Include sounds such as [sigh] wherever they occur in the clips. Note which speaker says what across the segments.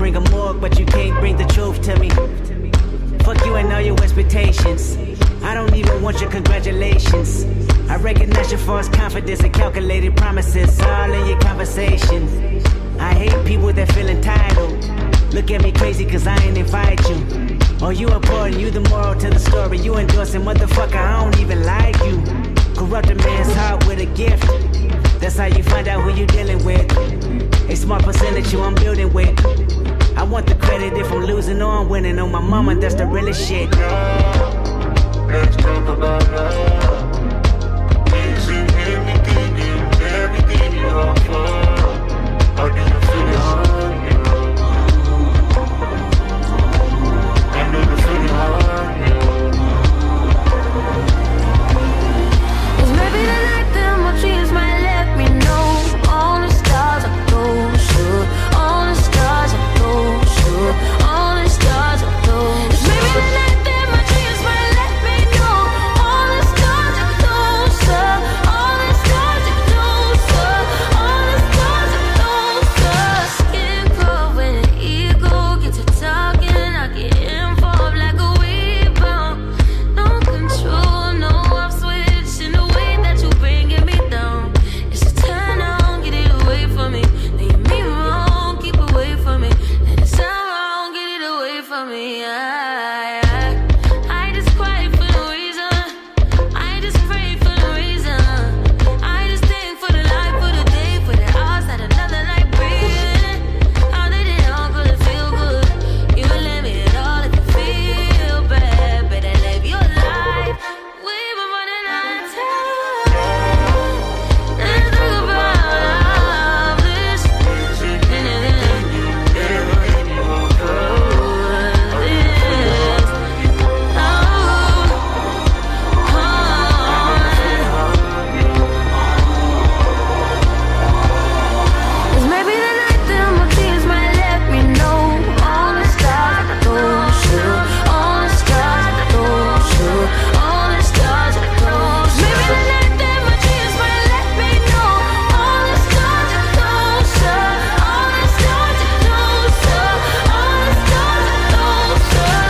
Speaker 1: bring a morgue, but you can't bring the truth to me. Fuck you and all your expectations. I don't even want your congratulations. I recognize your false confidence and calculated promises all in your conversation. I hate people that feel entitled. Look at me crazy cause I ain't invite you. Oh, you important, you the moral to the story. You endorsing, motherfucker, I don't even like you. Corrupt a man's heart with a gift. That's how you find out who you dealing with. A small percentage you I'm building with. I want the credit if I'm losing or I'm winning. On my mama, that's the realest shit.
Speaker 2: Let's talk about love. Things and everything and everything you offer. I need to feel it on you. I need to feel it on you.
Speaker 3: Cause maybe the night that my dreams might let me know. All the stars are close, sure. All the stars are close, sure. All the stars are close. Cause maybe the night that my dreams might let me know. All the stars are closer. All the stars are closer. All the stars are closer. Skin cold when an ego gets to talking. I get involved like a rebound. No control, no off switch in the way that you bringing me down. It's a turn on, get it away from me. Then you mean wrong, keep away from me. And it's all wrong, get it away from me. I, I, I just quiet for no reason. I just pray for no reason. I just thank for the life, for the day, for the hours that another life breathing. How did it all go to feel good? You let me it all if you feel bad, better live your life. We've been running out of time. Let's talk about this. This. Oh, oh. Cause maybe the night that my dreams might let me know All the stars are close, sure All the stars are close, sure All the stars are close, Maybe the night that my dreams might let me know All the stars are closer All the stars are closer All the stars are closer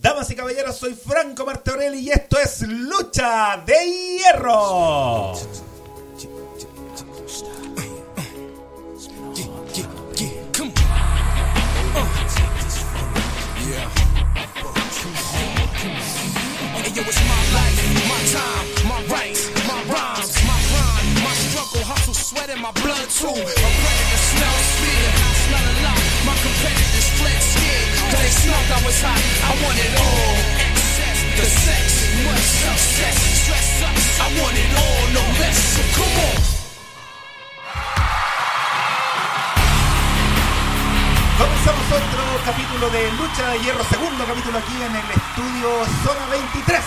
Speaker 4: Damas y caballeros, soy Franco Martorelli y esto es Lucha de Hierro.
Speaker 5: Hey, yo, it's my life, my time, my rights, my rhymes, my grind, my struggle, hustle, sweat in my blood too. My predators smell fear, I smell a lot. My competitors fled scared. They smelt I was hot. I want it all. Excess, the sex, much success, stress sucks. I want it all, no less. So come on.
Speaker 4: Comenzamos otro capítulo de Lucha de Hierro, segundo capítulo aquí en el estudio Zona 23.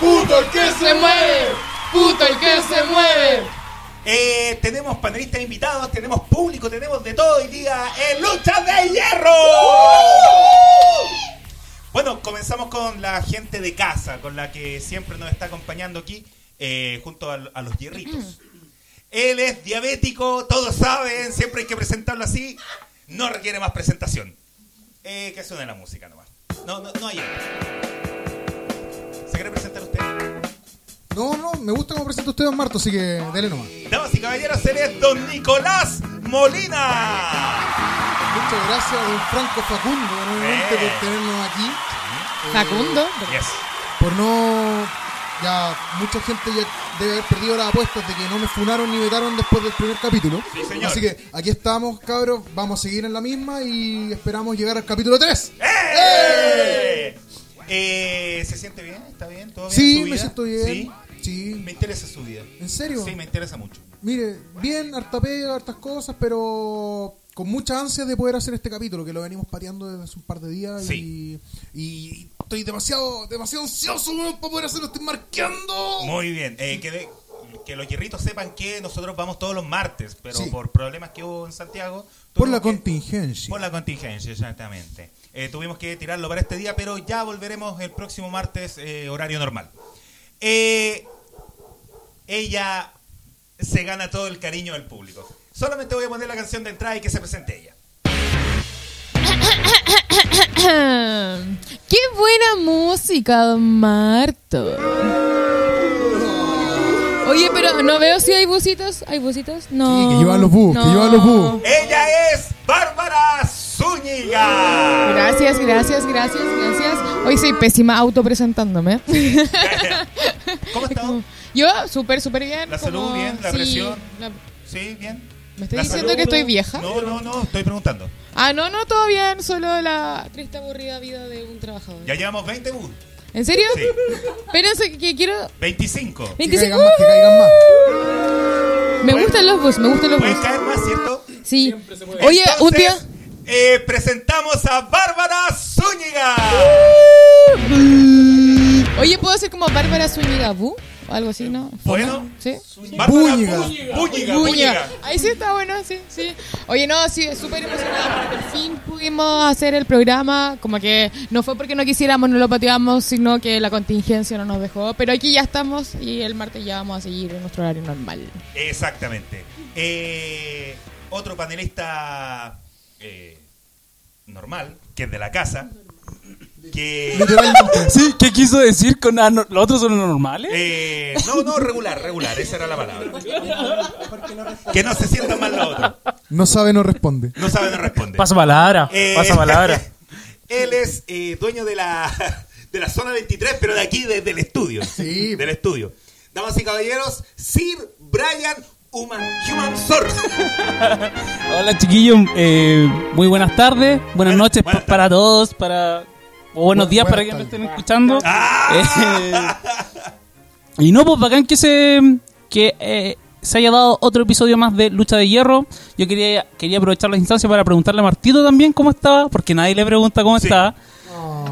Speaker 6: ¡Puto el que se mueve! ¡Puto el que se mueve!
Speaker 4: Eh, tenemos panelistas invitados, tenemos público, tenemos de todo y día en Lucha de Hierro. Bueno, comenzamos con la gente de casa, con la que siempre nos está acompañando aquí, eh, junto a, a los hierritos. Él es diabético, todos saben, siempre hay que presentarlo así. No requiere más presentación. Eh, que suene la música nomás. No, no, no hay otro. ¿Se quiere presentar usted?
Speaker 7: No, no, me gusta cómo presenta usted, don Marto, así que dele nomás.
Speaker 4: Damas y caballeros, él es don Nicolás Molina.
Speaker 7: Muchas gracias, don Franco Facundo, nuevamente
Speaker 4: Eh.
Speaker 7: por tenernos aquí.
Speaker 8: Facundo.
Speaker 4: Yes.
Speaker 7: Eh, Por no. Ya, mucha gente ya debe haber perdido las apuestas de que no me funaron ni vetaron después del primer capítulo.
Speaker 4: Sí, señor.
Speaker 7: Así que aquí estamos, cabros. Vamos a seguir en la misma y esperamos llegar al capítulo 3.
Speaker 4: ¡Eh! Eh, ¿Se siente bien? ¿Está bien? ¿Todo bien?
Speaker 7: Sí,
Speaker 4: ¿Su
Speaker 7: me
Speaker 4: vida?
Speaker 7: siento bien.
Speaker 4: ¿Sí?
Speaker 7: Sí.
Speaker 4: Me interesa su vida.
Speaker 7: ¿En serio?
Speaker 4: Sí, me interesa mucho.
Speaker 7: Mire, bien, harta pega, hartas cosas, pero con mucha ansia de poder hacer este capítulo, que lo venimos pateando desde hace un par de días
Speaker 4: Sí.
Speaker 7: y, y oh, estoy demasiado, demasiado ansioso weón, para poder hacerlo, estoy marqueando.
Speaker 4: Muy bien. Eh, quedé- que los hierritos sepan que nosotros vamos todos los martes, pero
Speaker 7: Sí.
Speaker 4: por problemas que hubo en Santiago.
Speaker 7: Por la
Speaker 4: tuvimos que-
Speaker 7: contingencia.
Speaker 4: Por la contingencia, exactamente. Eh, tuvimos que tirarlo para este día, pero ya volveremos el próximo martes, eh, horario normal. Eh, ella se gana todo el cariño del público. Solamente voy a poner la canción de entrada y que se presente ella.
Speaker 8: ¡Qué buena música, don Marto! Oye, pero no veo si hay busitos. ¿Hay busitos? No.
Speaker 7: Sí, que llevan los bus, que llevan los bus.
Speaker 4: Ella es Bárbara Zúñiga.
Speaker 8: Gracias, gracias, gracias, gracias. Hoy soy pésima autopresentándome. [laughs]
Speaker 4: ¿Cómo estás?
Speaker 8: Yo, súper, súper bien.
Speaker 4: La
Speaker 8: como-
Speaker 4: salud bien, la
Speaker 8: sí,
Speaker 4: presión.
Speaker 8: la-
Speaker 4: ¿Sí? ¿Bien?
Speaker 8: ¿Me estás
Speaker 4: ¿La
Speaker 8: diciendo
Speaker 4: salud?
Speaker 8: que estoy vieja?
Speaker 4: No, no, no, estoy preguntando.
Speaker 8: Ah, no, no, todo bien. Solo la triste, aburrida vida de un trabajador.
Speaker 4: Ya llevamos uh, 20 bus.
Speaker 8: ¿En serio?
Speaker 4: Sí.
Speaker 8: Espérense que quiero...
Speaker 4: 25.
Speaker 7: Que
Speaker 8: 25.
Speaker 7: caigan más, que caigan más.
Speaker 8: Me gustan los bus, me gustan los bus.
Speaker 4: Pueden caer más, ¿cierto?
Speaker 8: Sí. Oye,
Speaker 4: Entonces,
Speaker 8: un día...
Speaker 4: eh, presentamos a Bárbara Zúñiga.
Speaker 8: Uh, Oye, ¿puedo hacer como Bárbara Zúñiga Bu? O algo así, ¿no?
Speaker 4: Bueno.
Speaker 8: ¿Sí?
Speaker 4: Bárbara
Speaker 7: Zúñiga.
Speaker 4: Bú- Búñiga.
Speaker 8: Buña.
Speaker 4: Búñiga.
Speaker 8: Ahí sí está bueno, sí, sí. Oye, no, sí, súper emocionada porque por fin pudimos hacer el programa. Como que no fue porque no quisiéramos, no lo pateamos, sino que la contingencia no nos dejó. Pero aquí ya estamos y el martes ya vamos a seguir en nuestro horario normal.
Speaker 4: Exactamente. Eh, otro panelista eh, normal, que es de la casa, que...
Speaker 9: Sí, ¿qué quiso decir con ah, ano- los otros son normales?
Speaker 4: eh, no, no, regular, regular, esa era la palabra. Que no se sienta mal la otra.
Speaker 7: No sabe, no responde.
Speaker 4: No sabe, no responde.
Speaker 9: Pasa palabra,
Speaker 4: Eh,
Speaker 9: pasa palabra.
Speaker 4: [laughs] Él es eh, dueño de la, [laughs] de la zona 23, pero de aquí, desde el estudio.
Speaker 7: Sí.
Speaker 4: Del estudio. Damas y caballeros, Sir Brian Human, Human
Speaker 9: [laughs]
Speaker 4: Source.
Speaker 9: Hola chiquillos, eh, muy buenas tardes, buenas
Speaker 4: Buenas-
Speaker 9: noches
Speaker 4: buenas
Speaker 9: pa- para
Speaker 4: tardes.
Speaker 9: todos, para o buenos
Speaker 7: Bu-
Speaker 9: días para
Speaker 7: buenas
Speaker 9: que me
Speaker 7: tardes.
Speaker 9: estén escuchando.
Speaker 4: Ah.
Speaker 9: Eh, [laughs] y no, pues bacán que se que eh, se haya dado otro episodio más de Lucha de Hierro. Yo quería, quería aprovechar la instancia para preguntarle a Martito también cómo estaba, porque nadie le pregunta cómo
Speaker 4: Sí.
Speaker 9: estaba.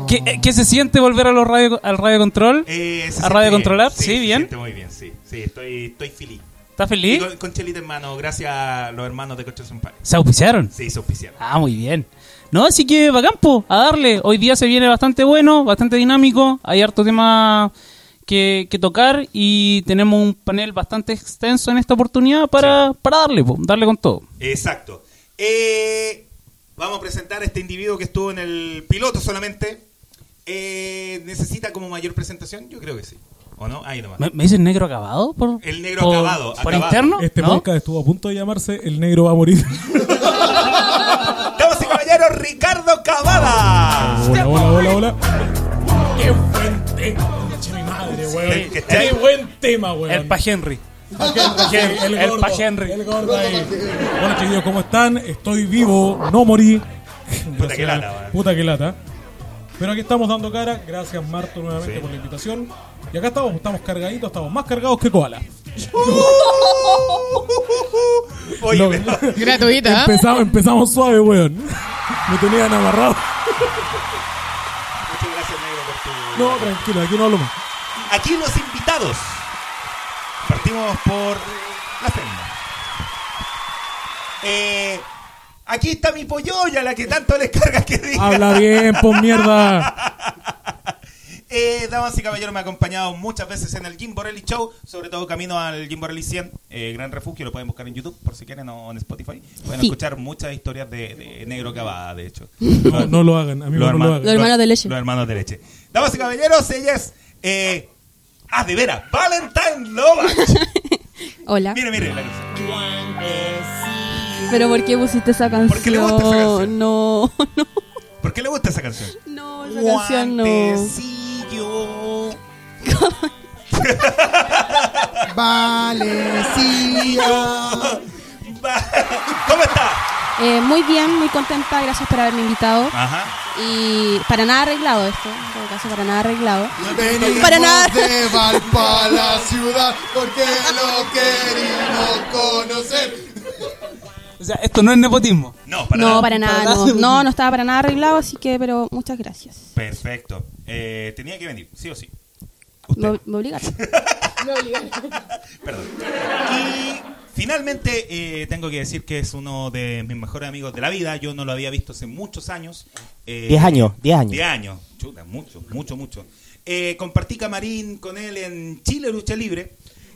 Speaker 9: ¿Qué, eh, qué se siente volver a los radio, al radio control?
Speaker 4: Eh, se
Speaker 9: ¿A radio
Speaker 4: siente
Speaker 9: controlar? Sí,
Speaker 4: se
Speaker 9: bien.
Speaker 4: siente muy bien, sí. Sí, estoy, estoy feliz.
Speaker 9: ¿Estás
Speaker 4: Y
Speaker 9: feliz?
Speaker 4: Con, con chelita en mano, gracias a los hermanos de Coche Senpai.
Speaker 9: ¿Se auspiciaron?
Speaker 4: Se hizo oficial.
Speaker 9: Ah, muy bien. No, así que bacán, po, a darle. Hoy día se viene bastante bueno, bastante dinámico. Hay harto tema que, que tocar y tenemos un panel bastante extenso en esta oportunidad para, para darle, po, darle con todo.
Speaker 4: Exacto. Eh, vamos a presentar a este individuo que estuvo en el piloto solamente. Eh, ¿Necesita como mayor presentación? Yo creo que sí. ¿O no? Ahí nomás.
Speaker 9: ¿Me, me dicen negro acabado? Por,
Speaker 4: El negro
Speaker 9: por-
Speaker 4: acabado,
Speaker 9: ¿Por
Speaker 4: acabado.
Speaker 9: interno?
Speaker 10: Este
Speaker 9: ¿No?
Speaker 10: podcast estuvo a punto de llamarse El negro va a
Speaker 4: [laughs]
Speaker 10: morir.
Speaker 4: Damas y caballeros, Ricardo Cavada.
Speaker 10: hola, hola, hola, hola. Qué buen tema, conche mi madre, weón.
Speaker 4: Sí.
Speaker 10: Qué buen tema, weón.
Speaker 9: El pa Henry.
Speaker 10: Sí,
Speaker 9: el
Speaker 10: gordo,
Speaker 9: pa Henry.
Speaker 10: El gordo ahí. Bueno, chicos, ¿cómo están? Estoy vivo, no morí. Gracias,
Speaker 4: qué lata, weón.
Speaker 10: Puta que lata. Pero aquí estamos dando cara. Gracias, Marto, nuevamente por la invitación. Y acá estamos, estamos cargaditos, estamos más cargados que koala.
Speaker 4: [laughs] Oye,
Speaker 10: No.
Speaker 4: pero-
Speaker 8: Gratuita. ¿eh?
Speaker 10: Empezamos, empezamos suave, weón. [laughs] Me tenían amarrado.
Speaker 4: Muchas gracias, negro, por tu-
Speaker 10: No, tranquilo, aquí no hablo más.
Speaker 4: Aquí los invitados. Partimos por la senda. Eh, aquí está mi polloya, la que tanto les cargas que diga.
Speaker 10: Habla bien, pon mierda.
Speaker 4: Eh, damas y caballeros, me ha acompañado muchas veces en el Jim Borelli Show, sobre todo camino al Jim Borelli 100, eh, Gran Refugio, lo pueden buscar en YouTube por si quieren o en Spotify. Pueden
Speaker 8: Sí.
Speaker 4: escuchar muchas historias de, de Negro Cavada, de hecho.
Speaker 10: [laughs] No, no lo hagan, amigos, no lo
Speaker 4: herma-
Speaker 10: hagan.
Speaker 8: Los hermanos de leche.
Speaker 4: Los hermanos de leche. Damas y caballeros, ella es... eh, ah, de veras, Valentine Novak.
Speaker 11: [laughs] Hola.
Speaker 4: mire, mire la canción.
Speaker 11: ¿Pero por qué pusiste esa canción?
Speaker 4: ¿Por qué le gusta esa canción?
Speaker 11: No, no,
Speaker 4: ¿Por qué le gusta esa canción?
Speaker 11: no, esa canción no.
Speaker 4: Guantecillo.
Speaker 7: Vale, sí. ya.
Speaker 4: ¿Cómo está?
Speaker 11: Eh, muy bien, muy contenta, gracias por haberme invitado.
Speaker 4: Ajá.
Speaker 11: Y para nada arreglado esto, en todo caso, para nada arreglado.
Speaker 7: Venimos
Speaker 11: Para nada.
Speaker 7: de Valpa, la ciudad, porque lo queríamos conocer.
Speaker 9: O sea, esto no es nepotismo.
Speaker 4: No, para
Speaker 11: no,
Speaker 4: nada.
Speaker 11: para nada,
Speaker 9: Para
Speaker 11: no.
Speaker 9: nada.
Speaker 11: No, no estaba para nada arreglado, así que, pero muchas gracias.
Speaker 4: Perfecto. Eh, tenía que venir, sí o sí.
Speaker 11: Me, me obligaron.
Speaker 4: [laughs]
Speaker 8: Me obligaron.
Speaker 4: Perdón. Finalmente, eh, tengo que decir que es uno de mis mejores amigos de la vida. Yo no lo había visto hace muchos años. Eh,
Speaker 12: Diez años, diez años.
Speaker 4: Diez años. Chuta, mucho, mucho, mucho. Eh, compartí camarín con él en Chile Lucha Libre.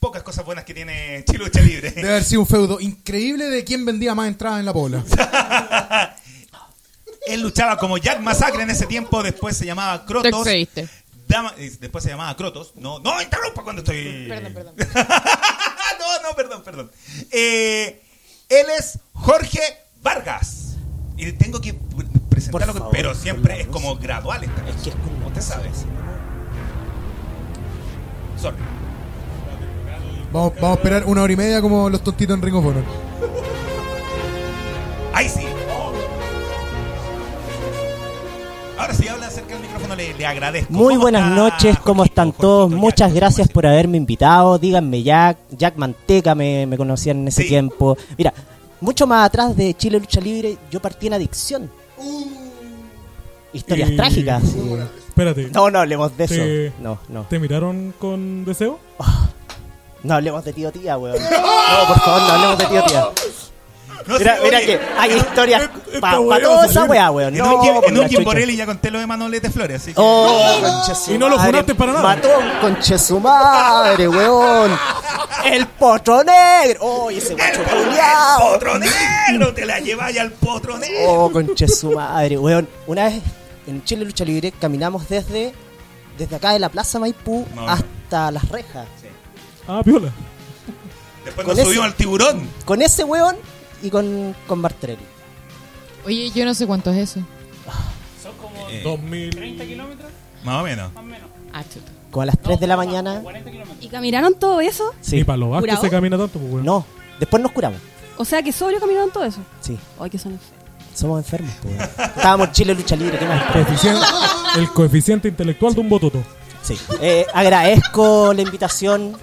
Speaker 4: pocas cosas buenas que tiene Chile Lucha Libre.
Speaker 7: Debe haber sido un feudo increíble de quién vendía más entradas en la bola.
Speaker 4: Él luchaba como Jack Massacre en ese tiempo, después se llamaba
Speaker 8: Te
Speaker 4: Crotos.
Speaker 8: excediste.
Speaker 4: Dama- eh, después se llamaba Crotos. No, no interrumpa cuando estoy. Perdón, perdón. [laughs] no, no, perdón, perdón. Eh, él es Jorge Vargas. Y tengo que pr- presentarlo,
Speaker 12: Por favor,
Speaker 4: pero siempre es como gradual esta cosa. como usted sabe. Sorry.
Speaker 7: Vamos, vamos a esperar una hora y media como los tontitos en Ring of Honor.
Speaker 4: ¡Ahí sí! Oh. Ahora sí, habla cerca del micrófono, le, le agradezco.
Speaker 12: Muy buenas noches, ¿cómo están todos? Muchas gracias por haberme invitado. Díganme Jack, Jack Manteca me, me conocían en ese tiempo. Mira, mucho más atrás de Chile Lucha Libre, yo partí en adicción. Historias
Speaker 10: Eh,
Speaker 12: trágicas.
Speaker 10: Espérate.
Speaker 12: No, no hablemos de eso.
Speaker 10: ¿Te-
Speaker 12: No, no. Ah.
Speaker 10: ¿Te miraron con deseo?
Speaker 12: No hablemos de tío tía, weón. No, por favor, no hablemos de tío tía.
Speaker 4: No,
Speaker 12: Mira,
Speaker 4: sí,
Speaker 12: mira
Speaker 4: oye,
Speaker 12: que hay
Speaker 4: [laughs]
Speaker 12: historias
Speaker 4: esta
Speaker 12: para
Speaker 4: weá va
Speaker 12: toda
Speaker 4: a
Speaker 12: esa
Speaker 4: salir.
Speaker 12: weá, weón.
Speaker 4: En
Speaker 12: No,
Speaker 4: un,
Speaker 12: por
Speaker 4: en un
Speaker 12: la chucha.
Speaker 4: Borelli ya conté lo de Manolete Flores, así que.
Speaker 12: Oh, conche su madre. Matón, conche su madre, weón. El potro negro. Oh, ese guacho
Speaker 4: ¡El
Speaker 12: culiao.
Speaker 4: potro negro! ¡Te la lleváis al potro negro!
Speaker 12: Oh, conche su madre, weón. Una vez en Chile Lucha Libre caminamos desde, desde acá de la Plaza Maipú
Speaker 4: No, no.
Speaker 12: hasta las rejas.
Speaker 10: Ah, piola.
Speaker 4: Después
Speaker 12: con
Speaker 4: nos
Speaker 12: ese-
Speaker 4: subimos al tiburón.
Speaker 12: Con ese weón y con, con Bartrelli.
Speaker 8: Oye, yo no sé cuánto es eso.
Speaker 9: Son como
Speaker 4: Eh,
Speaker 9: 30 kilómetros.
Speaker 4: Más o menos.
Speaker 8: Ah, chuta.
Speaker 12: Como a las 3 de la mañana.
Speaker 11: ¿Y caminaron todo eso?
Speaker 12: Sí.
Speaker 10: Ni para los vascos
Speaker 11: ¿Curado?
Speaker 10: se camina tanto, pues, weón.
Speaker 12: No, después nos curamos.
Speaker 11: O sea que sobrio caminaron todo eso.
Speaker 12: Sí,
Speaker 11: Ay, que son enfermos.
Speaker 12: somos enfermos, pues, weón. Estábamos en Chile Lucha Libre, ¿qué más?
Speaker 10: Coeficiente- el coeficiente intelectual de un bototo.
Speaker 12: Sí. Eh, agradezco la invitación.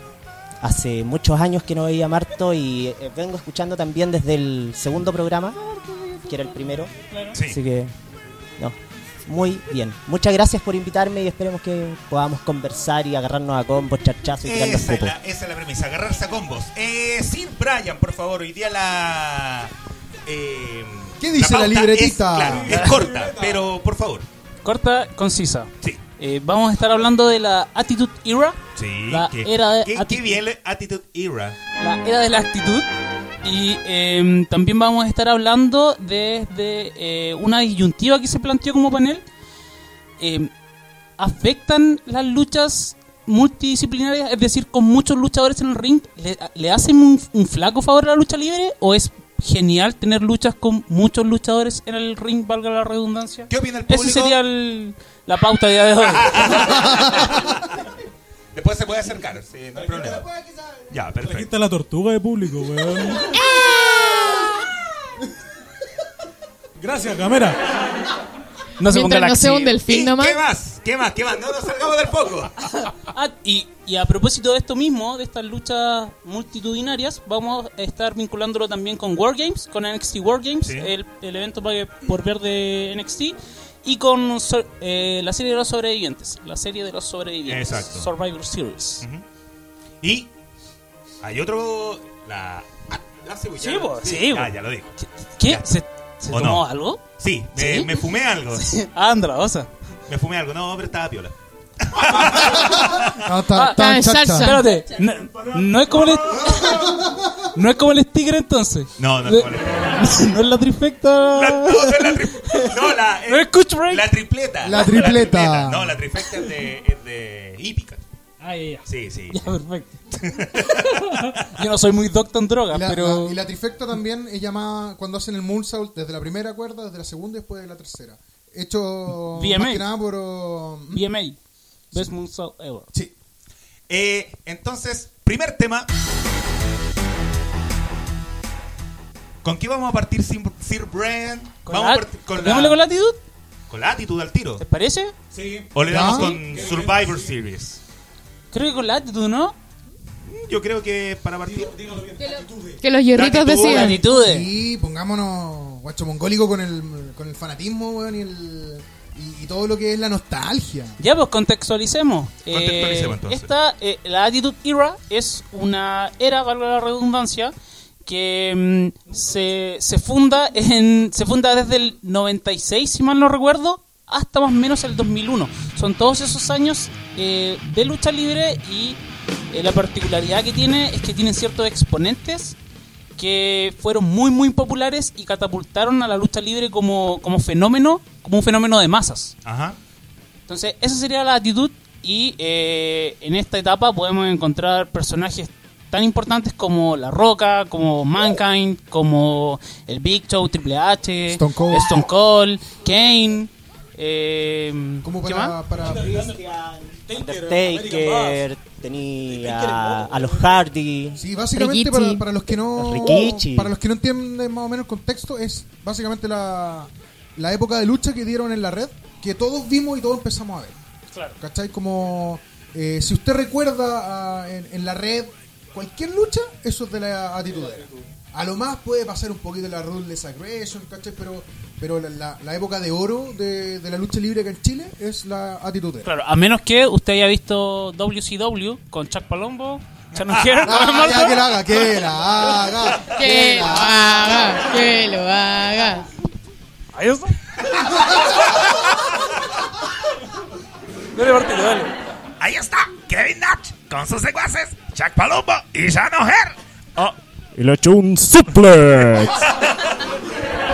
Speaker 12: Hace muchos años que no veía a Marto y eh, vengo escuchando también desde el segundo programa, que era el primero. Así que, no. Muy bien. Muchas gracias por invitarme y esperemos que podamos conversar y agarrarnos a combos, charchazos y tirarnos
Speaker 4: Esa es,
Speaker 12: copos.
Speaker 4: la, esa es la premisa, agarrarse a combos. Eh, Sir Brian, por favor, hoy día la. eh,
Speaker 7: ¿Qué dice la
Speaker 4: pauta
Speaker 7: libretita?
Speaker 4: Es, claro, es corta, pero por favor.
Speaker 9: Corta, concisa.
Speaker 4: Sí.
Speaker 9: Eh, vamos a estar hablando de la Attitude Era.
Speaker 4: Sí,
Speaker 9: La
Speaker 4: que-
Speaker 9: era de
Speaker 4: que- que
Speaker 9: actitud.
Speaker 4: viene Attitude Era.
Speaker 9: La era de la actitud. Y eh, también vamos a estar hablando desde eh, una disyuntiva que se planteó como panel. Eh, ¿Afectan las luchas multidisciplinarias? Es decir, con muchos luchadores en el ring, ¿le, le hacen un, un flaco favor a la lucha libre? ¿O es genial tener luchas con muchos luchadores en el ring, valga la redundancia?
Speaker 4: ¿Qué opina el público?
Speaker 9: Esa sería el- la pauta de día de hoy.
Speaker 4: Después se puede acercar, sí, no hay problema. [laughs] Ya, perfecto.
Speaker 10: Trajiste a la tortuga de público, weón. Gracias, cámara.
Speaker 9: No se ponga
Speaker 8: Mientras
Speaker 9: la
Speaker 8: no sea un
Speaker 9: axila.
Speaker 8: delfín
Speaker 4: ¿Y
Speaker 8: nomás.
Speaker 4: ¿Qué más? [laughs] ¿Qué más? ¿Qué más? No nos salgamos del foco.
Speaker 9: Ah, y, y a propósito de esto mismo, de estas luchas multitudinarias, vamos a estar vinculándolo también con Wargames, con NXT Wargames,
Speaker 4: Sí.
Speaker 9: el, el evento pa- por ver de NXT, y con so- eh, la serie de los sobrevivientes, la serie de los sobrevivientes,
Speaker 4: Exacto.
Speaker 9: Survivor Series.
Speaker 4: Y hay otro. La. ah, la cebolla.
Speaker 9: Sí, po, sí,
Speaker 4: Ah,
Speaker 9: po.
Speaker 4: ya lo dijo.
Speaker 9: ¿Qué?
Speaker 4: Ya.
Speaker 9: ¿Se, se
Speaker 4: ¿O
Speaker 9: tomó
Speaker 4: no?
Speaker 9: algo?
Speaker 4: Sí, me,
Speaker 9: [laughs] ¿Sí?
Speaker 4: me fumé algo.
Speaker 9: Ah, Andradosa.
Speaker 4: Me fumé algo. No, pero estaba piola.
Speaker 7: Ah, está-
Speaker 9: Ah,
Speaker 7: está
Speaker 8: está
Speaker 7: en
Speaker 8: en
Speaker 7: chacha.
Speaker 8: salsa.
Speaker 9: Espérate, no, no es como el, [laughs] no es como el sticker entonces.
Speaker 4: No, no
Speaker 9: Eh,
Speaker 4: es como la-
Speaker 9: [laughs] no es la trifecta.
Speaker 4: La, [laughs] no, no es la tri- no, la,
Speaker 9: [laughs] [laughs] no eh, es Coach Break.
Speaker 4: la tripleta.
Speaker 7: La tripleta.
Speaker 4: [laughs] No, la trifecta es de, es de hípica.
Speaker 9: Ah, ya, ya.
Speaker 4: Sí, sí.
Speaker 9: Ya, perfecto. [laughs] Yo no soy muy doctor en drogas,
Speaker 7: Y la,
Speaker 9: pero.
Speaker 7: la- y la trifecta también es llamada cuando hacen el moonsault desde la primera cuerda, desde la segunda y después de la tercera. Hecho más
Speaker 9: VMA.
Speaker 7: que nada por... oh, ¿hmm?
Speaker 9: BMA. Best Moonsault Ever.
Speaker 7: Sí.
Speaker 4: Eh, entonces, primer tema. ¿Con qué vamos a partir, Sir Sir Brand?
Speaker 9: Con
Speaker 4: vamos
Speaker 9: la-
Speaker 4: a partir con
Speaker 9: ¿Démosle con latitud?
Speaker 4: Con latitud al tiro.
Speaker 9: ¿Te parece?
Speaker 10: Sí.
Speaker 4: O le damos
Speaker 9: ¿Ya?
Speaker 4: con Survivor Series.
Speaker 9: ¿Ah? Creo que con latitud, ¿no?
Speaker 4: Yo creo que para partir.
Speaker 8: Que los hierritos
Speaker 4: Latitud,
Speaker 8: decían.
Speaker 9: Latitudes.
Speaker 7: Sí, pongámonos guacho mongólico con el, con el fanatismo, weón, y, el, y, y todo lo que es la nostalgia.
Speaker 9: Ya, pues contextualicemos. Eh,
Speaker 7: Contextualicemos, entonces.
Speaker 9: esta, eh, la Attitude Era es una era, valga la redundancia, que mm, se, se funda en se funda desde el 96, si mal no recuerdo, hasta más o menos el 2001. Son todos esos años eh, de lucha libre y eh, la particularidad que tiene es que tienen ciertos exponentes que fueron muy muy populares y catapultaron a la lucha libre como, como fenómeno, como un fenómeno de masas.
Speaker 4: Ajá.
Speaker 9: Entonces, esa sería la actitud. Y eh, en esta etapa podemos encontrar personajes tan importantes como La Roca, como Mankind, como el Big Show, Triple H,
Speaker 7: Stone Cold.
Speaker 9: Cold, Kane. eh, ¿Qué más?
Speaker 7: Para, para
Speaker 12: Undertaker, tenía a, a los Hardy.
Speaker 7: Sí, básicamente para, para los que no
Speaker 12: Rikichi.
Speaker 7: para los que no entienden más o menos el contexto es básicamente la, la época de lucha que dieron en la red que todos vimos y todos empezamos a ver.
Speaker 9: Claro.
Speaker 7: ¿Cachai? Como eh, si usted recuerda ah, en, en la red cualquier lucha, eso es de la actitud. A lo más puede pasar un poquito la Ruthless Aggression, ¿cachai? Pero, pero la, la- la época de oro de, de la lucha libre acá en Chile es la actitud.
Speaker 9: Claro, a menos que usted haya visto WCW con Chuck Palombo, Shannon Hearn,
Speaker 7: Ah,
Speaker 9: Alan Marco.
Speaker 7: ya, que la haga, que la haga.
Speaker 8: Que lo haga, que lo haga.
Speaker 9: Ahí está.
Speaker 7: [laughs]
Speaker 9: Dale, Martín, dale.
Speaker 4: Ahí está, Kevin Nash con sus secuaces, Chuck Palumbo y Shannon Her.
Speaker 13: Y le echó un suplex.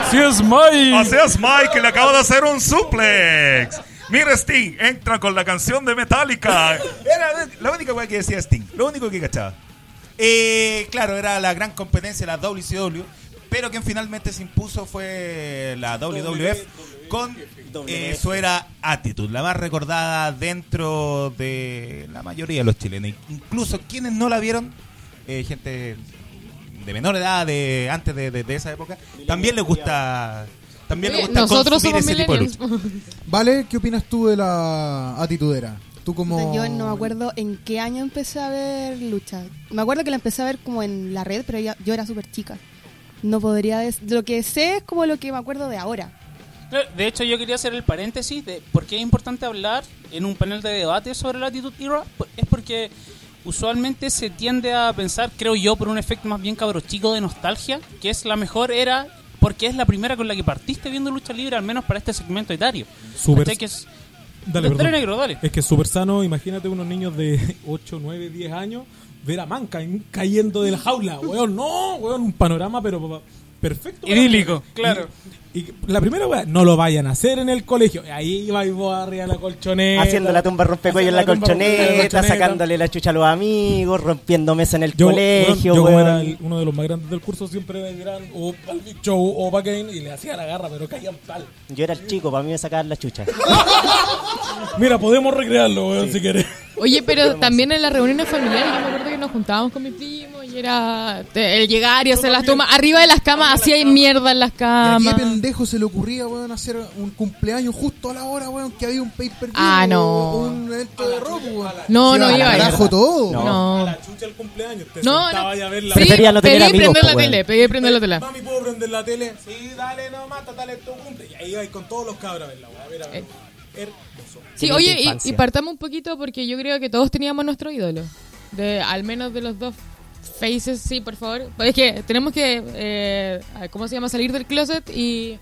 Speaker 9: Así es Mike.
Speaker 4: Así es Mike, que le acaba de hacer un suplex. Mira Sting, entra con la canción de Metallica. [laughs] Era la única weá que decía Sting, lo único que cachaba. Eh, claro, era la gran competencia, la WCW, pero quien finalmente se impuso fue la WWF con eh, su era Attitude, la más recordada dentro de la mayoría de los chilenos. Incluso quienes no la vieron, eh, gente de menor edad, de antes de, de- de esa época, también les gusta... También les
Speaker 8: Oye,
Speaker 4: gusta
Speaker 8: Nosotros
Speaker 4: consumir
Speaker 8: somos
Speaker 4: ese tipo de
Speaker 8: millennials.
Speaker 4: lucha.
Speaker 7: Vale, ¿qué opinas tú de la atitudera? Tú como...
Speaker 11: Yo no me acuerdo en qué año empecé a ver lucha. Me acuerdo que la empecé a ver como en la red, pero ya- yo era súper chica. No podría decir. Lo que sé es como lo que me acuerdo de ahora.
Speaker 9: Claro, De hecho, yo quería hacer el paréntesis de por qué es importante hablar en un panel de debate sobre la actitud era. Por- Es porque usualmente se tiende a pensar, creo yo, por un efecto más bien cabrochico de nostalgia, que es la mejor era porque es la primera con la que partiste viendo lucha libre, al menos para este segmento etario.
Speaker 10: Súper.
Speaker 9: ¿Cachai? Que es-
Speaker 10: Dale,
Speaker 9: Dale,
Speaker 10: perdón.
Speaker 9: negro, dale.
Speaker 10: Es que es súper sano. Imagínate unos niños de [laughs] 8, 9, 10 años ver a Mankind cayendo de la jaula. Weón, no, weón, un panorama, pero pa- perfecto.
Speaker 9: Idílico, claro.
Speaker 10: Y, y la primera weá, no lo vayan a hacer en el colegio. Ahí vais vos arriba de la colchoneta.
Speaker 12: Haciendo la tumba rompecuello en la
Speaker 10: Haciendo la tumba rompecuello en la
Speaker 12: colchoneta,
Speaker 10: colchoneta.
Speaker 12: sacándole la chucha a los amigos, rompiendo mesa en el colegio,
Speaker 10: weón, yo como
Speaker 12: weón.
Speaker 10: era el- uno de los más grandes del curso, siempre me dirán o al Big Show o Bacane y le hacía la garra, pero caían tal.
Speaker 12: Yo era el chico, para mí me sacaban la chucha.
Speaker 10: [laughs] Mira, podemos recrearlo, weón, si querés.
Speaker 8: Oye, pero también en las reuniones familiares, yo me acuerdo que nos juntábamos con mi primo y era te- el llegar y hacer las tomas. Arriba de las camas, hacía mierda en las
Speaker 7: ¿A qué
Speaker 8: camas.
Speaker 7: pendejo se le ocurría, weón, hacer un cumpleaños justo a la hora, weón, que había un paper
Speaker 8: Ah, no.
Speaker 7: un evento de rock, weón?
Speaker 8: No,
Speaker 7: Se
Speaker 8: no
Speaker 7: al
Speaker 8: iba a ir.
Speaker 7: carajo todo.
Speaker 8: No. No. A la
Speaker 10: chucha el cumpleaños, te
Speaker 8: No,
Speaker 10: sentabas
Speaker 8: no.
Speaker 10: y a ver la
Speaker 8: Sí,
Speaker 12: Prefería no tener
Speaker 8: pedí
Speaker 12: amigos,
Speaker 8: prender
Speaker 12: po,
Speaker 8: la
Speaker 12: weón.
Speaker 8: tele, pedí prender la tele.
Speaker 10: Mami, ¿puedo prender la tele? Sí, dale, no, mata, dale tu cumple. Y ahí vais con todos los cabros a verla, weón. A ver, a
Speaker 11: Eh.
Speaker 10: ver. Hermoso.
Speaker 8: Sí, oye, y, y partamos un poquito porque yo creo que todos teníamos nuestro ídolo. De, al menos de los dos faces, sí, por favor. Pues Es que tenemos que, eh, ¿cómo se llama? Salir del closet y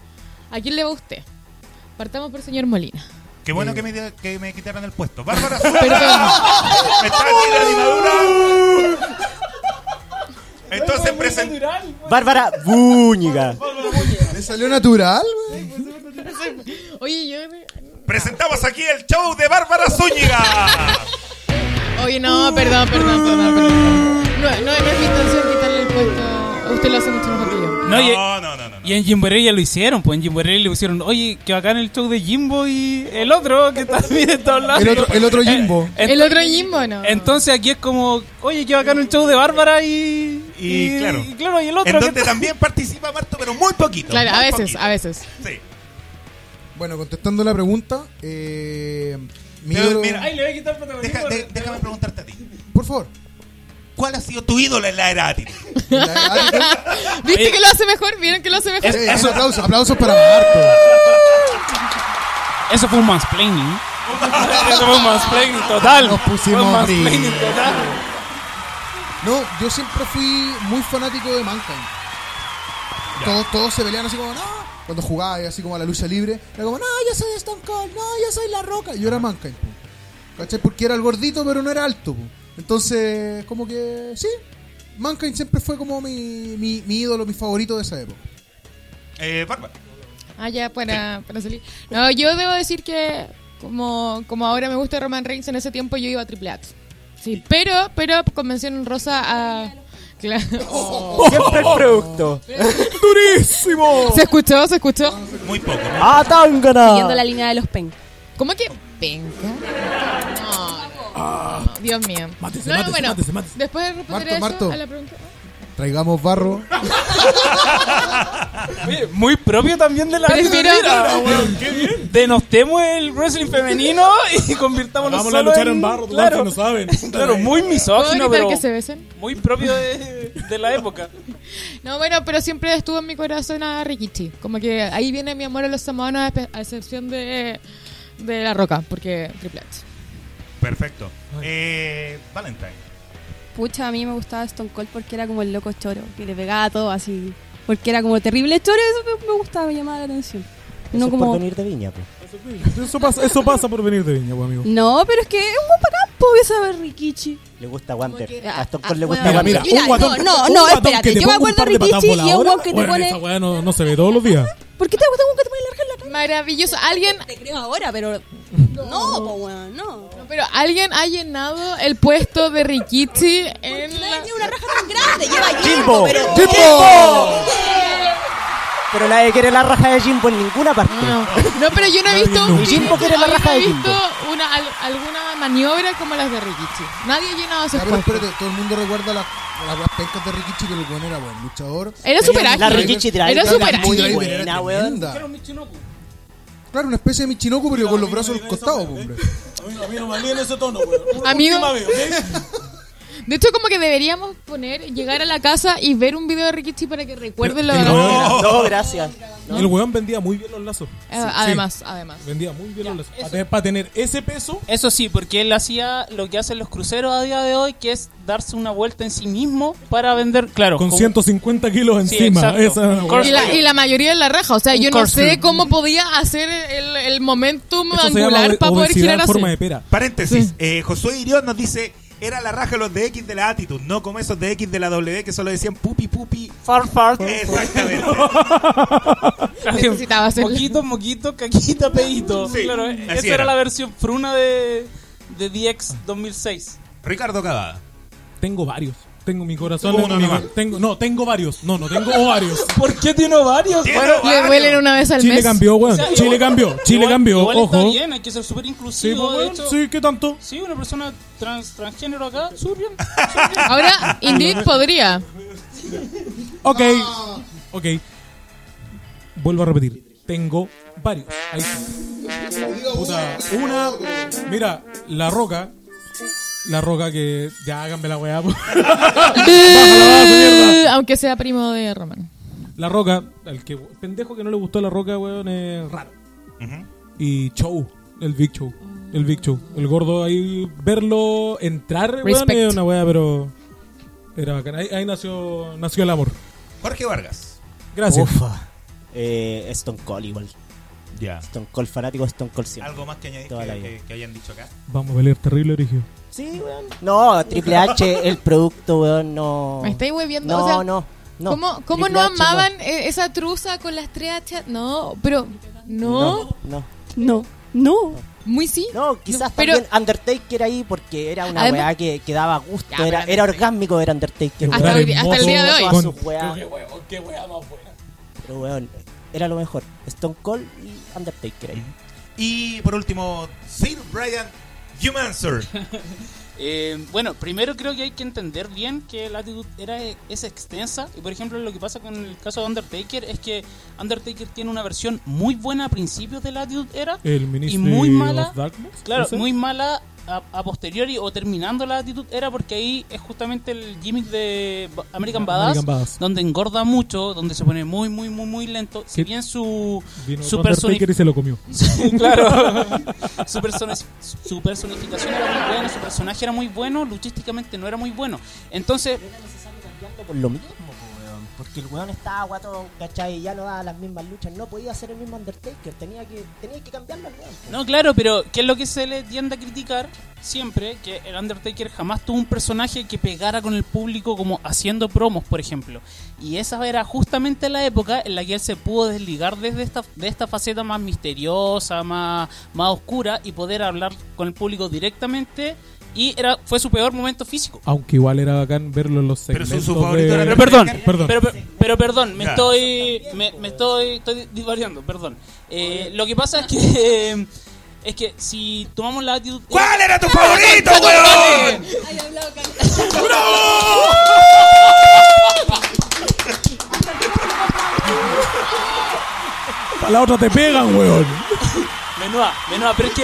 Speaker 8: ¿a quién le va usted? Partamos por señor Molina.
Speaker 4: Qué
Speaker 9: Eh.
Speaker 4: bueno que me, que me quitaran el
Speaker 9: [laughs]
Speaker 4: puesto. Bárbara
Speaker 8: Perdón.
Speaker 4: Me está aquí la dictadura.
Speaker 9: [laughs]
Speaker 4: Entonces present-
Speaker 12: Bárbara Búñiga.
Speaker 7: ¿Le salió natural,
Speaker 8: Oye, yo...
Speaker 4: presentamos aquí el show de Bárbara
Speaker 9: [laughs]
Speaker 4: Zúñiga.
Speaker 8: Oye,
Speaker 12: Uh.
Speaker 8: no, perdón, perdón, perdón. perdón. No, no, no es mi intención quitarle el puesto. Usted lo hace mucho mejor que yo.
Speaker 9: No, y, y en Jimboree ya lo hicieron, pues en Jimboree le pusieron, oye, que bacán el show de Jimbo y el otro que [laughs] también está hablando. Eh,
Speaker 7: El otro, el otro Jimbo.
Speaker 9: Ent- eh,
Speaker 8: El otro Jimbo, no.
Speaker 9: Entonces aquí es como, oye, que bacán el show de Bárbara y
Speaker 4: Y, claro.
Speaker 9: y claro, y el otro
Speaker 4: En donde
Speaker 9: que-
Speaker 4: también participa Marto, pero muy poquito.
Speaker 8: Claro, a
Speaker 4: muy
Speaker 8: veces,
Speaker 4: poquito.
Speaker 8: a veces.
Speaker 4: Sí.
Speaker 7: Bueno, contestando la pregunta, eh, mi
Speaker 4: Pero,
Speaker 7: ídolo-
Speaker 4: mira,
Speaker 9: le voy a quitar protagonismo.
Speaker 4: Deja- de- déjame preguntarte a ti.
Speaker 7: Por favor.
Speaker 4: ¿Cuál ha sido tu ídolo en la era Atari?
Speaker 8: ¿Viste que lo hace mejor? ¿Vieron que lo hace mejor?
Speaker 7: Eh, un aplauso, aplausos para Marco.
Speaker 9: Eso fue un mansplaining. [laughs] Eso fue un mansplaining total.
Speaker 7: Nos pusimos
Speaker 9: Fue un
Speaker 7: a reír.
Speaker 9: mansplaining total.
Speaker 7: No, yo siempre fui muy fanático de Mankind. Todos, todos se peleaban así como, no. Cuando jugaba y así como a la lucha libre, era como, no, yo soy Stone Cold, no, yo soy La Roca. Y yo era Mankind. po. ¿Cachai? Porque era el gordito, pero no era alto. po. Entonces, como que, sí. Mankind siempre fue como mi, mi, mi ídolo, mi favorito de esa época.
Speaker 4: Eh, Bárbara.
Speaker 8: Ah, ya, para, para salir. No, yo debo decir que como, como ahora me gusta Roman Reigns, en ese tiempo yo iba a Triple H. Sí, pero, pero con mención rosa a... Claro.
Speaker 5: Oh.
Speaker 8: [laughs]
Speaker 12: Siempre el producto. ¡Durísimo!
Speaker 8: ¿Se escuchó? ¿Se escuchó?
Speaker 4: Muy poco.
Speaker 12: ¡Ah,
Speaker 14: Siguiendo
Speaker 12: tangana!
Speaker 14: la línea de los pen.
Speaker 8: ¿Cómo que
Speaker 11: [laughs]
Speaker 8: penca? No,
Speaker 9: Ah.
Speaker 8: no, no, Dios mío.
Speaker 7: Mátese,
Speaker 8: no, no,
Speaker 7: mátese,
Speaker 8: bueno,
Speaker 7: mátese, mátese.
Speaker 8: después de responder eso
Speaker 7: Marto, Marto.
Speaker 8: a la pregunta...
Speaker 7: Traigamos barro.
Speaker 9: Oye, muy propio también de la
Speaker 8: Prefiero-
Speaker 9: [laughs] Mira, weón, qué bien. Denostemos el wrestling femenino y convirtámonos
Speaker 10: Vamos a
Speaker 9: solo
Speaker 10: luchar en barro,
Speaker 9: claro,
Speaker 10: no saben.
Speaker 9: [laughs] claro, muy
Speaker 8: ¿Puedo gritar
Speaker 9: misógino, pero
Speaker 8: que se besen?
Speaker 9: muy propio de, de la época.
Speaker 8: No, bueno, pero siempre estuvo en mi corazón a Rikichi. Como que ahí viene mi amor a los samoanos, a espe- a excepción de, de La Roca, porque Triple H.
Speaker 4: Perfecto. Eh, Valentine.
Speaker 11: Pucha, a mí me gustaba Stone Cold porque era como el loco choro, que le pegaba todo así. Porque era como terrible choro, eso me, me gustaba, me llamaba la atención.
Speaker 12: Eso
Speaker 11: No
Speaker 12: es por
Speaker 11: como...
Speaker 12: venir de viña, pues. po.
Speaker 10: Eso pasa, eso pasa por venir de viña, pues, amigo.
Speaker 11: No, pero es que es un guapacampo esa de Rikichi.
Speaker 12: Le gusta Wander.
Speaker 11: que-
Speaker 12: A Stone
Speaker 11: ah,
Speaker 12: Cold le
Speaker 11: ah,
Speaker 12: gusta
Speaker 10: Mira, mira,
Speaker 12: Wander.
Speaker 11: Mira,
Speaker 10: un guatón,
Speaker 11: no, no,
Speaker 10: un
Speaker 11: no,
Speaker 10: guatón
Speaker 11: espera,
Speaker 10: que te
Speaker 11: yo me
Speaker 10: ponga un
Speaker 11: acuerdo
Speaker 10: par de
Speaker 11: Rikichi
Speaker 10: patas
Speaker 11: y un
Speaker 10: voladoras.
Speaker 11: guau que te
Speaker 10: Bueno,
Speaker 11: pone-
Speaker 10: esa weá no, no se ve todos los días.
Speaker 11: ¿Por qué te gusta como que te pones larga en la cara?
Speaker 8: Maravilloso. Alguien.
Speaker 11: Te creo ahora, pero. No, po, weón, no.
Speaker 8: No, Pero alguien ha llenado el puesto de Rikichi en la...
Speaker 11: Tiene una raja tan grande, lleva Jimbo,
Speaker 12: Jimbo,
Speaker 11: pero.
Speaker 12: Jimbo. Pero nadie quiere la raja de Jimbo en ninguna parte.
Speaker 8: No, pero yo no he visto...
Speaker 12: Y Jimbo quiere la
Speaker 8: yo
Speaker 12: raja
Speaker 8: no
Speaker 12: de
Speaker 8: he
Speaker 12: Jimbo.
Speaker 8: visto una, al- alguna maniobra como las de Rikichi. Nadie ha llenado ese
Speaker 7: Ya, pero
Speaker 8: puesto.
Speaker 7: espérate, todo el mundo recuerda la- las guas pencas de Rikichi que el weón era buen luchador.
Speaker 8: Era súper
Speaker 11: Ah,
Speaker 8: ágil. La Rikichi Driver. Era súper
Speaker 7: Rikichi
Speaker 8: ágil.
Speaker 7: Driver
Speaker 12: Buena,
Speaker 7: era
Speaker 12: weón.
Speaker 7: tremenda. Claro, una especie de Michinoku, pero con los brazos al costado, hombre.
Speaker 10: A mí, a mí no me en ese tono, weón.
Speaker 8: Amigo.
Speaker 10: Última vez,
Speaker 11: [laughs]
Speaker 10: ¿ok?
Speaker 8: De hecho, como que deberíamos poner, llegar a la casa y ver un video de Rikichi para que recuerden lo
Speaker 10: Pero-
Speaker 8: de-
Speaker 10: No.
Speaker 12: No, gracias. No.
Speaker 10: El weón vendía muy bien los lazos.
Speaker 8: Eh,
Speaker 10: Sí,
Speaker 8: además,
Speaker 10: sí.
Speaker 8: además.
Speaker 10: Vendía muy bien los lazos.
Speaker 9: eso.
Speaker 10: Para tener, para tener ese peso,
Speaker 9: Eso sí, porque él hacía lo que hacen los cruceros a día de hoy, que es darse una vuelta en sí mismo para vender, claro,
Speaker 10: con
Speaker 9: como-
Speaker 10: 150 kilos
Speaker 9: Sí,
Speaker 10: encima.
Speaker 9: exacto.
Speaker 10: Esa era la weá.
Speaker 8: Y la, y la mayoría en la raja. O sea,
Speaker 9: Un
Speaker 8: yo no
Speaker 9: corkscrew.
Speaker 8: sé cómo podía hacer el, el momentum
Speaker 10: Eso se llama
Speaker 8: angular
Speaker 10: obe-
Speaker 8: para poder
Speaker 10: obesidad
Speaker 8: girar
Speaker 10: en
Speaker 8: así.
Speaker 10: forma de pera.
Speaker 4: Paréntesis. Eh, Josué Irión nos dice: Era la raja de los de X de la Attitude, no como esos de X de la W que solo decían pupi pupi.
Speaker 9: Far, far.
Speaker 4: Exactamente.
Speaker 9: [laughs]
Speaker 8: Necesitaba hacerlo.
Speaker 9: Moquito, moquito, caquita, pedito.
Speaker 4: Sí,
Speaker 9: claro,
Speaker 4: así
Speaker 9: esa era.
Speaker 4: era.
Speaker 9: la versión fruna de, de DX 2006.
Speaker 4: Ricardo Cavada.
Speaker 10: Tengo varios. Tengo mi corazón.
Speaker 4: Tengo
Speaker 10: en
Speaker 4: uno
Speaker 10: mi
Speaker 4: nomás.
Speaker 10: mano. Tengo, no, tengo varios. No, no tengo
Speaker 8: [laughs]
Speaker 10: ovarios.
Speaker 9: ¿Por qué tiene varios?
Speaker 4: Tiene
Speaker 8: Le
Speaker 4: varios.
Speaker 8: duelen una vez al
Speaker 10: Chile
Speaker 8: mes.
Speaker 10: cambió, weón. Chile cambió. Chile cambió.
Speaker 9: Igual está
Speaker 10: Ojo.
Speaker 9: bien, hay que ser súper
Speaker 10: Sí,
Speaker 9: inclusivo.
Speaker 10: pues,
Speaker 9: de
Speaker 10: weón,
Speaker 9: hecho, sí.
Speaker 10: sí, ¿qué tanto?
Speaker 9: una persona trans, transgénero acá,
Speaker 10: [laughs]
Speaker 9: súper bien.
Speaker 8: Ahora, Indeed podría.
Speaker 10: Ok.
Speaker 4: Ah.
Speaker 10: Ok. Vuelvo a repetir. Tengo varios. Ahí está. Puta, una. Mira, la roca. La roca que. Ya háganme la weá. po.
Speaker 8: Eh, Aunque sea primo de Roman.
Speaker 10: La roca. El que pendejo que no le gustó la roca, weón, es raro. Y show. El Big Show. El Big Show. El gordo ahí. Verlo entrar, weón,
Speaker 8: Respect.
Speaker 10: es una weá, pero. Era bacán. Ahí, ahí nació, nació el amor.
Speaker 4: Jorge Vargas.
Speaker 10: Gracias.
Speaker 12: Ufa. Eh, Stone Cold igual.
Speaker 4: Ya.
Speaker 12: Stone Cold fanático de Stone Cold siempre.
Speaker 4: ¿Algo más que añadir
Speaker 12: Toda
Speaker 4: que,
Speaker 12: la
Speaker 4: que-
Speaker 12: vida.
Speaker 4: que hayan dicho acá?
Speaker 10: Vamos a pelear terrible, origen.
Speaker 12: Sí, weón. No, Triple H, eh, el producto, weón, no.
Speaker 8: Me estáis hueviendo.
Speaker 12: No,
Speaker 8: o sea,
Speaker 12: no, no.
Speaker 8: ¿Cómo, cómo
Speaker 12: Triple
Speaker 8: no
Speaker 12: H,
Speaker 8: amaban eh, esa truza con las tres hachas? No, pero. No.
Speaker 12: No, no.
Speaker 11: No, no.
Speaker 8: Muy sí.
Speaker 12: No, quizás
Speaker 8: pero-
Speaker 12: también Undertaker ahí porque era una
Speaker 8: Además-
Speaker 12: weá que, que daba gusto,
Speaker 8: Ya, pero
Speaker 12: era, era orgásmico ver Undertaker.
Speaker 8: Hasta
Speaker 12: weón.
Speaker 8: hoy- hasta el día de hoy.
Speaker 12: Todas sus weas,
Speaker 10: Qué weá más buena.
Speaker 12: pero weón, era lo mejor. Stone Cold y Undertaker ahí.
Speaker 4: Y por último, Sir Brian Humanser.
Speaker 9: Eh, bueno, primero creo que hay que entender bien que Latitude era es extensa y por ejemplo lo que pasa con el caso de Undertaker es que Undertaker tiene una versión muy buena a principios de Latitude era
Speaker 10: El
Speaker 9: y
Speaker 10: Ministry
Speaker 9: muy mala,
Speaker 10: of Darkness,
Speaker 9: claro,
Speaker 10: ¿ese?
Speaker 9: muy mala a, a posteriori o terminando la Latitude era porque ahí es justamente el gimmick de Ba- American Badass,
Speaker 10: Ah, American Badass.
Speaker 9: donde engorda mucho, donde se pone muy muy muy muy lento, si
Speaker 10: Que
Speaker 9: bien su
Speaker 10: Vino
Speaker 9: su
Speaker 10: otro
Speaker 9: personi-
Speaker 10: Undertaker y se lo comió.
Speaker 9: [laughs] Sí, claro. [laughs] su, persona- su personificación era muy buena, su personaje era muy bueno, luchísticamente no era muy bueno. Entonces,
Speaker 12: por lo mismo, po, weón. Porque el weón estaba guato, ¿cachai? Y ya no daba las mismas luchas. No podía ser el mismo Undertaker. Tenía que, tenía que cambiarlo al weón. po.
Speaker 9: No, claro, pero ¿qué es lo que se le tiende a criticar siempre? Que el Undertaker jamás tuvo un personaje que pegara con el público como haciendo promos, por ejemplo. Y esa era justamente la época en la que él se pudo desligar desde esta, de esta faceta más misteriosa, más, más oscura y poder hablar con el público directamente. Y era, fue su peor momento físico.
Speaker 10: Aunque igual era bacán verlo en los segmentos.
Speaker 9: su- su
Speaker 10: de-
Speaker 9: favorito era Pero perdón, Undertaker.
Speaker 10: perdón.
Speaker 9: Pero, pero- pero perdón, me
Speaker 10: Ya.
Speaker 9: estoy me, me estoy, estoy divariando, perdón. Eh, lo que pasa es que [laughs] es que si tomamos la actitud Eh,
Speaker 4: ¿Cuál era tu favorito, weón?
Speaker 10: Para la otra te pegan, weón.
Speaker 9: [laughs] Menúa, menúa, pero es que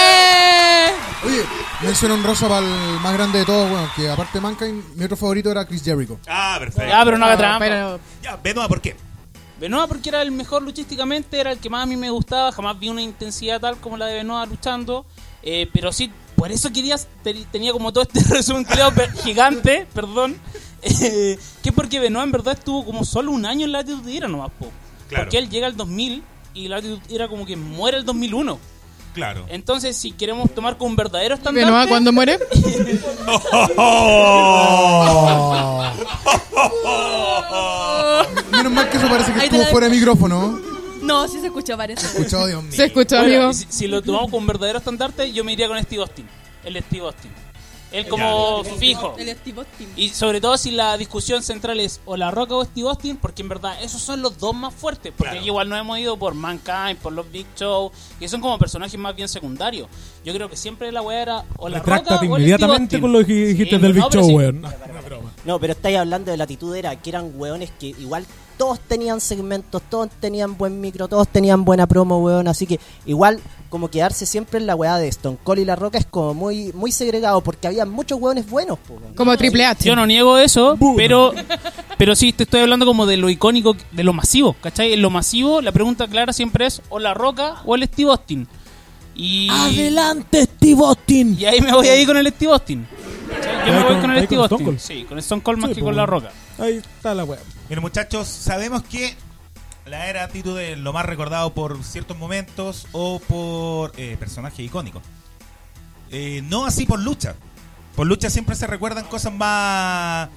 Speaker 8: ¡Eh!
Speaker 7: Oye, mención honrosa para el más grande de todos, bueno, que aparte de Mankind, mi otro favorito era Chris Jericho.
Speaker 4: Ah, perfecto.
Speaker 9: Ya, pero no haga trampa.
Speaker 4: Ya, Benoa, ¿por qué?
Speaker 9: Benoa porque era el mejor luchísticamente, era el que más a mí me gustaba, jamás vi una intensidad tal como la de Benoa luchando, eh, pero sí, por eso quería, te- tenía como todo este [laughs] resumen culiao pe- gigante, perdón, [laughs] eh, que porque Benoa en verdad estuvo como solo un año en la actitud era nomás, po.
Speaker 4: Claro.
Speaker 9: porque él llega al 2000 y la actitud era como que muere el 2001.
Speaker 4: Claro.
Speaker 9: Entonces, si queremos tomar como un verdadero estandarte...
Speaker 8: Benoit cuando
Speaker 9: [laughs]
Speaker 4: [laughs]
Speaker 8: muere.
Speaker 10: ¡Oh!
Speaker 8: ¡Oh!
Speaker 7: Menos mal que eso parece que
Speaker 14: Ahí te
Speaker 7: estuvo
Speaker 14: la-
Speaker 7: fuera de micrófono.
Speaker 14: No, sí se escuchó, parece. Se
Speaker 7: escuchó, Dios mío.
Speaker 8: Se escuchó,
Speaker 9: Bueno,
Speaker 8: amigo.
Speaker 9: y Si, si lo tomamos con verdadero estandarte, yo me iría con Steve Austin. El Steve Austin. Él como
Speaker 14: Ya.
Speaker 9: fijo.
Speaker 14: El Steve Austin.
Speaker 9: Y sobre todo si la discusión central es o La Roca o Steve Austin, porque en verdad esos son los dos más fuertes. Porque igual nos hemos ido por Mankind, por los Big Show, que son como personajes más bien secundarios. Yo creo que siempre la weá era o La
Speaker 10: Retráctate
Speaker 9: Roca o el Steve
Speaker 10: inmediatamente
Speaker 9: Austin.
Speaker 10: con lo que dijiste del Big
Speaker 9: no, pero
Speaker 10: Show,
Speaker 9: sí.
Speaker 10: weón.
Speaker 12: No, pero estáis hablando de la actitud era que eran hueones que igual todos tenían segmentos, todos tenían buen micro, todos tenían buena promo, hueón. Así que igual como quedarse siempre en la hueá de Stone Cold y La Roca es como muy muy segregado porque había muchos hueones buenos, po, weón.
Speaker 8: Como Triple H.
Speaker 9: Yo no niego eso, pero pero sí te estoy hablando como de lo icónico, de lo masivo, ¿cachai? En lo masivo, la pregunta clara siempre es o La Roca o el Steve Austin. Y
Speaker 12: Adelante, Steve Austin.
Speaker 9: Y ahí me voy ahí con el Steve Austin. ¿Cachai? Yo me voy
Speaker 10: con-
Speaker 9: con
Speaker 10: ahí con
Speaker 9: el
Speaker 10: Stone
Speaker 9: Steve Austin.
Speaker 10: Cold.
Speaker 9: Sí, con el Stone Cold más
Speaker 10: Sí,
Speaker 9: que
Speaker 10: po,
Speaker 9: con La
Speaker 10: weón.
Speaker 9: Roca.
Speaker 10: Ahí está la weá.
Speaker 4: Mira, muchachos, sabemos que la era actitud es lo más recordado por ciertos momentos o por eh, personajes icónicos. Eh, no así por lucha. Por lucha siempre se recuerdan cosas más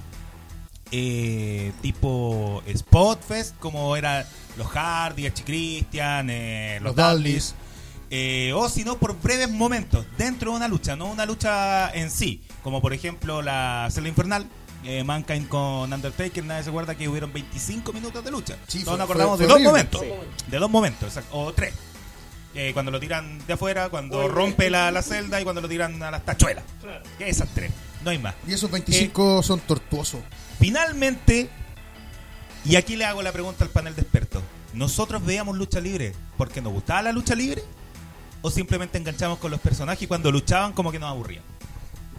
Speaker 4: eh, tipo Spotfest, como eran los Hardy, H. Christian, eh, los,
Speaker 7: Los
Speaker 4: Dudleys. eh, o si no, por breves momentos, dentro de una lucha, no una lucha en sí. Como por ejemplo la Celda Infernal, eh, Mankind con Undertaker, nadie se acuerda que hubieron 25 minutos de lucha. Todos nos
Speaker 7: fue-
Speaker 4: acordamos
Speaker 7: fue
Speaker 4: de dos
Speaker 7: horrible.
Speaker 4: momentos. De dos momentos, exacto, o tres. Eh, cuando lo tiran de afuera, cuando rompe la, la celda y cuando lo tiran a las tachuelas. Esas tres, no hay más.
Speaker 7: Y esos
Speaker 9: Eh,
Speaker 7: 25 son tortuosos.
Speaker 4: Finalmente, y aquí le hago la pregunta al panel de expertos. ¿Nosotros veíamos lucha libre porque nos gustaba la lucha libre? ¿O simplemente enganchamos con los personajes y cuando luchaban como que nos aburrían?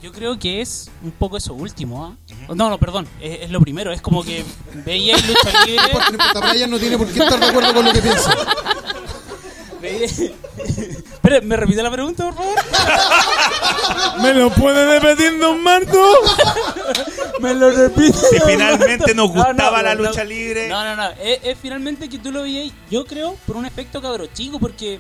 Speaker 9: Yo creo que es un poco eso último, ¿ah? No, no, perdón, es, es lo primero, es como que veía el
Speaker 7: [laughs]
Speaker 9: lucha libre.
Speaker 7: importa, Brian no tiene por qué estar de acuerdo con lo que piensa.
Speaker 9: [laughs] Espera, ¿me repite la pregunta, por favor?
Speaker 10: ¿Me lo puede repetir, don Marco?
Speaker 9: ¿Me lo [laughs] repite?
Speaker 4: Si finalmente nos
Speaker 9: No, no,
Speaker 4: gustaba la
Speaker 9: no.
Speaker 4: lucha libre.
Speaker 9: No, no, no. Es, es finalmente que tú lo veías, yo creo, por un aspecto cabro chico, porque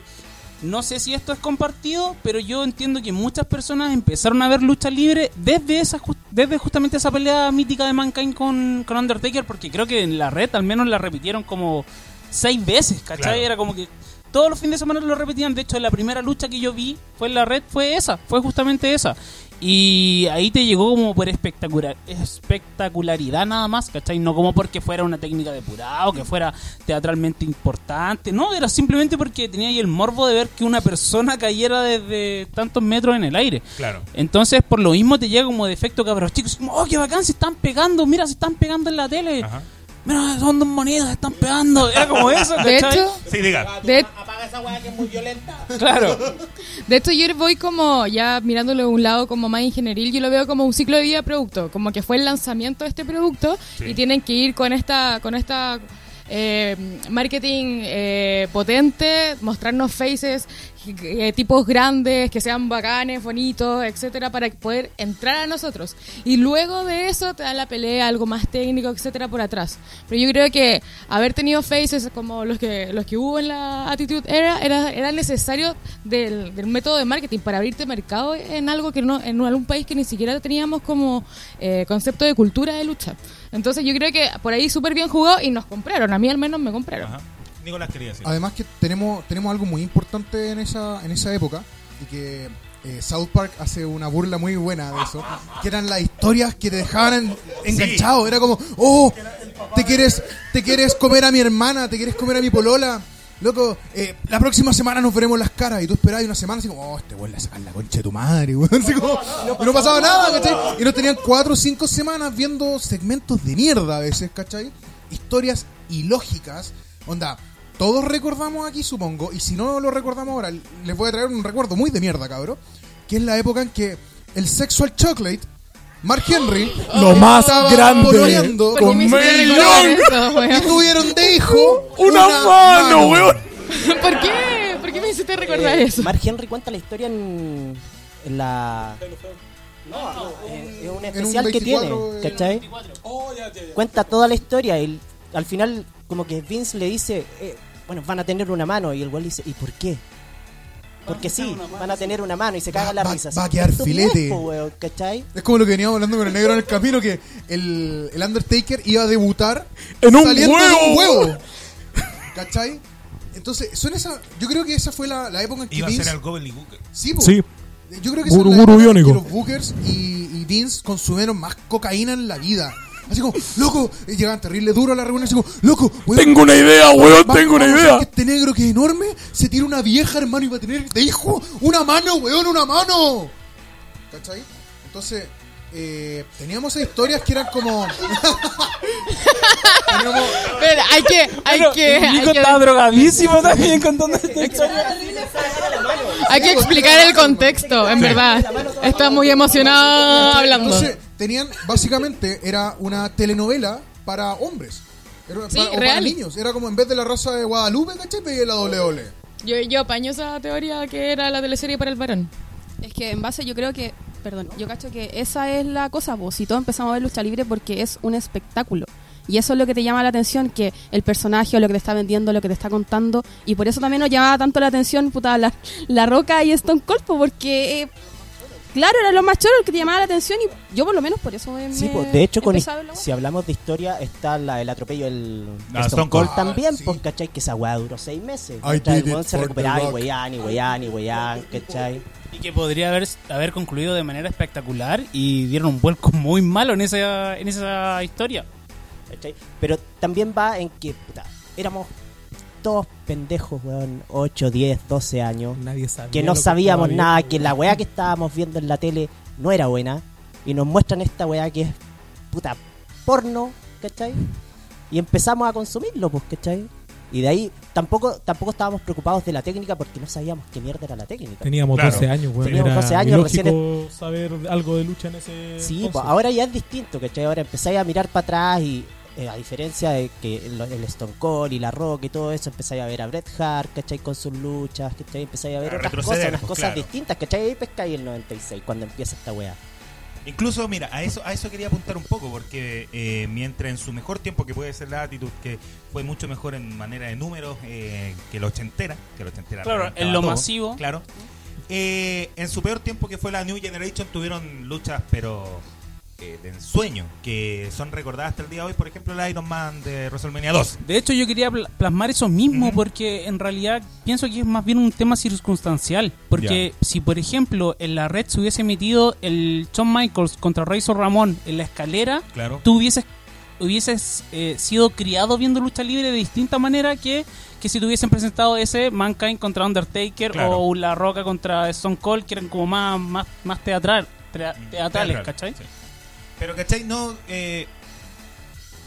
Speaker 9: no sé si esto es compartido, pero yo entiendo que muchas personas empezaron a ver lucha libre desde esa ju- desde justamente esa pelea mítica de Mankind con, con Undertaker, porque creo que en la red al menos la repitieron como seis veces, ¿cachai?
Speaker 4: Claro.
Speaker 9: Era como que todos los fines de semana lo repetían. De hecho, la primera lucha que yo vi fue en la red fue esa, fue justamente esa. Y ahí te llegó como por espectacular, espectacularidad nada más, ¿cachai? No como porque fuera una técnica depurada o que fuera teatralmente importante. No, era simplemente porque tenía ahí el morbo de ver que una persona cayera desde tantos metros en el aire.
Speaker 4: Claro.
Speaker 9: Entonces, por lo mismo te llega como defecto, cabros chicos. Como, oh, qué bacán, se están pegando, mira, se están pegando en la tele. Mira, son dos monedas, se están pegando. Era como eso,
Speaker 8: [laughs] De
Speaker 9: ¿cachai?
Speaker 8: hecho-
Speaker 4: Sí, diga.
Speaker 8: De-
Speaker 12: Apaga esa weá que es muy violenta.
Speaker 9: Claro.
Speaker 8: De hecho, yo voy como ya mirándolo de un lado como más ingenieril, yo lo veo como un ciclo de vida de producto, como que fue el lanzamiento de este producto
Speaker 14: Sí.
Speaker 8: y tienen que ir con esta con esta eh, marketing eh, potente, mostrarnos faces, eh, tipos grandes, que sean bacanes, bonitos, etcétera, para poder entrar a nosotros. Y luego de eso te dan la pelea, algo más técnico, etcétera, por atrás. Pero yo creo que haber tenido faces como los que los que hubo en la Attitude Era, era, era necesario del, del método de marketing para abrirte mercado en algo que no, en algún país que ni siquiera teníamos como eh, concepto de cultura de lucha. Entonces yo creo que por ahí súper bien jugó y nos compraron, a mí al menos me compraron.
Speaker 4: Nicolás quería decir.
Speaker 7: Además que tenemos, tenemos algo muy importante en esa, en esa época y que eh, South Park hace una burla muy buena de eso, que eran las historias que te dejaban en- enganchado, era como, oh, te quieres, te quieres comer a mi hermana, te quieres comer a mi polola. Loco, eh, la próxima semana nos veremos las caras y tú esperabas una semana así como, oh, este weón le sacan la concha de tu madre, weón. Así como, y no pasaba nada, ¿cachai? Y nos tenían cuatro o cinco semanas viendo segmentos de mierda a veces, ¿cachai? Historias ilógicas. Onda, todos recordamos aquí, supongo, y si no lo recordamos ahora, les voy a traer un recuerdo muy de mierda, cabrón. Que es la época en que el Sexual Chocolate, Mark Henry,
Speaker 13: Lo más
Speaker 7: estaba
Speaker 13: grande.
Speaker 7: pololeando
Speaker 13: Porque me hizo Con llorar Mary Long. eso,
Speaker 7: Y tuvieron de hijo
Speaker 13: Una mano, weón.
Speaker 8: [laughs] ¿Por qué? ¿Por qué me hiciste recordar
Speaker 12: Eh,
Speaker 8: eso?
Speaker 12: Mark Henry cuenta la historia en, en la. No, eh, es un especial que tiene,
Speaker 13: 24, eh,
Speaker 12: ¿cachai? Cuenta toda la historia y al final, como que Vince le dice, eh, bueno, van a tener una mano. Y el güey le dice, ¿y por qué? Porque sí, van a tener una mano y se caga la
Speaker 7: va-
Speaker 12: risa.
Speaker 7: va a quedar
Speaker 12: Esto es
Speaker 7: filete.
Speaker 12: viejo, weón, ¿cachai?
Speaker 7: Es como lo que veníamos hablando con el negro en el camino, que el, el Undertaker iba a debutar
Speaker 13: En un
Speaker 7: saliendo de un
Speaker 13: huevo.
Speaker 7: huevo. ¿Cachai? Entonces, son esa, yo creo que esa fue la, la época en que
Speaker 4: Iba a
Speaker 7: Vince...
Speaker 4: ser al Goblin Booker.
Speaker 7: Sí, po.
Speaker 10: Sí.
Speaker 7: Yo creo que esa
Speaker 10: Guru,
Speaker 7: es la
Speaker 10: guru
Speaker 7: época en
Speaker 10: biónico.
Speaker 7: que los Bookers y, y Vince consumieron más cocaína en la vida. Así como, loco, y llegaban terrible duro a la reunión, así como, loco, weón,
Speaker 13: Tengo una idea, weón,
Speaker 7: va-
Speaker 13: tengo una
Speaker 7: vamos a
Speaker 13: idea.
Speaker 7: hacer que Este negro que es enorme se tira una vieja, hermano, y va a tener de hijo una mano, weón, una mano. ¿Cachai? Entonces, eh, teníamos esas historias que eran
Speaker 8: [laughs]
Speaker 7: como. teníamos,
Speaker 8: Pero hay que, hay que, hay
Speaker 9: Nico
Speaker 8: que,
Speaker 9: estaba drogadísimo también contando esta historia.
Speaker 8: hay que explicar el contexto, en verdad. Está muy emocionado Ah, hablando.
Speaker 7: Entonces, tenían, básicamente, era una telenovela para hombres. Era
Speaker 8: Sí,
Speaker 7: para, o para
Speaker 8: real.
Speaker 7: niños. Era como en vez de la rosa de Guadalupe, ¿cachai? Veía la doble doble.
Speaker 8: Yo, yo apaño esa teoría que era la teleserie para el varón.
Speaker 14: Es que en base, yo creo que, perdón, yo cacho que esa es la cosa, vos. Si todos empezamos a ver lucha libre porque es un espectáculo. Y eso es lo que te llama la atención, que el personaje, o lo que te está vendiendo, lo que te está contando. Y por eso también nos llamaba tanto la atención, puta, la, la roca y Stone Cold, po, porque, eh, claro, era lo más choro el que te llamaba la atención. Y yo, por lo menos, por eso. eh,
Speaker 12: Sí,
Speaker 14: me
Speaker 12: pues, de hecho, con
Speaker 14: empecé a verlo.
Speaker 12: si hablamos de historia, está la, el atropello del
Speaker 4: Ah,
Speaker 12: del
Speaker 4: Stone Cold.
Speaker 12: también, pues, ¿cachai? Que esa weá duró seis meses.
Speaker 9: I
Speaker 12: ¿cachai?
Speaker 9: did
Speaker 12: El weón
Speaker 9: it
Speaker 12: se
Speaker 9: for
Speaker 12: recuperaba
Speaker 9: The
Speaker 12: y
Speaker 9: Rock.
Speaker 12: weyán, y weyán, y weyán, ¿cachai?
Speaker 9: Y que podría haber, haber concluido de manera espectacular y dieron un vuelco muy malo en esa, en esa historia.
Speaker 12: ¿Cachai? Pero también va en que puta, éramos todos pendejos, weón, 8, 10, 12 años.
Speaker 10: Nadie sabía
Speaker 12: Que
Speaker 10: lo
Speaker 12: no
Speaker 10: que
Speaker 12: sabíamos
Speaker 10: estaba
Speaker 12: nada,
Speaker 10: viendo,
Speaker 12: que la weá que estábamos viendo en la tele no era buena. Y nos muestran esta weá que es puta porno, ¿cachai? Y empezamos a consumirlo, pues, ¿cachai? Y de ahí tampoco tampoco estábamos preocupados de la técnica porque no sabíamos qué mierda era la técnica.
Speaker 10: Teníamos 12 años, weón.
Speaker 12: Teníamos
Speaker 10: era
Speaker 12: 12 años,
Speaker 10: ilógico
Speaker 12: recién
Speaker 10: saber algo de lucha en ese.
Speaker 12: Sí,
Speaker 10: entonces.
Speaker 12: pues ahora ya es distinto, ¿cachai? Ahora empezáis a mirar para atrás y eh, a diferencia de que el, el Stone Cold y la Rock y todo eso, empezáis a ver a Bret Hart, ¿cachai? Con sus luchas, ¿cachai? Empezáis a ver
Speaker 4: A
Speaker 12: otras
Speaker 4: retroceder,
Speaker 12: cosas, unas
Speaker 4: pues,
Speaker 12: cosas
Speaker 4: claro.
Speaker 12: distintas, ¿cachai? Ahí pescáis el 96 cuando empieza esta weá.
Speaker 4: Incluso, mira, a eso, a eso quería apuntar un poco, porque eh, mientras en su mejor tiempo, que puede ser la actitud, que fue mucho mejor en manera de números eh, que la ochentera, que la ochentera
Speaker 9: Claro,
Speaker 4: reventaba
Speaker 9: en lo
Speaker 4: todo,
Speaker 9: masivo.
Speaker 4: Claro. Eh, en su peor tiempo, que fue la New Generation, tuvieron luchas, pero eh, de ensueño que son recordadas hasta el día de hoy, por ejemplo, el Iron Man de WrestleMania 2.
Speaker 9: De hecho, yo quería pl- plasmar eso mismo porque en realidad pienso que es más bien un tema circunstancial. Porque si, por ejemplo, en la red se hubiese metido el Shawn Michaels contra Razor Ramón en la escalera,
Speaker 4: Claro.
Speaker 9: tú hubieses, hubieses eh, sido criado viendo lucha libre de distinta manera que, que si te hubiesen presentado ese Mankind contra Undertaker
Speaker 4: Claro.
Speaker 9: o La Roca contra Stone Cold, que eran como más, más, más teatral, tra- teatrales,
Speaker 4: Mm, teatral,
Speaker 9: ¿cachai?
Speaker 4: Pero, ¿cachai? No, eh,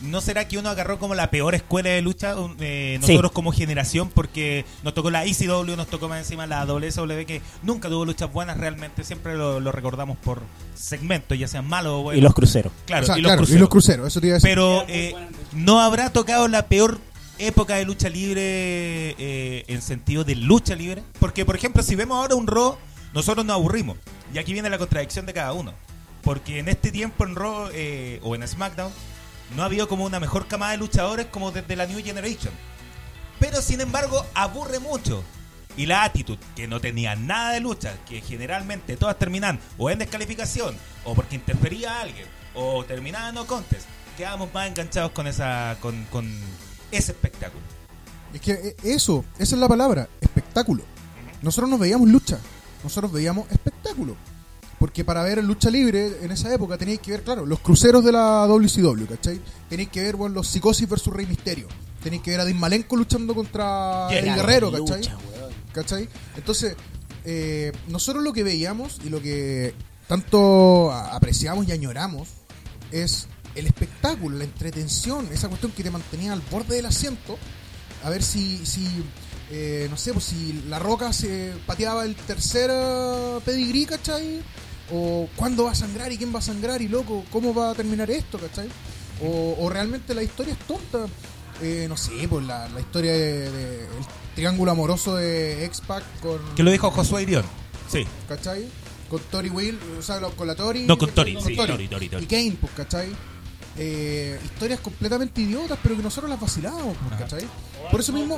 Speaker 4: ¿No será que uno agarró como la peor escuela de lucha un- eh,
Speaker 12: Sí.
Speaker 4: nosotros como generación? Porque nos tocó la ECW, nos tocó más encima la WSW, que nunca tuvo luchas buenas realmente. Siempre lo, lo recordamos por segmentos, ya sean malos o buenos.
Speaker 12: Y los cruceros.
Speaker 4: Claro,
Speaker 7: O sea,
Speaker 4: y, los
Speaker 7: claro, y
Speaker 4: cruceros.
Speaker 7: los cruceros, eso te iba a decir.
Speaker 4: Pero eh, no habrá tocado la peor época de lucha libre eh, en sentido de lucha libre. Porque, por ejemplo, si vemos ahora un Raw, nosotros nos aburrimos. Y aquí viene la contradicción de cada uno. Porque en este tiempo en Raw eh, o en SmackDown no ha habido como una mejor camada de luchadores como desde la New Generation. Pero sin embargo aburre mucho. Y la actitud, que no tenía nada de lucha, que generalmente todas terminan o en descalificación, o porque interfería a alguien, o terminaban no contes. Quedábamos más enganchados con esa con, con ese espectáculo.
Speaker 7: Es que eh, eso, esa es la palabra, espectáculo. Nosotros no veíamos lucha, nosotros veíamos espectáculo. Porque para ver lucha libre en esa época teníais que ver, claro, los cruceros de la WCW, ¿cachai? Tenéis que ver, bueno, los psicosis versus Rey Misterio. Tenéis que ver a Dismalenko luchando contra
Speaker 12: Qué
Speaker 7: el
Speaker 12: grande
Speaker 7: guerrero,
Speaker 12: lucha,
Speaker 7: ¿cachai? ¿Cachai? Entonces, eh, nosotros lo que veíamos y lo que tanto a- apreciamos y añoramos es el espectáculo, la entretención, esa cuestión que te mantenía al borde del asiento. A ver si, si eh, no sé, pues si La Roca se pateaba el tercer eh, pedigrí, ¿cachai? O cuándo va a sangrar y quién va a sangrar y loco, cómo va a terminar esto, ¿cachai? O, o realmente la historia es tonta. Eh, no sé, pues la, la historia del de, el triángulo amoroso de X-Pac con.
Speaker 4: Que lo dijo Josué Irión. Sí.
Speaker 7: ¿cachai? Con Tori Will, o sea, lo- con la Tori.
Speaker 4: No, con
Speaker 7: ¿cachai?
Speaker 4: Tori, sí, Tori, Tori, Tori.
Speaker 7: Y Kane, pues, ¿cachai? Eh, historias completamente idiotas, pero que nosotros las vacilábamos, pues, ¿cachai? Por eso mismo,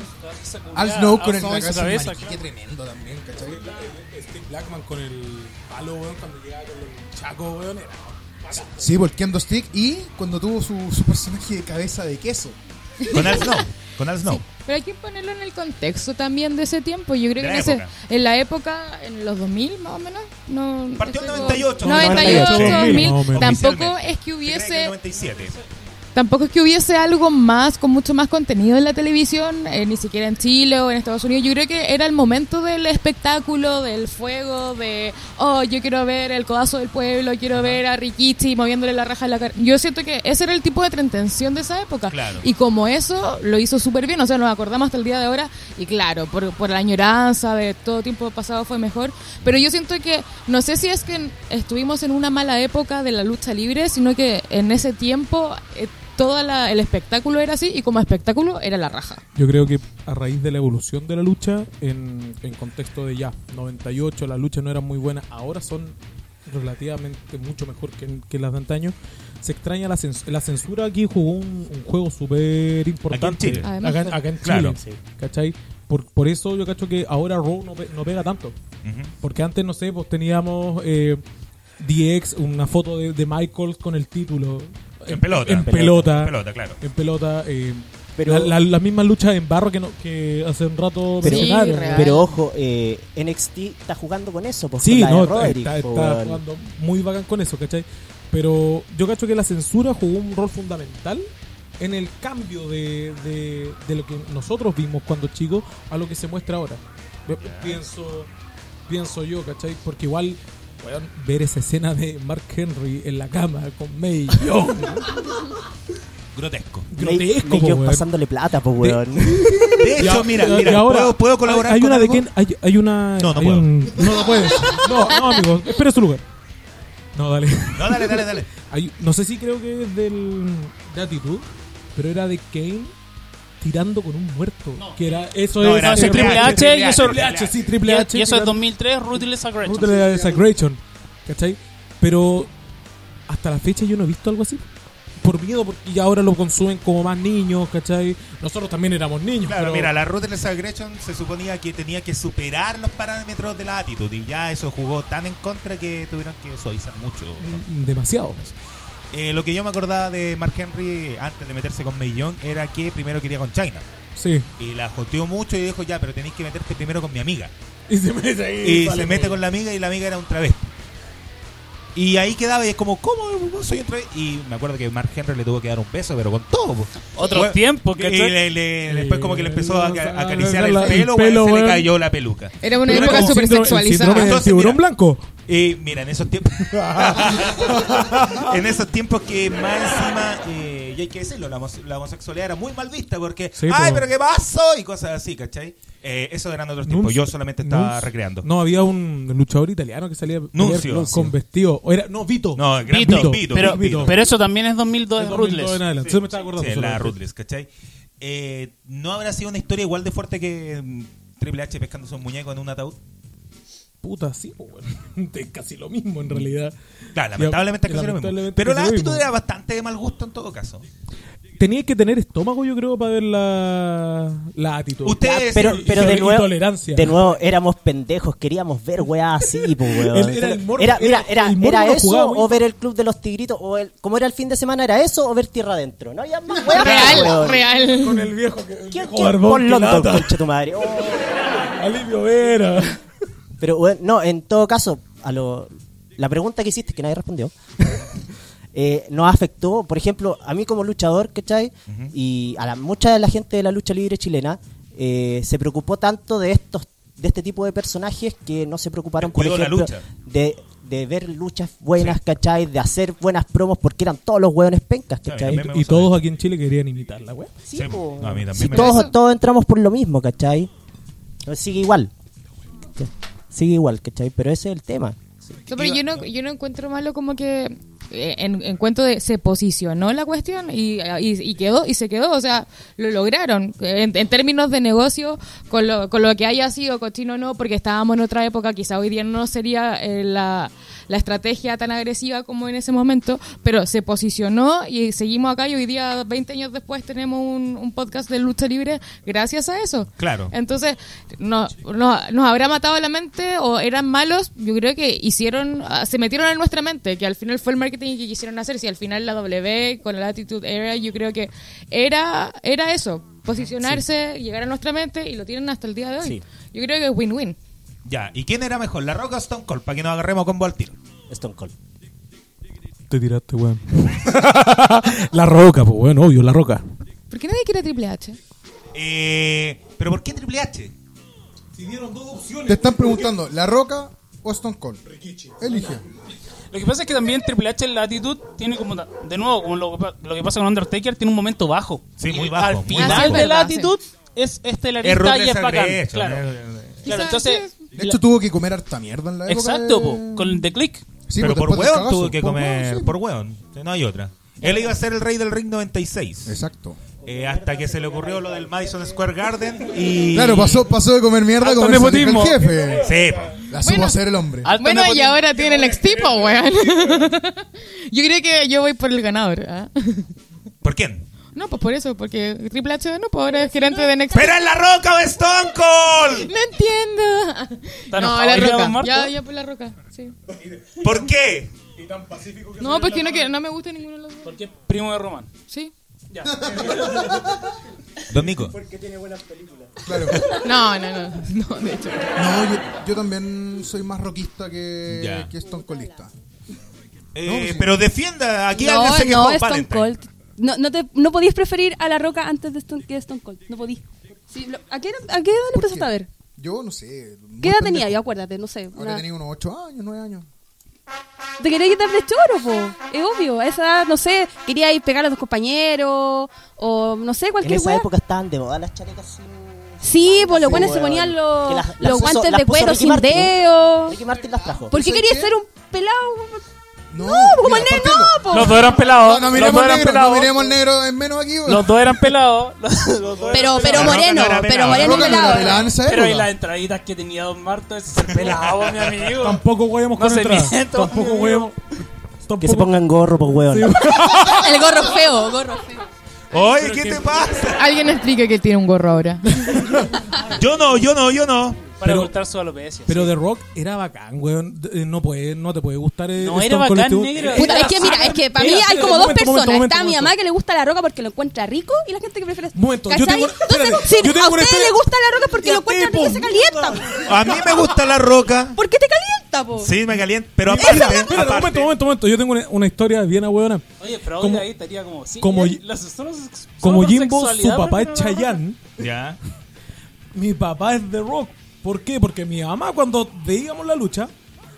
Speaker 7: Al Snow con el, la cabeza de maniquí, qué tremendo también, ¿cachai?
Speaker 10: Steve Blackman con el palo, weón, cuando llegaba con el chaco, weón. era bacán.
Speaker 7: Sí, volteando stick y cuando tuvo su, su personaje de cabeza de queso.
Speaker 4: Con Al Snow, con Al Snow.
Speaker 8: Pero hay que ponerlo en el contexto también de ese tiempo. Yo creo
Speaker 4: De
Speaker 8: que
Speaker 4: la
Speaker 8: en, ese-
Speaker 4: época.
Speaker 8: en la época, en los 2000 más o menos. No,
Speaker 4: Partió en
Speaker 8: estoy-
Speaker 4: 98.
Speaker 8: 98, 2000.
Speaker 4: Más o menos.
Speaker 8: Tampoco
Speaker 4: Oficialmente.
Speaker 8: es que
Speaker 4: Se cree que
Speaker 8: hubiese...
Speaker 4: en 97.
Speaker 8: Tampoco es que hubiese algo más, con mucho más contenido en la televisión, eh, ni siquiera en Chile o en Estados Unidos. Yo creo que era el momento del espectáculo, del fuego, de, oh, yo quiero ver el codazo del pueblo, quiero ver a Rikichi moviéndole la raja de la cara. Yo siento que ese era el tipo de entretención de esa época.
Speaker 15: Claro.
Speaker 8: Y como eso, lo hizo súper bien, o sea, nos acordamos hasta el día de ahora. Y claro, por, por la añoranza de todo tiempo pasado fue mejor. Pero yo siento que, no sé si es que en- estuvimos en una mala época de la lucha libre, sino que en ese tiempo eh, todo la- el espectáculo era así y como espectáculo era la raja.
Speaker 10: Yo creo que a raíz de la evolución de la lucha, en, en contexto de ya, 98, las luchas no eran muy buenas, ahora son relativamente mucho mejor que, que las de antaño. Se extraña la, cens- la censura aquí, jugó un, un juego súper importante.
Speaker 4: Aquí en Chile. Además
Speaker 10: Acá,
Speaker 4: fue.
Speaker 10: acá en Chile,
Speaker 4: Claro.
Speaker 10: ¿cachai? Por, por eso yo cacho que ahora Raw no, pe- no pega tanto. Porque antes, no sé, pues teníamos eh, DX, una foto de, de Michaels con el título.
Speaker 4: En pelota.
Speaker 10: En pelota.
Speaker 4: En pelota, claro.
Speaker 10: En pelota. eh,
Speaker 12: Pero-
Speaker 10: la- la- las mismas luchas en barro que, no- que hace un rato
Speaker 12: Pero,
Speaker 10: mencionaron.
Speaker 12: pero ojo, eh, NXT está jugando con eso, pues,
Speaker 10: Sí,
Speaker 12: con la
Speaker 10: no,
Speaker 12: de Roderick,
Speaker 10: está, está
Speaker 12: po, weón.
Speaker 10: jugando muy bacán con eso, ¿cachai? Pero yo cacho que la censura jugó un rol fundamental en el cambio de, de- de lo que nosotros vimos cuando chicos a lo que se muestra ahora. Yo Pienso, pienso yo, ¿cachai? Porque igual weón, ver esa escena de Mark Henry en la cama con May Young.
Speaker 4: Grotesco.
Speaker 10: Grotesco,
Speaker 12: May- May
Speaker 10: po,
Speaker 12: Young
Speaker 10: weón.
Speaker 12: pasándole plata, po, [laughs] weón.
Speaker 4: De hecho,
Speaker 10: Ya,
Speaker 4: mira,
Speaker 10: ya,
Speaker 4: mira,
Speaker 10: y ahora,
Speaker 4: ¿puedo, puedo colaborar
Speaker 10: hay, hay
Speaker 4: con
Speaker 10: una de
Speaker 4: algo?
Speaker 10: quién hay, hay una
Speaker 4: No, no
Speaker 10: hay
Speaker 4: puedo.
Speaker 10: un- no no puedes no
Speaker 4: [laughs]
Speaker 10: no amigo espera su lugar no dale
Speaker 4: No, dale, dale, dale.
Speaker 10: Hay- no sé si creo que es del de actitud pero era de Kane tirando con un muerto que era eso
Speaker 9: No,
Speaker 10: es
Speaker 9: era- eso es Triple H, y eso-
Speaker 10: Triple H sí Triple
Speaker 9: y-
Speaker 10: H
Speaker 9: y eso es
Speaker 10: tirando-
Speaker 9: 2003 Ruthless Aggression.
Speaker 10: Ruthless Aggression, ¿cachai? Pero hasta la fecha yo no he visto algo así. Por miedo, porque ya ahora lo consumen como más niños, ¿cachai? Nosotros también éramos niños.
Speaker 4: Claro,
Speaker 10: pero-
Speaker 4: mira, la Ruthless Aggression se suponía que tenía que superar los parámetros de la actitud y ya eso jugó tan en contra que tuvieron que suavizar mucho.
Speaker 10: Mm, demasiado.
Speaker 4: eh, lo que yo me acordaba de Mark Henry antes de meterse con May Young era que primero quería con China.
Speaker 10: Sí.
Speaker 4: Y la joteó mucho y dijo, ya, pero tenéis que meterte primero con mi amiga.
Speaker 10: Y se mete ahí,
Speaker 4: Y
Speaker 10: sale
Speaker 4: se mete
Speaker 10: medio.
Speaker 4: con la amiga y la amiga era un travesti. Y ahí quedaba y es como, ¿cómo soy un travesti? Y me acuerdo que Mark Henry le tuvo que dar un beso, pero con todo. po.
Speaker 9: Otros
Speaker 4: Bueno,
Speaker 9: tiempos,
Speaker 4: y
Speaker 9: ¿cachai?
Speaker 4: le- le- después como que le empezó a aca- a acariciar
Speaker 10: la-
Speaker 4: el
Speaker 10: el
Speaker 4: pelo, weón,
Speaker 10: pelo,
Speaker 4: se le
Speaker 10: weón.
Speaker 4: cayó la peluca.
Speaker 8: Era una
Speaker 4: Pero
Speaker 8: época
Speaker 4: como-
Speaker 8: súper
Speaker 4: síndrome-
Speaker 8: sexualizada.
Speaker 4: síndrome del
Speaker 8: Entonces,
Speaker 10: tiburón blanco.
Speaker 4: eh, mira, en esos tiempos. [laughs] en esos tiempos que más encima. eh, y hay que decirlo, la, homose- la homosexualidad era muy mal vista porque.
Speaker 10: Sí,
Speaker 4: ¡Ay,
Speaker 10: po.
Speaker 4: pero qué paso! Y cosas así, ¿cachai? Eh, eso eran otros tiempos.
Speaker 10: Nuncio-
Speaker 4: Yo solamente estaba
Speaker 10: Nuncio-
Speaker 4: recreando.
Speaker 10: No, había un luchador italiano que salía a pelear
Speaker 4: Nuncio.
Speaker 10: con- con vestido. O era, no, Vito.
Speaker 4: No, el gran
Speaker 10: Vito.
Speaker 4: Vito,
Speaker 9: pero,
Speaker 10: Vito.
Speaker 9: pero eso también es 2002
Speaker 10: Es
Speaker 9: de
Speaker 10: 2002
Speaker 9: Ruthless.
Speaker 10: en adelante.
Speaker 4: Sí,
Speaker 10: Eso me estaba acordando.
Speaker 4: sí, la
Speaker 10: solamente.
Speaker 4: Ruthless, ¿cachai? Eh, ¿No habrá sido una historia igual de fuerte que mm, Triple H pescando un muñeco en un ataúd?
Speaker 10: Puta, sí, po, weón. Es casi lo mismo en realidad.
Speaker 4: Claro, lamentablemente es casi lo mismo.
Speaker 10: Lamentablemente
Speaker 4: Pero
Speaker 10: casi
Speaker 4: la
Speaker 10: lo
Speaker 4: actitud
Speaker 10: mismo.
Speaker 4: era bastante de mal gusto en todo caso.
Speaker 10: Tenía que tener estómago, yo creo, para ver la, la actitud.
Speaker 4: Ustedes-
Speaker 12: Pero,
Speaker 10: Y-
Speaker 12: pero
Speaker 10: y-
Speaker 12: de
Speaker 10: y
Speaker 12: nuevo,
Speaker 10: tolerancia.
Speaker 12: de nuevo éramos pendejos, queríamos ver
Speaker 10: [laughs]
Speaker 12: weá así, po, weón.
Speaker 10: El- era el morbo,
Speaker 12: Era- mira,
Speaker 10: era-
Speaker 12: era,
Speaker 10: el morbo
Speaker 12: era
Speaker 10: lo
Speaker 12: eso
Speaker 10: jugaba muy
Speaker 12: o ver el Club de los Tigritos, o el, como era el fin de semana, era eso o ver Tierra Adentro. No había más weá,
Speaker 8: Real,
Speaker 12: weón.
Speaker 8: real.
Speaker 10: Con el viejo que. el viejo
Speaker 12: ¿Qué?
Speaker 10: barbón
Speaker 12: Por
Speaker 10: que
Speaker 12: London,
Speaker 10: lata.
Speaker 12: concha tu madre.
Speaker 4: [laughs]
Speaker 12: Oh.
Speaker 10: Alivio Vera.
Speaker 12: Pero bueno, no, en todo caso, a lo, la pregunta que hiciste, que nadie
Speaker 4: [laughs]
Speaker 12: respondió, eh, nos afectó, por ejemplo, a mí como luchador, ¿cachai? Y a la, mucha de la gente de la lucha libre chilena eh, se preocupó tanto de estos de este tipo de personajes que no se preocuparon, por
Speaker 4: Cuidó la
Speaker 12: ejemplo,
Speaker 4: lucha.
Speaker 12: De, de ver luchas buenas, ¿cachai? De hacer buenas promos porque eran todos los hueones pencas,
Speaker 4: Está bien,
Speaker 12: ¿cachai?
Speaker 4: también me
Speaker 10: Y todos aquí en Chile querían imitar la weá.
Speaker 4: Sí, no, a mí también
Speaker 12: Si
Speaker 4: me
Speaker 12: todos, todos entramos por lo mismo, ¿cachai? Entonces Sigue igual. Sigue igual, ¿cachai? Pero ese es el tema.
Speaker 14: Ah,
Speaker 8: No, pero yo no, yo no encuentro malo como que eh, en, encuentro de se posicionó la cuestión y, y, y quedó y se quedó, o sea, lo lograron en, en términos de negocio con lo, con lo que haya sido cochino o no, porque estábamos en otra época, quizá hoy día no sería eh, la, la estrategia tan agresiva como en ese momento, pero se posicionó y seguimos acá y hoy día 20 años después tenemos un, un podcast de lucha libre gracias a eso.
Speaker 4: Claro.
Speaker 8: Entonces, no, no- nos habrá matado la mente o eran malos. Yo creo que hicieron, ah, se metieron en nuestra mente, que al final fue el marketing que quisieron hacer. Si al final la W con la Attitude Era, yo creo que era, era eso, posicionarse, llegar a nuestra mente y lo tienen hasta el día de hoy.
Speaker 4: Sí.
Speaker 8: Yo creo que es win-win.
Speaker 4: Ya, ¿y quién era mejor, La Roca o Stone Cold? Para que nos agarremos con al tiro.
Speaker 12: Stone Cold.
Speaker 10: Te tiraste, weón. [laughs] la roca, pues, weón, obvio, la roca.
Speaker 8: ¿Por qué nadie quiere Triple H?
Speaker 4: Eh, ¿Pero por qué Triple H?
Speaker 10: Si dieron dos opciones.
Speaker 7: Te están preguntando, ¿La Roca o Stone Cold? Elige.
Speaker 9: Lo que pasa es que también Triple H en la actitud tiene como, ta- de nuevo, como lo, que pa- lo que pasa con Undertaker, tiene un momento bajo.
Speaker 4: Sí,
Speaker 9: Y
Speaker 4: muy bajo,
Speaker 9: Al
Speaker 4: muy
Speaker 9: final
Speaker 4: bajo.
Speaker 9: de la
Speaker 4: Ah, sí,
Speaker 9: actitud es
Speaker 4: Es
Speaker 9: estelarista
Speaker 4: Ruthless
Speaker 9: y es bacán.
Speaker 4: Aggression,
Speaker 9: claro.
Speaker 4: eh,
Speaker 9: Claro, entonces.
Speaker 7: De hecho, tuvo que comer harta mierda en la época.
Speaker 9: Exacto,
Speaker 7: de-
Speaker 9: po, con el de click.
Speaker 7: Sí,
Speaker 4: pero
Speaker 7: pues,
Speaker 4: por
Speaker 7: después del
Speaker 4: hueón
Speaker 7: cagazo,
Speaker 4: tuvo que
Speaker 7: por
Speaker 4: comer.
Speaker 7: hueón, sí.
Speaker 4: Por hueón. No hay otra. Él iba a ser el rey del ring 96.
Speaker 7: Exacto.
Speaker 4: Eh, hasta que se le ocurrió lo del Madison Square Garden y...
Speaker 7: Claro, pasó, pasó de comer mierda a
Speaker 4: Alto
Speaker 7: comer el
Speaker 4: nepotismo.
Speaker 7: jefe.
Speaker 4: Sí.
Speaker 7: La supo hacer el hombre.
Speaker 8: Ah, bueno, y ahora tiene el ex-tipo, weón. [laughs] yo creo que yo voy por el ganador. ¿ah? [laughs]
Speaker 4: ¿Por quién?
Speaker 8: No, pues por eso, porque Triple H, no, pues ahora es gerente de Next.
Speaker 4: ¡Pero en la roca o Stone Cold!
Speaker 8: No entiendo.
Speaker 4: ¿Está
Speaker 8: No,
Speaker 4: enojado
Speaker 8: la
Speaker 4: ya, don
Speaker 8: roca.
Speaker 4: Marco?
Speaker 8: Ya, ya por la roca. Sí.
Speaker 4: ¿Por qué?
Speaker 8: No, pues que no, que no me gusta ninguno de los dos.
Speaker 9: Porque es primo de Roman.
Speaker 4: [laughs]
Speaker 8: Sí.
Speaker 9: Ya.
Speaker 4: Don Nico.
Speaker 12: Porque tiene buenas películas.
Speaker 7: Claro.
Speaker 8: No, no, no. No, de hecho.
Speaker 7: No, yo, yo también soy más roquista que,
Speaker 4: Ya.
Speaker 7: que Stone Coldista.
Speaker 4: Eh, pero defienda, aquí
Speaker 14: no,
Speaker 4: alguien se quejó.
Speaker 14: no, Stone
Speaker 4: Valentine.
Speaker 14: Cold. No, no, te, no podías preferir a La Roca antes de Stone, que Stone Cold. No podías. Sí, lo- ¿a, qué, edad- ¿A qué edad lo empezaste a ver?
Speaker 7: Yo no sé. muy
Speaker 14: ¿Qué edad
Speaker 7: pendejo.
Speaker 14: tenía yo? Acuérdate, no sé.
Speaker 7: Ahora
Speaker 14: una-
Speaker 7: tenía unos 8 años, 9 años.
Speaker 14: ¿Te querías quitar de choro, po? Es obvio. A esa edad, no sé, quería ir pegar a tus compañeros o no sé,
Speaker 12: En
Speaker 14: cualquier
Speaker 12: esa
Speaker 14: weá.
Speaker 12: época estaban de moda las chalecas sin.
Speaker 14: Sí, pues los buenos se
Speaker 12: weón.
Speaker 14: ponían los,
Speaker 12: Que las- las
Speaker 14: los
Speaker 12: puso-
Speaker 14: guantes
Speaker 12: las
Speaker 14: de
Speaker 12: puso
Speaker 14: cuero
Speaker 12: Ricky
Speaker 14: sin
Speaker 12: Martin.
Speaker 14: dedos.
Speaker 12: Ricky Martin las trajo.
Speaker 14: ¿Por qué
Speaker 12: Eso es
Speaker 14: querías
Speaker 12: que-
Speaker 14: ser un pelado?
Speaker 7: No,
Speaker 14: como
Speaker 7: mira,
Speaker 14: el negro,
Speaker 7: partiendo.
Speaker 14: po.
Speaker 9: Los dos eran pelados.
Speaker 7: No, no
Speaker 9: los
Speaker 7: miremos
Speaker 9: dos eran
Speaker 7: negro, no
Speaker 9: pelados.
Speaker 7: miremos negro en menos aquí. weón.
Speaker 9: Los dos eran pelados. [laughs] los- los dos eran
Speaker 14: Pero,
Speaker 9: pelados.
Speaker 14: pero
Speaker 4: La Roca
Speaker 14: moreno,
Speaker 4: no era
Speaker 14: pero
Speaker 4: pelado.
Speaker 14: moreno
Speaker 7: La Roca no era pelado en
Speaker 14: pelado.
Speaker 7: esa
Speaker 9: Pero y
Speaker 7: época.
Speaker 9: las entraditas que tenía Don Marto es ser pelado, mi amigo.
Speaker 10: Tampoco huevemos
Speaker 9: No
Speaker 10: con
Speaker 9: se
Speaker 10: entrada.
Speaker 9: miento,
Speaker 10: Tampoco
Speaker 9: amigo.
Speaker 10: huevemos.
Speaker 12: Que se pongan gorro, pues weón.
Speaker 4: [laughs]
Speaker 14: El gorro feo, gorro feo.
Speaker 4: Oye, ¿qué te pasa?
Speaker 8: Alguien explique que él tiene un gorro ahora.
Speaker 4: Yo no, yo no, yo no.
Speaker 9: Para
Speaker 10: Pero-
Speaker 9: ocultar su alopecia.
Speaker 10: Pero
Speaker 9: sí.
Speaker 10: The Rock era bacán, weón. D- eh, No, puede, no te puede gustar. eh,
Speaker 9: No, era
Speaker 10: Stone
Speaker 9: bacán,
Speaker 10: Collective.
Speaker 9: negro.
Speaker 10: Era
Speaker 14: Puta, es que
Speaker 10: bacán.
Speaker 14: mira, es que para mí
Speaker 10: Espera,
Speaker 14: hay
Speaker 10: espera,
Speaker 14: como dos
Speaker 10: momento, momento,
Speaker 14: personas.
Speaker 10: momento,
Speaker 14: Está mi
Speaker 10: momento.
Speaker 14: mamá que le gusta la roca porque lo encuentra rico y la gente que prefiere.
Speaker 10: Momento, yo
Speaker 14: ¿Cachai?
Speaker 10: tengo-
Speaker 14: Entonces,
Speaker 10: espérate,
Speaker 14: si
Speaker 10: yo tengo
Speaker 14: a
Speaker 10: una
Speaker 14: ustedes
Speaker 10: historia-
Speaker 14: les gusta la roca porque lo encuentran rico y se calienta. po.
Speaker 4: A mí me gusta la roca.
Speaker 14: ¿Por qué te calienta, po?
Speaker 4: Sí, me calienta. Pero
Speaker 10: Espérate,
Speaker 4: aparte,
Speaker 10: espérate, un momento, un momento, un momento. Yo tengo una, una historia bien abuela.
Speaker 9: Oye, Freud
Speaker 10: Como-
Speaker 9: ahí estaría como. Sí,
Speaker 10: como
Speaker 9: él-
Speaker 10: Yi-
Speaker 9: la- solo sex-
Speaker 10: Como
Speaker 9: solo por
Speaker 10: Jimbo, su
Speaker 9: sexualidad
Speaker 10: papá es
Speaker 9: prefiere la roca.
Speaker 10: Chayanne.
Speaker 4: Ya.
Speaker 10: Mi papá es The Rock. ¿Por qué? Porque mi mamá, cuando veíamos la lucha,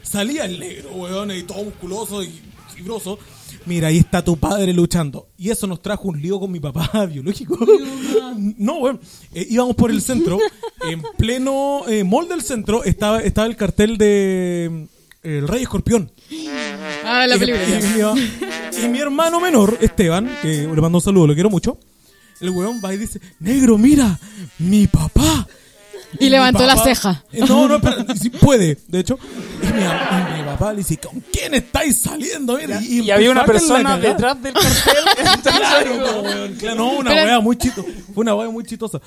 Speaker 10: salía el negro, weón, y todo musculoso y fibroso. Mira, ahí está tu padre luchando. Y eso nos trajo un lío con mi papá [laughs] biológico. no, weón. Eh, íbamos por el centro. En pleno eh, mall del centro estaba, estaba el cartel de mm, El Rey Escorpión.
Speaker 8: Ah, la
Speaker 10: Y-
Speaker 8: película.
Speaker 10: Y, y mi hermano menor, Esteban, que le mando un saludo, lo quiero mucho. El weón va y dice, negro, mira, mi papá.
Speaker 8: Y
Speaker 10: mi
Speaker 8: levantó la
Speaker 10: papá-
Speaker 8: ceja.
Speaker 10: Eh, No, no, espera, si puede, de hecho. Y mi, y mi papá le dice, ¿con quién estáis saliendo? Mira,
Speaker 9: Y había una
Speaker 10: empezó a
Speaker 9: persona
Speaker 10: cagar.
Speaker 9: detrás del
Speaker 10: [laughs]
Speaker 9: cartel.
Speaker 10: Claro, po, weón, claro, no, una
Speaker 9: Pero-
Speaker 10: wea muy chito, fue una wea muy chistosa.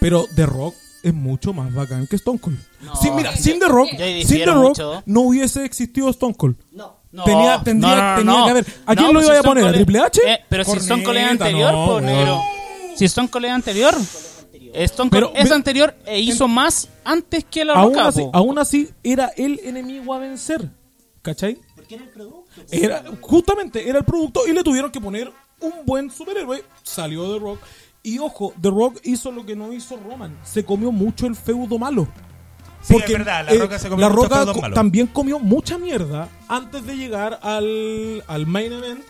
Speaker 10: Pero The Rock es mucho más bacán que Stone Cold. sin, mira, sin The Rock, sin
Speaker 9: Yo
Speaker 10: The
Speaker 9: difiero
Speaker 10: Rock
Speaker 9: mucho.
Speaker 10: no hubiese existido Stone Cold.
Speaker 9: No,
Speaker 10: Tenía, tendría,
Speaker 9: no, no, no,
Speaker 10: tenía
Speaker 9: no.
Speaker 10: que haber. ¿A
Speaker 9: No,
Speaker 10: quién
Speaker 9: pero
Speaker 10: lo
Speaker 9: si
Speaker 10: iba a
Speaker 9: Stone
Speaker 10: poner? ¿A
Speaker 9: Cold-
Speaker 10: Triple H?
Speaker 9: Eh, pero si Stone Cold es
Speaker 10: Corneta,
Speaker 9: anterior,
Speaker 10: no,
Speaker 9: po,
Speaker 10: weón.
Speaker 9: negro. Si Stone Cold es anterior. Stone Cold
Speaker 10: Pero-
Speaker 9: es
Speaker 10: ve-
Speaker 9: anterior e hizo más antes que la
Speaker 10: Aún
Speaker 9: roca.
Speaker 10: así,
Speaker 9: po.
Speaker 10: aún así, era el enemigo a vencer. ¿Cachai? Porque era el producto. justamente, era el producto y le tuvieron que poner un buen superhéroe. Salió The Rock. Y ojo, The Rock hizo lo que no hizo Roman. Se comió mucho el feudo malo. eh,
Speaker 4: Sí, es verdad, La Roca se comió
Speaker 10: La
Speaker 4: mucho
Speaker 10: Roca
Speaker 4: feudo
Speaker 10: co-
Speaker 4: malo.
Speaker 10: también comió mucha mierda antes de llegar al, al main event,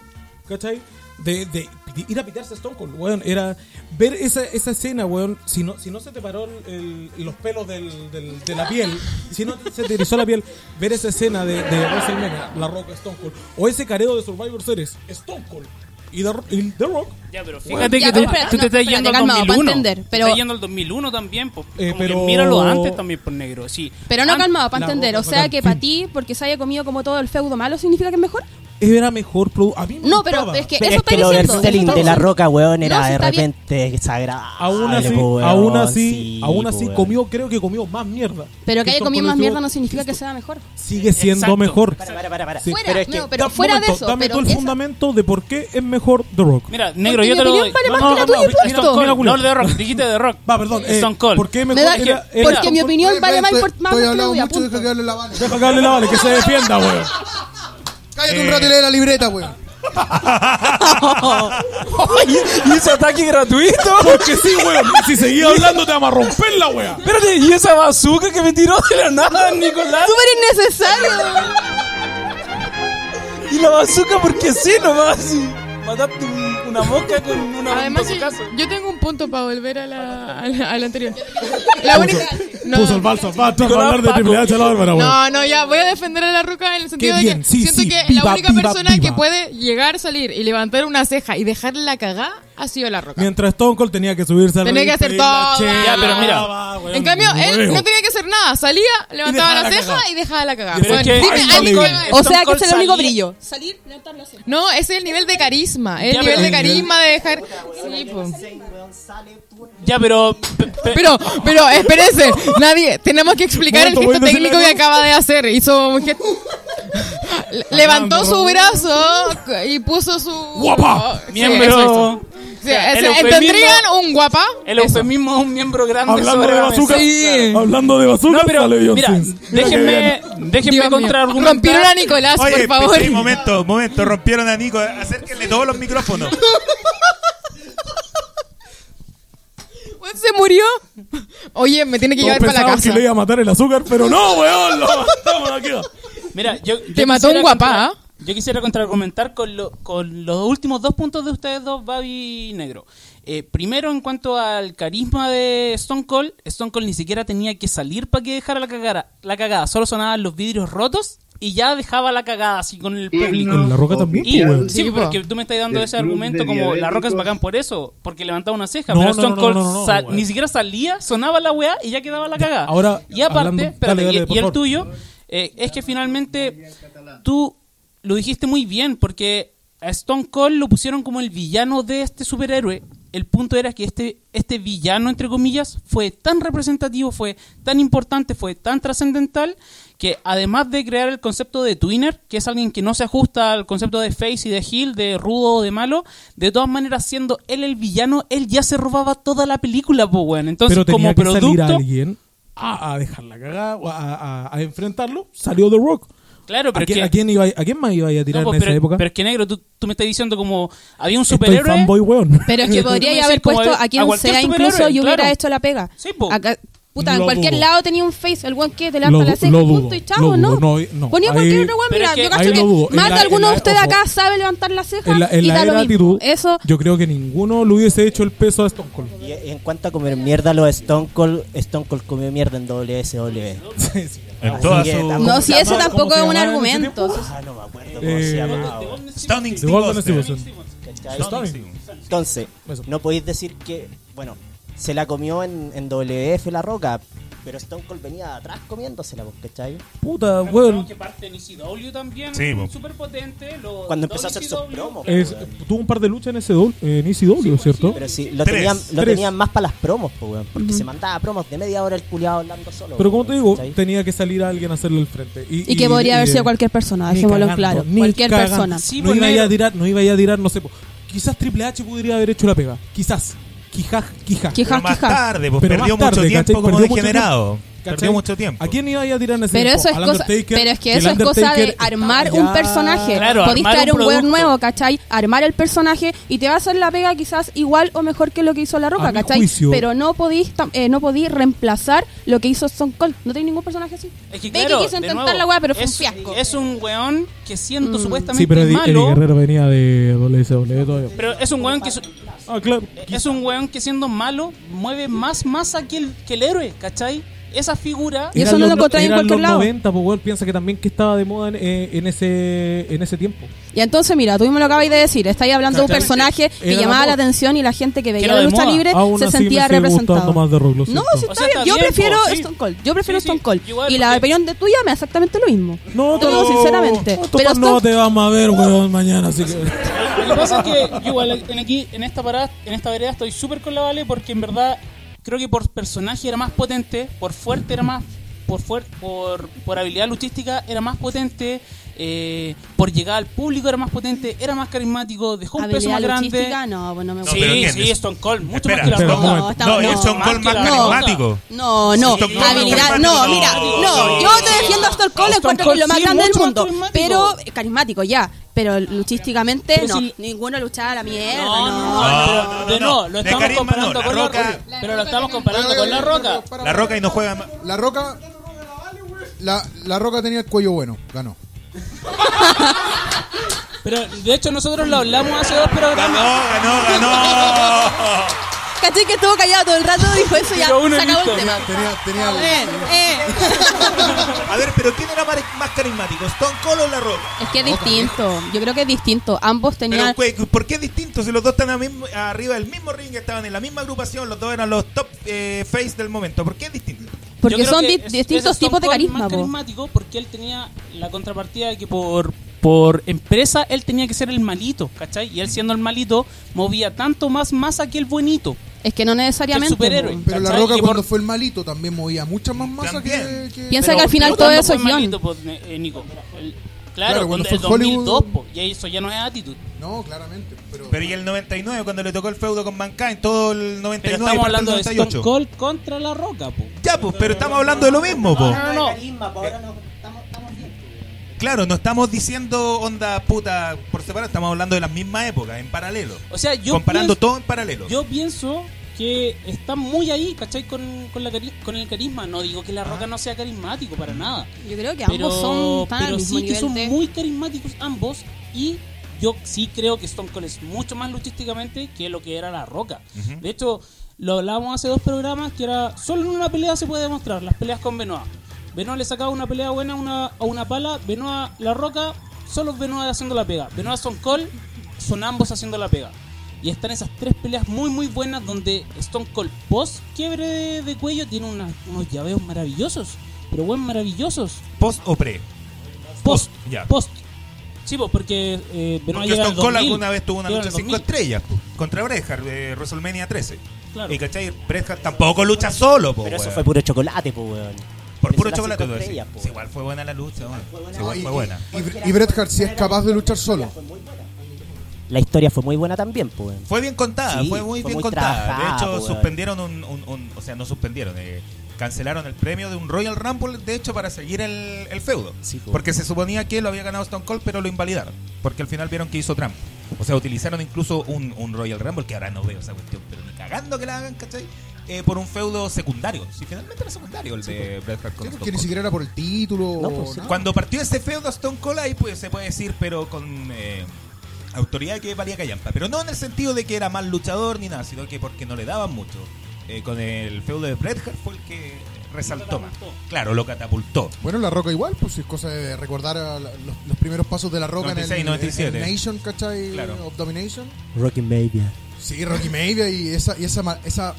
Speaker 10: ¿cachai? De, de ir a pitearse a Stone Cold, weón. Era ver esa, esa escena, weón. Si no, si no se te paró el- el- los pelos del- del- de la piel, si no se te erizó la piel, ver esa escena de, de WrestleMania, La Roca, Stone Cold, o ese careo de Survivor Series, Stone Cold y The, Ro- y The Rock.
Speaker 9: Ya, pero
Speaker 10: Weón.
Speaker 9: Fíjate que tú, tú te estás yendo al 2001. Te estás yendo al 2001 también. po.
Speaker 10: Eh,
Speaker 9: Como
Speaker 10: pero-
Speaker 9: que míralo antes también por negro. Sí.
Speaker 14: Pero no
Speaker 9: An-
Speaker 14: calmado, para
Speaker 9: la
Speaker 14: entender.
Speaker 9: roca
Speaker 14: O sea
Speaker 9: saca-
Speaker 14: que para ti, porque se haya comido como todo el feudo malo, significa que es mejor.
Speaker 10: Era mejor produ- A mí me
Speaker 14: No, pero
Speaker 10: gustaba.
Speaker 14: es que
Speaker 12: Pero
Speaker 14: eso
Speaker 12: es
Speaker 14: está
Speaker 12: que lo del
Speaker 14: diciendo.
Speaker 12: selling de la roca, weón, era
Speaker 14: No, sí,
Speaker 12: de
Speaker 14: está bien.
Speaker 12: repente desagradable.
Speaker 10: Aún así,
Speaker 12: po, weón,
Speaker 10: aún así,
Speaker 12: sí,
Speaker 10: aún
Speaker 12: po,
Speaker 10: así
Speaker 12: weón.
Speaker 10: comió, creo que comió más mierda.
Speaker 14: Pero que haya
Speaker 10: Stone
Speaker 14: comido
Speaker 10: Cold
Speaker 14: más
Speaker 10: estuvo-
Speaker 14: mierda no significa que sea mejor.
Speaker 10: sigue siendo
Speaker 12: Exacto.
Speaker 10: mejor.
Speaker 12: Para, para, para, para.
Speaker 10: Sí.
Speaker 14: Fuera, Pero es que- no, pero fuera de eso,
Speaker 10: Dame
Speaker 14: pero
Speaker 10: todo el
Speaker 14: esa-
Speaker 10: fundamento de por qué es mejor The Rock.
Speaker 9: Mira, negro,
Speaker 14: Porque
Speaker 9: yo
Speaker 14: mi
Speaker 9: te lo
Speaker 14: opinión
Speaker 9: doy.
Speaker 14: vale más que la tuya, pues,
Speaker 9: Stone
Speaker 14: puesto.
Speaker 9: Cold,
Speaker 10: Mira,
Speaker 9: no de Rock, dijiste de Rock.
Speaker 10: Va, perdón. eh,
Speaker 9: Stone Cold.
Speaker 10: ¿Por qué
Speaker 14: Me
Speaker 10: mejor
Speaker 14: da-
Speaker 10: era- era
Speaker 14: porque mi
Speaker 10: Stone Cold?
Speaker 14: opinión vale más,
Speaker 7: estoy,
Speaker 14: por- más
Speaker 7: estoy
Speaker 14: que la
Speaker 7: hablando
Speaker 14: tuya.
Speaker 7: mucho,
Speaker 14: punto.
Speaker 7: deja que hable la bala.
Speaker 4: Eh.
Speaker 10: Deja que hable la vale, que se defienda, weón.
Speaker 7: Cállate un rato y lee la libreta, weón.
Speaker 13: ¿Y ese ataque gratuito?
Speaker 10: Porque sí, weón. Si seguía hablando, te vamos a romper la weá.
Speaker 13: Espérate, ¿y esa bazooka que me tiró de la nada, [laughs] Nicolás?
Speaker 14: Súper innecesario.
Speaker 13: Y la bazooka porque sí nomás. y Mataste un- una mosca con una
Speaker 8: Además,
Speaker 13: un
Speaker 8: yo,
Speaker 13: bazookazo.
Speaker 8: yo tengo un punto para volver a la, a la- a la anterior. La única. No,
Speaker 10: Puso el balsa, va, tú vas a hablar de Triple H, la bárbara, weón.
Speaker 8: no, no, ya voy a defender a la ruca en el sentido de
Speaker 10: bien,
Speaker 8: que
Speaker 10: sí,
Speaker 8: siento
Speaker 10: sí,
Speaker 8: que
Speaker 10: viva,
Speaker 8: la única
Speaker 10: viva,
Speaker 8: persona que
Speaker 10: viva.
Speaker 8: puede llegar, salir y levantar una ceja y dejarla cagar ha sido la roca.
Speaker 10: Mientras Stone Cold tenía que subirse al
Speaker 8: Tenía
Speaker 10: ring,
Speaker 8: que hacer
Speaker 10: pedir la
Speaker 8: todo.
Speaker 10: chela,
Speaker 9: Ya, pero mira.
Speaker 10: va, weón,
Speaker 8: En cambio, él
Speaker 10: weón.
Speaker 8: no tenía que hacer nada. Salía,
Speaker 10: dejaba
Speaker 8: levantaba
Speaker 10: la
Speaker 8: la ceja
Speaker 10: cagada.
Speaker 8: y dejaba la cagada.
Speaker 10: Pero
Speaker 8: Bueno,
Speaker 10: es que-
Speaker 8: dime,
Speaker 10: Ay,
Speaker 8: alguien
Speaker 10: Stone Cold-
Speaker 8: que-
Speaker 14: O sea que ese es el único
Speaker 9: salía-
Speaker 14: brillo.
Speaker 8: No, ese es el nivel de carisma. El
Speaker 9: Ya,
Speaker 8: nivel
Speaker 9: pero-
Speaker 8: de carisma de dejar. Sí, po.
Speaker 9: Ya, pero. pe- pe-
Speaker 8: Pero, pero, espérense. Nadie, tenemos que explicar el
Speaker 10: Momento,
Speaker 8: gesto
Speaker 10: voy a hacer
Speaker 8: técnico
Speaker 10: la
Speaker 8: que
Speaker 10: cosa.
Speaker 8: acaba de hacer. Hizo un gesto. Le- Levantó su brazo y puso su.
Speaker 10: ¡Guapa!
Speaker 8: Sí,
Speaker 9: Miembro.
Speaker 8: eso, eso. Sí, ese-
Speaker 9: el eufemismo-
Speaker 8: ¿Tendrían un guapa?
Speaker 9: El eufemismo es un miembro grande.
Speaker 10: Hablando de
Speaker 9: sobre la
Speaker 10: bazooka.
Speaker 9: mesa.
Speaker 10: Hablando de bazooka,
Speaker 9: No, pero.
Speaker 10: sale John
Speaker 9: Mira,
Speaker 10: Cena. Mira qué
Speaker 9: déjenme,
Speaker 10: bien.
Speaker 9: déjenme
Speaker 8: Dios mío. Rompieron a
Speaker 9: contraargumentar.
Speaker 8: Nicolás,
Speaker 4: Oye,
Speaker 8: por favor.
Speaker 4: pues, sí, momento, momento. Rompieron a Nico. Acérquenle todos los micrófonos.
Speaker 8: Pues Se murió. Oye, me tiene que
Speaker 10: Todos
Speaker 8: llevar para la
Speaker 10: pensaban que
Speaker 8: casa.
Speaker 10: le iba a matar el azúcar, pero no, weón, lo matamos aquí.
Speaker 9: Mira, yo, yo
Speaker 8: Te mató
Speaker 9: quisiera
Speaker 8: un guapá,
Speaker 9: contra-
Speaker 8: ¿ah?
Speaker 9: Yo quisiera contraargumentar con, lo- con los últimos dos puntos de ustedes dos, Babi y Negro. Eh, primero, en cuanto al carisma de Stone Cold, Stone Cold ni siquiera tenía que salir para que dejara la cagada. La cagada, solo sonaban los vidrios rotos y ya dejaba la cagada así con el público.
Speaker 10: Con la roca también,
Speaker 9: Y,
Speaker 10: pues, weón.
Speaker 9: sí,
Speaker 8: Sí, po.
Speaker 9: porque tú me estás dando
Speaker 15: Del
Speaker 9: ese
Speaker 15: club
Speaker 9: argumento
Speaker 15: de
Speaker 9: como la roca es
Speaker 15: diabéticos.
Speaker 9: bacán por eso, porque levantaba una ceja,
Speaker 10: No,
Speaker 9: pero
Speaker 10: no,
Speaker 9: Stone
Speaker 10: no,
Speaker 9: Cold
Speaker 10: no, no, no,
Speaker 9: sa-
Speaker 10: weón.
Speaker 9: ni siquiera salía, sonaba la weá y ya quedaba la cagada.
Speaker 10: ahora,
Speaker 9: y aparte,
Speaker 10: hablando-
Speaker 9: espérate,
Speaker 10: dale, dale,
Speaker 9: y-
Speaker 10: por
Speaker 9: y el
Speaker 10: favor.
Speaker 9: tuyo, eh, es que finalmente tú lo dijiste muy bien, porque a Stone Cold lo pusieron como el villano de este superhéroe el punto era que este, este villano, entre comillas, fue tan representativo, fue tan importante, fue tan trascendental, que además de crear el concepto de twinner, que es alguien que no se ajusta al concepto de face y de heel, de rudo o de malo, de todas maneras, siendo él el villano, él ya se robaba toda la película, pues, bueno. Entonces,
Speaker 10: Pero tenía
Speaker 9: como
Speaker 10: que salir
Speaker 9: producto...
Speaker 10: alguien a, a dejar la cagada, o a, a- a enfrentarlo. Salió The Rock.
Speaker 9: Claro, pero
Speaker 10: ¿A,
Speaker 9: es
Speaker 10: quién,
Speaker 9: que-
Speaker 10: a quién iba, a quién más iba a tirar
Speaker 9: No, pues,
Speaker 10: en esa
Speaker 9: pero,
Speaker 10: época?
Speaker 9: pero es que negro, tú, tú me estás diciendo como había un
Speaker 10: Estoy
Speaker 9: superhéroe.
Speaker 10: fanboy, weón.
Speaker 14: Pero es que
Speaker 9: [laughs] Tú me
Speaker 14: podría
Speaker 9: decís
Speaker 14: haber
Speaker 9: como
Speaker 14: puesto
Speaker 9: a-
Speaker 14: a
Speaker 9: a
Speaker 14: quien
Speaker 9: cualquier
Speaker 14: sea incluso
Speaker 9: superhéroe,
Speaker 14: y hubiera
Speaker 9: claro.
Speaker 14: hecho la pega. Acá- puta, en
Speaker 10: Lo
Speaker 14: cualquier
Speaker 10: dudo.
Speaker 14: lado tenía un face, el guan que te levanta
Speaker 10: Lo
Speaker 14: la
Speaker 10: du-
Speaker 14: ceja
Speaker 10: lo
Speaker 14: y punto
Speaker 10: dudo,
Speaker 14: y
Speaker 10: lo
Speaker 14: chavo,
Speaker 10: dudo,
Speaker 14: ¿no?
Speaker 10: no, eh, no.
Speaker 14: Ponía
Speaker 10: Ahí-
Speaker 14: cualquier otro guan,
Speaker 10: Pero
Speaker 14: mira,
Speaker 10: es que-
Speaker 14: yo cacho
Speaker 10: ahí lo dudo.
Speaker 14: que
Speaker 10: En
Speaker 14: más
Speaker 10: la-
Speaker 14: de alguno
Speaker 10: en
Speaker 14: de
Speaker 10: la-
Speaker 14: ustedes
Speaker 10: ojo.
Speaker 14: acá sabe levantar la ceja
Speaker 10: En la, en
Speaker 14: y
Speaker 10: la
Speaker 14: da
Speaker 10: era
Speaker 14: lo mismo.
Speaker 10: actitud,
Speaker 14: Eso
Speaker 10: yo creo que ninguno le hubiese hecho el peso a Stone Cold.
Speaker 12: Y en cuanto a comer mierda, los Stone Cold, Stone Cold comió mierda en WSW.
Speaker 4: En toda
Speaker 12: Así que
Speaker 4: su-
Speaker 12: tampoco-
Speaker 14: No, si ese
Speaker 12: ¿cómo
Speaker 14: tampoco
Speaker 12: se
Speaker 14: es un
Speaker 12: llamaba en ese
Speaker 14: argumento.
Speaker 12: Ah, tiempo? ¿Cómo se
Speaker 10: Eh,
Speaker 12: llamaba?
Speaker 4: Stunning
Speaker 10: The Golden Steve Austin.
Speaker 12: ¿Cachai?
Speaker 10: Stunning.
Speaker 12: Entonces, no podéis decir que, bueno, se la comió en, en WF la roca, pero Stone Cold venía atrás comiéndosela, pues, ¿cachai?
Speaker 10: Puta, weón.
Speaker 9: Que parte en ECW también.
Speaker 10: Sí, po.
Speaker 9: Súper potente.
Speaker 12: Cuando empezó a hacer sus promos.
Speaker 10: Es- tuvo un par de luchas en ese dol- en ECW, ¿cierto?
Speaker 12: Pero sí, lo tenían, lo
Speaker 10: Tres.
Speaker 12: tenían más para las promos, pues, weón, porque
Speaker 10: Ujú.
Speaker 12: se mandaba promos de media hora el culiado hablando solo.
Speaker 10: Pero
Speaker 12: pues,
Speaker 10: como te digo,
Speaker 12: ¿cachai?
Speaker 10: tenía que salir a alguien a hacerle el frente. Y,
Speaker 14: Y que podría haber sido cualquier persona, dejémoslo en claro. Cualquier persona.
Speaker 10: no iba a tirar, no iba a tirar, no sé. po. Quizás Triple H podría haber hecho la pega. Quizás. Quijaj, quijaj.
Speaker 14: Quijaj, Pero más quijaj. tarde,
Speaker 4: pues,
Speaker 10: Pero
Speaker 4: perdió
Speaker 10: más
Speaker 4: mucho tiempo
Speaker 10: ¿cachai?
Speaker 4: como
Speaker 10: Perdió mucho
Speaker 4: degenerado.
Speaker 10: tiempo,
Speaker 4: Perdió
Speaker 10: ¿cachai?
Speaker 4: mucho tiempo.
Speaker 10: ¿A quién iba a tirar en ese
Speaker 14: Pero
Speaker 10: tiempo?
Speaker 14: eso es
Speaker 10: Al
Speaker 14: cosa,
Speaker 10: Undertaker,
Speaker 14: pero es que
Speaker 10: el
Speaker 14: eso es cosa de
Speaker 10: Undertaker
Speaker 14: armar
Speaker 10: estaba
Speaker 14: un
Speaker 10: ya-
Speaker 14: personaje.
Speaker 10: Claro,
Speaker 14: Podís
Speaker 10: armar
Speaker 14: traer
Speaker 10: un
Speaker 14: un weón
Speaker 10: producto.
Speaker 14: nuevo, ¿cachai? Armar el personaje y te va a hacer la pega quizás igual o mejor que lo que hizo La Roca,
Speaker 10: A mi
Speaker 14: ¿cachai?
Speaker 10: juicio-
Speaker 14: Pero no podís, tam- eh, no podís reemplazar lo que hizo Stone Cold. No tiene ningún personaje así.
Speaker 9: Es
Speaker 14: Becky
Speaker 9: que, claro,
Speaker 14: quiso
Speaker 9: de
Speaker 14: intentar
Speaker 9: nuevo,
Speaker 14: la weá, pero fue
Speaker 9: es,
Speaker 14: un fiasco. Mm.
Speaker 9: Es un weón que siento supuestamente
Speaker 10: Sí, pero Eddie, Eddie
Speaker 9: malo.
Speaker 10: Guerrero venía de WSW todavía.
Speaker 9: Pero es un weón que. su-
Speaker 10: Ah,
Speaker 9: Es un weón que siendo malo mueve más masa que el, que el héroe, ¿cachai? Esa figura.
Speaker 10: Eran los- eran los 90, pues, weón, piensa que también que estaba de moda en, eh, en ese, en ese tiempo.
Speaker 14: Y entonces, mira, tú mismo lo acabáis de decir. Estáis hablando de un
Speaker 10: Cachai,
Speaker 14: personaje
Speaker 10: era
Speaker 14: que
Speaker 10: la
Speaker 14: llamaba
Speaker 10: moda.
Speaker 14: la atención y la gente que veía
Speaker 10: era
Speaker 14: la
Speaker 10: de
Speaker 14: lucha
Speaker 10: moda.
Speaker 14: libre
Speaker 10: Aún
Speaker 14: se
Speaker 10: así me
Speaker 14: sentía
Speaker 10: sigue gustando
Speaker 14: representada.
Speaker 10: más The Rock, lo
Speaker 14: No,
Speaker 10: siento.
Speaker 14: sí,
Speaker 10: O
Speaker 14: está
Speaker 10: sea,
Speaker 14: bien.
Speaker 10: está
Speaker 14: Yo
Speaker 10: bien,
Speaker 14: prefiero
Speaker 9: pues,
Speaker 10: po, sí.
Speaker 14: Stone Cold. Yo prefiero Stone Cold.
Speaker 9: igual,
Speaker 14: y la
Speaker 9: porque-
Speaker 14: opinión de tuya me da exactamente lo mismo.
Speaker 10: No,
Speaker 14: te lo digo sinceramente.
Speaker 10: No, tú
Speaker 14: Pero
Speaker 10: más no
Speaker 14: Stone
Speaker 10: te vamos a ver, weón, mañana, así que...
Speaker 9: Lo que pasa es que yo igual en aquí, en esta parada, en esta vereda estoy súper con la Vale porque en verdad creo que por personaje era más potente, por fuerte era más, por fuer- por, por habilidad luchística era más potente, eh, por llegar al público era más potente, era más carismático, dejó un peso
Speaker 14: Habilidad
Speaker 9: más grande.
Speaker 14: luchística, no, pues no me
Speaker 9: Sí,
Speaker 14: gusta.
Speaker 4: pero ¿quién
Speaker 9: sí,
Speaker 4: es?
Speaker 9: Stone Cold, mucho
Speaker 4: Espera,
Speaker 9: más que la
Speaker 4: espera,
Speaker 9: Roca.
Speaker 4: un momento. No, es Stone Cold más
Speaker 9: que la Roca.
Speaker 4: carismático.
Speaker 14: No, no,
Speaker 4: Stone Cold
Speaker 14: habilidad,
Speaker 4: carismático,
Speaker 14: no, mira,
Speaker 4: no,
Speaker 14: no,
Speaker 4: no.
Speaker 14: yo te defiendo a Stone Cold,
Speaker 9: Stone
Speaker 14: encuentro que es lo
Speaker 9: Cold,
Speaker 14: más
Speaker 9: sí,
Speaker 14: grande del
Speaker 9: mucho más
Speaker 14: mundo,
Speaker 9: carismático.
Speaker 14: pero eh, carismático ya, pero luchísticamente
Speaker 9: Pero
Speaker 14: no,
Speaker 9: si-
Speaker 14: ninguno luchaba a la mierda,
Speaker 9: No,
Speaker 14: no.
Speaker 9: no,
Speaker 4: No,
Speaker 9: no,
Speaker 4: no,
Speaker 9: de
Speaker 4: no,
Speaker 9: no,
Speaker 4: no.
Speaker 9: lo
Speaker 4: De
Speaker 9: estamos
Speaker 4: carisma
Speaker 9: comparando
Speaker 4: no, la
Speaker 9: con la
Speaker 4: Roca-
Speaker 9: roca. Pero lo estamos comparando
Speaker 7: Oye,
Speaker 9: con la
Speaker 7: oye,
Speaker 9: roca.
Speaker 7: pero para-
Speaker 4: La Roca y no juega ma-
Speaker 7: La Roca. La, la Roca tenía el cuello bueno, ganó.
Speaker 9: Pero de hecho nosotros lo hablamos hace dos programas.
Speaker 4: Ganó, ganó,
Speaker 14: Caché que estuvo callado todo el rato, dijo eso ya,
Speaker 9: Pero uno
Speaker 14: se acabó el
Speaker 9: listo.
Speaker 14: tema.
Speaker 7: Tenía, tenía algo.
Speaker 14: Eh, eh.
Speaker 4: A ver, pero ¿quién era mar- más carismático? ¿Stone Cold o La Roca?
Speaker 14: Es que es distinto, yo creo que es distinto, ambos
Speaker 4: Pero,
Speaker 14: tenían...
Speaker 4: güey, ¿por qué es distinto? Si los dos están a mismo- arriba del mismo ring, estaban en la misma agrupación, los dos eran los top eh, face del momento. ¿Por qué es distinto?
Speaker 9: Yo
Speaker 14: Porque
Speaker 9: creo
Speaker 14: son
Speaker 9: que
Speaker 14: di-
Speaker 9: es- es
Speaker 14: distintos
Speaker 9: Stone
Speaker 14: tipos de
Speaker 9: Cold
Speaker 14: carisma,
Speaker 9: Más
Speaker 14: po.
Speaker 9: carismático porque él tenía la contrapartida de que por, por empresa él tenía que ser el malito, ¿cachai? Y él siendo el malito movía tanto más masa que el buenito.
Speaker 14: Es que no necesariamente.
Speaker 9: El superhéroe.
Speaker 14: po.
Speaker 7: Pero la
Speaker 9: ¿Cachai?
Speaker 7: Roca
Speaker 9: Que
Speaker 7: cuando fue el malito también movía mucha más masa que, que-
Speaker 14: Piensa que al final todo
Speaker 9: cuando
Speaker 14: eso
Speaker 9: fue
Speaker 14: es guión.
Speaker 9: malito, po, ne- eh, Nico. El-
Speaker 7: Claro,
Speaker 9: claro, cuando
Speaker 7: cuando fue
Speaker 9: el 2002,
Speaker 7: Hollywood.
Speaker 9: po, y eso ya no es actitud.
Speaker 7: No, claramente. Pero,
Speaker 4: Pero y el 99, cuando le tocó el feudo con Mankind, todo el 99
Speaker 9: Pero estamos
Speaker 4: parte del
Speaker 9: hablando de Stone
Speaker 4: 98.
Speaker 9: Cold contra La Roca, po.
Speaker 4: Ya, pues, pero estamos hablando de lo mismo, po.
Speaker 9: No, no, no.
Speaker 4: Claro, no estamos diciendo onda puta por separado, estamos hablando de las mismas épocas, en paralelo.
Speaker 9: O sea, yo
Speaker 4: Comparando
Speaker 9: pienso-
Speaker 4: todo en paralelo.
Speaker 9: Yo pienso que está muy ahí, ¿cachai? Con, con, la cari- con el carisma. No digo que La Roca no sea carismático para nada.
Speaker 14: Ah. Yo creo que
Speaker 9: Pero-
Speaker 14: ambos son tan al
Speaker 9: pero
Speaker 14: mismo
Speaker 9: sí que
Speaker 14: nivel
Speaker 9: son
Speaker 14: de-
Speaker 9: muy carismáticos ambos y yo sí creo que Stone Cold es mucho más luchísticamente que lo que era La Roca.
Speaker 4: Ujú.
Speaker 9: De hecho, lo hablábamos hace dos programas que era solo en una pelea se puede demostrar, las peleas con Benoit. Benoit le sacaba una pelea buena a una, a una pala, Benoit La Roca, solo Benoit haciendo la pega. Benoit Stone Cold son ambos haciendo la pega. Y están esas tres peleas muy muy buenas donde Stone Cold post quiebre de, de cuello tiene una- unos llaveos maravillosos, pero buen maravillosos.
Speaker 4: Post o pre.
Speaker 9: Post,
Speaker 4: Ya.
Speaker 9: post. Sí, pues, porque eh, Benoit
Speaker 4: Porque
Speaker 9: llega al
Speaker 4: Stone Cold
Speaker 9: 2000,
Speaker 4: alguna vez tuvo una
Speaker 9: llega al
Speaker 4: lucha 5
Speaker 9: 2000.
Speaker 4: estrellas po, contra Bret Hart, eh, WrestleMania 13.
Speaker 9: Claro.
Speaker 4: Y cachai, Bret Hart tampoco lucha solo, po,
Speaker 12: Pero eso
Speaker 4: weón.
Speaker 12: fue puro chocolate, pues, weón.
Speaker 4: Por puro
Speaker 12: Eso las
Speaker 4: chocolate,
Speaker 12: cinco
Speaker 4: tú decís.
Speaker 12: estrellas, po,
Speaker 4: Sí, igual fue buena la lucha, weón. Sí, igual fue
Speaker 7: y-
Speaker 4: buena.
Speaker 7: Y, Bre- y Bret Hart sí es capaz de luchar solo.
Speaker 12: La historia fue muy buena también, pues, weón.
Speaker 4: Fue bien contada,
Speaker 12: Sí,
Speaker 4: fue muy
Speaker 12: fue
Speaker 4: bien
Speaker 12: muy
Speaker 4: contada.
Speaker 12: trabajada,
Speaker 4: de
Speaker 12: po,
Speaker 4: hecho,
Speaker 12: weón.
Speaker 4: suspendieron un, un- un- O sea, no suspendieron, eh, cancelaron el premio de un Royal Rumble, de hecho, para seguir el, el feudo. porque se suponía que lo había ganado Stone Cold, pero lo invalidaron. Porque al final vieron que hizo trampa. O sea, utilizaron incluso un, un Royal Rumble, que ahora no veo esa cuestión, pero ni cagando que la hagan, ¿cachai? Eh, por un feudo secundario. Si finalmente era secundario el de Bret Hart con Stone
Speaker 7: pues. Que ni
Speaker 4: Cold.
Speaker 7: siquiera era por el título.
Speaker 4: No, pues,
Speaker 7: nada.
Speaker 4: Cuando partió ese feudo Stone Cold ahí pues, se puede decir, pero con eh, autoridad que valía callampa. Pero no en el sentido de que era mal luchador ni nada, sino que porque no le daban mucho. Eh, con el feudo de Bret Hart fue el que resaltó más. Claro, lo catapultó.
Speaker 7: Bueno, La Roca igual, pues es cosa de recordar a la- los, los primeros pasos de La Roca en
Speaker 4: 96,
Speaker 7: el,
Speaker 4: 97.
Speaker 7: en el Nation, ¿cachai? Of Domination.
Speaker 12: Rocky Media.
Speaker 7: Sí, Rocky Media y esa, y esa, ma- esa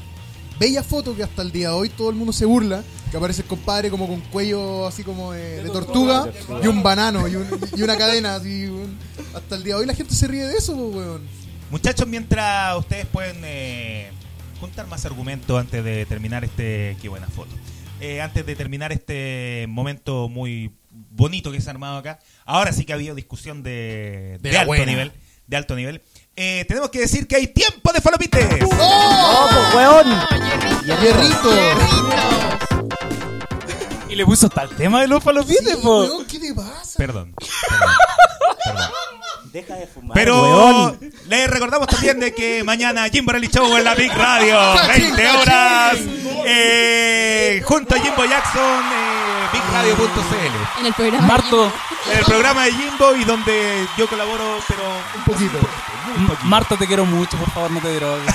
Speaker 7: bella foto que hasta el día de hoy todo el mundo se burla, que aparece el compadre como con cuello así como de, de tortuga
Speaker 15: tortuga.
Speaker 7: y un banano y, un- y una cadena. Así, un- hasta el día de hoy la gente se ríe de eso, pues, weón.
Speaker 4: Muchachos, mientras ustedes pueden eh, juntar más argumentos antes de terminar este. Qué buena foto. Eh, antes de terminar este momento muy bonito que se ha armado acá. Ahora sí que ha habido discusión de,
Speaker 7: De
Speaker 4: de
Speaker 7: la
Speaker 4: alto
Speaker 7: buena.
Speaker 4: nivel. De alto nivel. Eh, tenemos que decir que hay tiempo de falopites.
Speaker 7: ¡Oh!
Speaker 4: pues,
Speaker 7: ¡Hierrito!
Speaker 9: Y le puso tal tema de los falopites,
Speaker 7: Sí,
Speaker 4: Oh.
Speaker 9: po.
Speaker 7: weón, ¿Qué te pasa?
Speaker 4: Perdón.
Speaker 12: Deja de fumar.
Speaker 4: Pero les recordamos también de que mañana Jim Borelli Show en la Big Radio, 20 horas. eh, junto a Jimbo Jackson, eh, bigradio.cl.
Speaker 14: En el programa.
Speaker 9: Marto.
Speaker 4: En el programa de Jimbo y donde yo colaboro, pero un poquito.
Speaker 9: Marta, te quiero mucho, por favor, no te
Speaker 4: [laughs]
Speaker 9: drogues.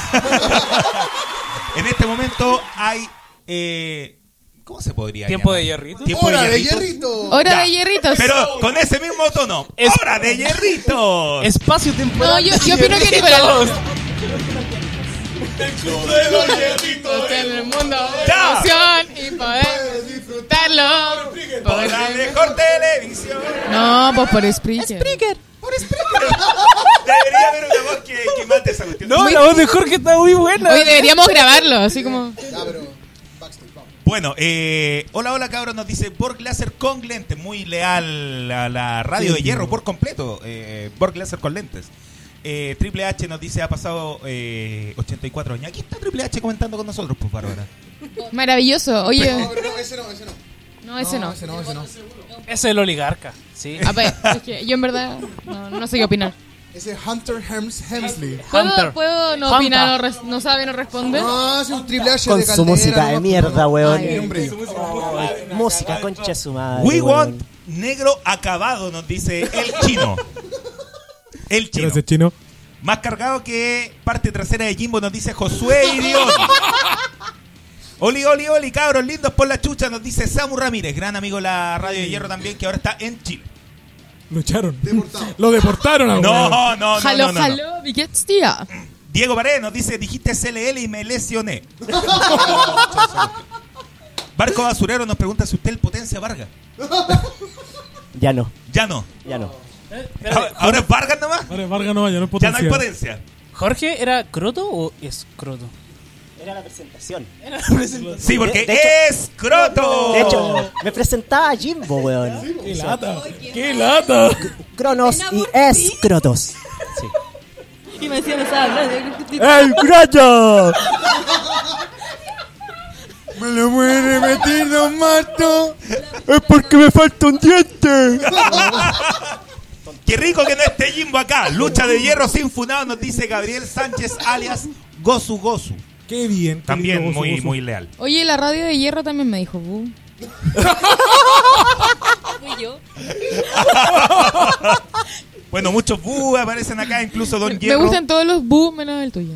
Speaker 4: En este momento hay. eh, ¿Cómo se podría
Speaker 9: Tiempo
Speaker 4: llamar?
Speaker 9: de hierrito.
Speaker 4: Tiempo
Speaker 9: Hora de
Speaker 4: hierrito.
Speaker 8: Hora
Speaker 4: Ya.
Speaker 8: de hierritos.
Speaker 4: Pero con ese mismo tono. ¡Hora de hierritos!
Speaker 9: Espacio temporal.
Speaker 8: No, yo, yo opino que liberamos.
Speaker 6: El club de los hierritos en el mundo
Speaker 8: Emoción y poder disfrutarlo.
Speaker 4: Por la mejor televisión.
Speaker 8: No, pues por Spreaker.
Speaker 4: [laughs] Debería haber una voz que, que mate esa cuestión.
Speaker 9: No, la voz de Jorge está muy buena.
Speaker 8: Hoy deberíamos grabarlo, así como.
Speaker 4: Bueno, eh, hola, hola, cabros. Nos dice Borg Laser con lentes. Muy leal a la radio de hierro por completo. Eh, Borg Laser con lentes. Eh, Triple H nos dice ha pasado eh, 84 años. Aquí está Triple H comentando con nosotros, pues, Bárbara.
Speaker 8: Maravilloso. Oye.
Speaker 7: No, no, ese no, ese no.
Speaker 8: No, ese no.
Speaker 7: Ese no, ese no.
Speaker 9: Ese es el oligarca. Sí.
Speaker 8: A ver, es que yo en verdad no, no sé qué opinar.
Speaker 7: Ese es Hunter Hems Hemsley.
Speaker 8: ¿Puedo, puedo no
Speaker 7: Hunter.
Speaker 8: opinar, no, res- no sabe, no responde?
Speaker 7: No, hace un triple H
Speaker 12: Con
Speaker 7: de
Speaker 12: su
Speaker 7: caldera,
Speaker 12: música de
Speaker 7: nomás,
Speaker 12: mierda, weón.
Speaker 7: Tiene un brillo.
Speaker 12: Ay, Música, concha de su madre.
Speaker 4: We
Speaker 12: weón.
Speaker 4: want negro acabado, nos dice el chino. El chino.
Speaker 10: Gracias, chino.
Speaker 4: Más cargado que parte trasera de Jimbo, nos dice Josué Irión. Oli, oli, oli, cabros lindos por la chucha, nos dice Samu Ramírez, gran amigo de la Radio de Hierro también, que ahora está en Chile.
Speaker 10: Lucharon. Lo deportaron a
Speaker 4: No,
Speaker 10: weón.
Speaker 4: no, no,
Speaker 8: Jaló,
Speaker 4: no, no, no.
Speaker 8: jaló, billets,
Speaker 4: [laughs]
Speaker 8: tía.
Speaker 4: Diego Paredes nos dice, dijiste CLL y me lesioné. Barco Basurero nos pregunta si usted el potencia Vargas.
Speaker 12: Ya no,
Speaker 4: Ya no.
Speaker 12: ya no.
Speaker 4: Ahora- Ah, Ahora es Vargas nomás.
Speaker 10: Ahora es Vargas no, ya no es
Speaker 4: Ya
Speaker 10: potencia.
Speaker 4: no hay potencia.
Speaker 9: ¿Jorge era croto o es croto?
Speaker 12: Era la presentación.
Speaker 4: Sí, porque
Speaker 12: De hecho-
Speaker 4: es croto.
Speaker 12: De hecho, me presentaba a Jimbo, weón.
Speaker 10: ¡Qué lata! ¡Qué lata!
Speaker 12: Cronos y Escrotos.
Speaker 15: Y me decían esa
Speaker 12: ¡El Croto!
Speaker 7: Me lo muere meter Don Marto.
Speaker 12: ¡Es porque me falta un diente!
Speaker 4: Qué rico que no esté Jimbo acá. Lucha de hierro sin funado, nos dice Gabriel Sánchez alias Gosu Gosu.
Speaker 10: Qué bien.
Speaker 4: También
Speaker 10: lindo, Gosu
Speaker 4: muy,
Speaker 10: Gosu.
Speaker 4: muy leal. [laughs]
Speaker 8: Oye, la radio de hierro también me dijo. "Bu".
Speaker 15: Fui yo.
Speaker 4: bueno, muchos bu aparecen acá, incluso Don
Speaker 8: Me
Speaker 4: Hierro.
Speaker 8: gustan todos los bu menos el tuyo.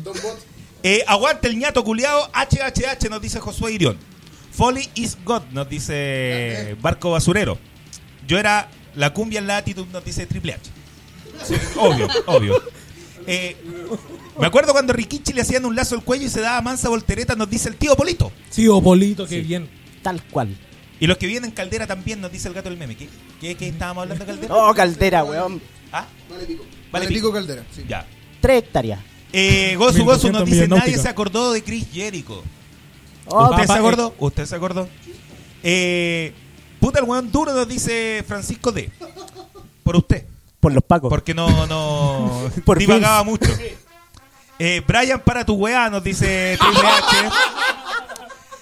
Speaker 4: Eh, aguante el ñato culiao, HHH nos dice Josué Irión. Folly is God nos dice Barco Basurero. Yo era la cumbia en la actitud nos dice Triple H. Sí, obvio, obvio. Eh, me acuerdo cuando Rikichi le hacían un lazo al cuello y se daba mansa voltereta, nos dice el tío Polito.
Speaker 10: Sí, Opolito, qué bien.
Speaker 12: Tal cual.
Speaker 4: Y los que vienen en Caldera también nos dice el gato del meme. ¿Qué, qué, qué estábamos hablando de Caldera?
Speaker 12: Oh, Caldera, weón.
Speaker 4: ¿Ah?
Speaker 7: Vale, pico.
Speaker 4: Vale, pico.
Speaker 7: Caldera. Sí.
Speaker 4: Ya.
Speaker 12: Tres hectáreas.
Speaker 4: Eh, Gozu Gozu
Speaker 12: 1200
Speaker 4: nos dice,
Speaker 12: millas
Speaker 4: nadie
Speaker 12: náuticas".
Speaker 4: se acordó de Chris Jericho.
Speaker 12: Oh,
Speaker 4: ¿Usted se
Speaker 12: papá,
Speaker 4: acordó? ¿Usted se acordó? Eh, puta, el weón duro nos dice Francisco D. Por usted.
Speaker 12: Por los pacos.
Speaker 4: Porque no, no
Speaker 12: [laughs] Por
Speaker 4: divagaba
Speaker 12: Vince.
Speaker 4: mucho. Eh, Brian para tu weá nos dice Triple H.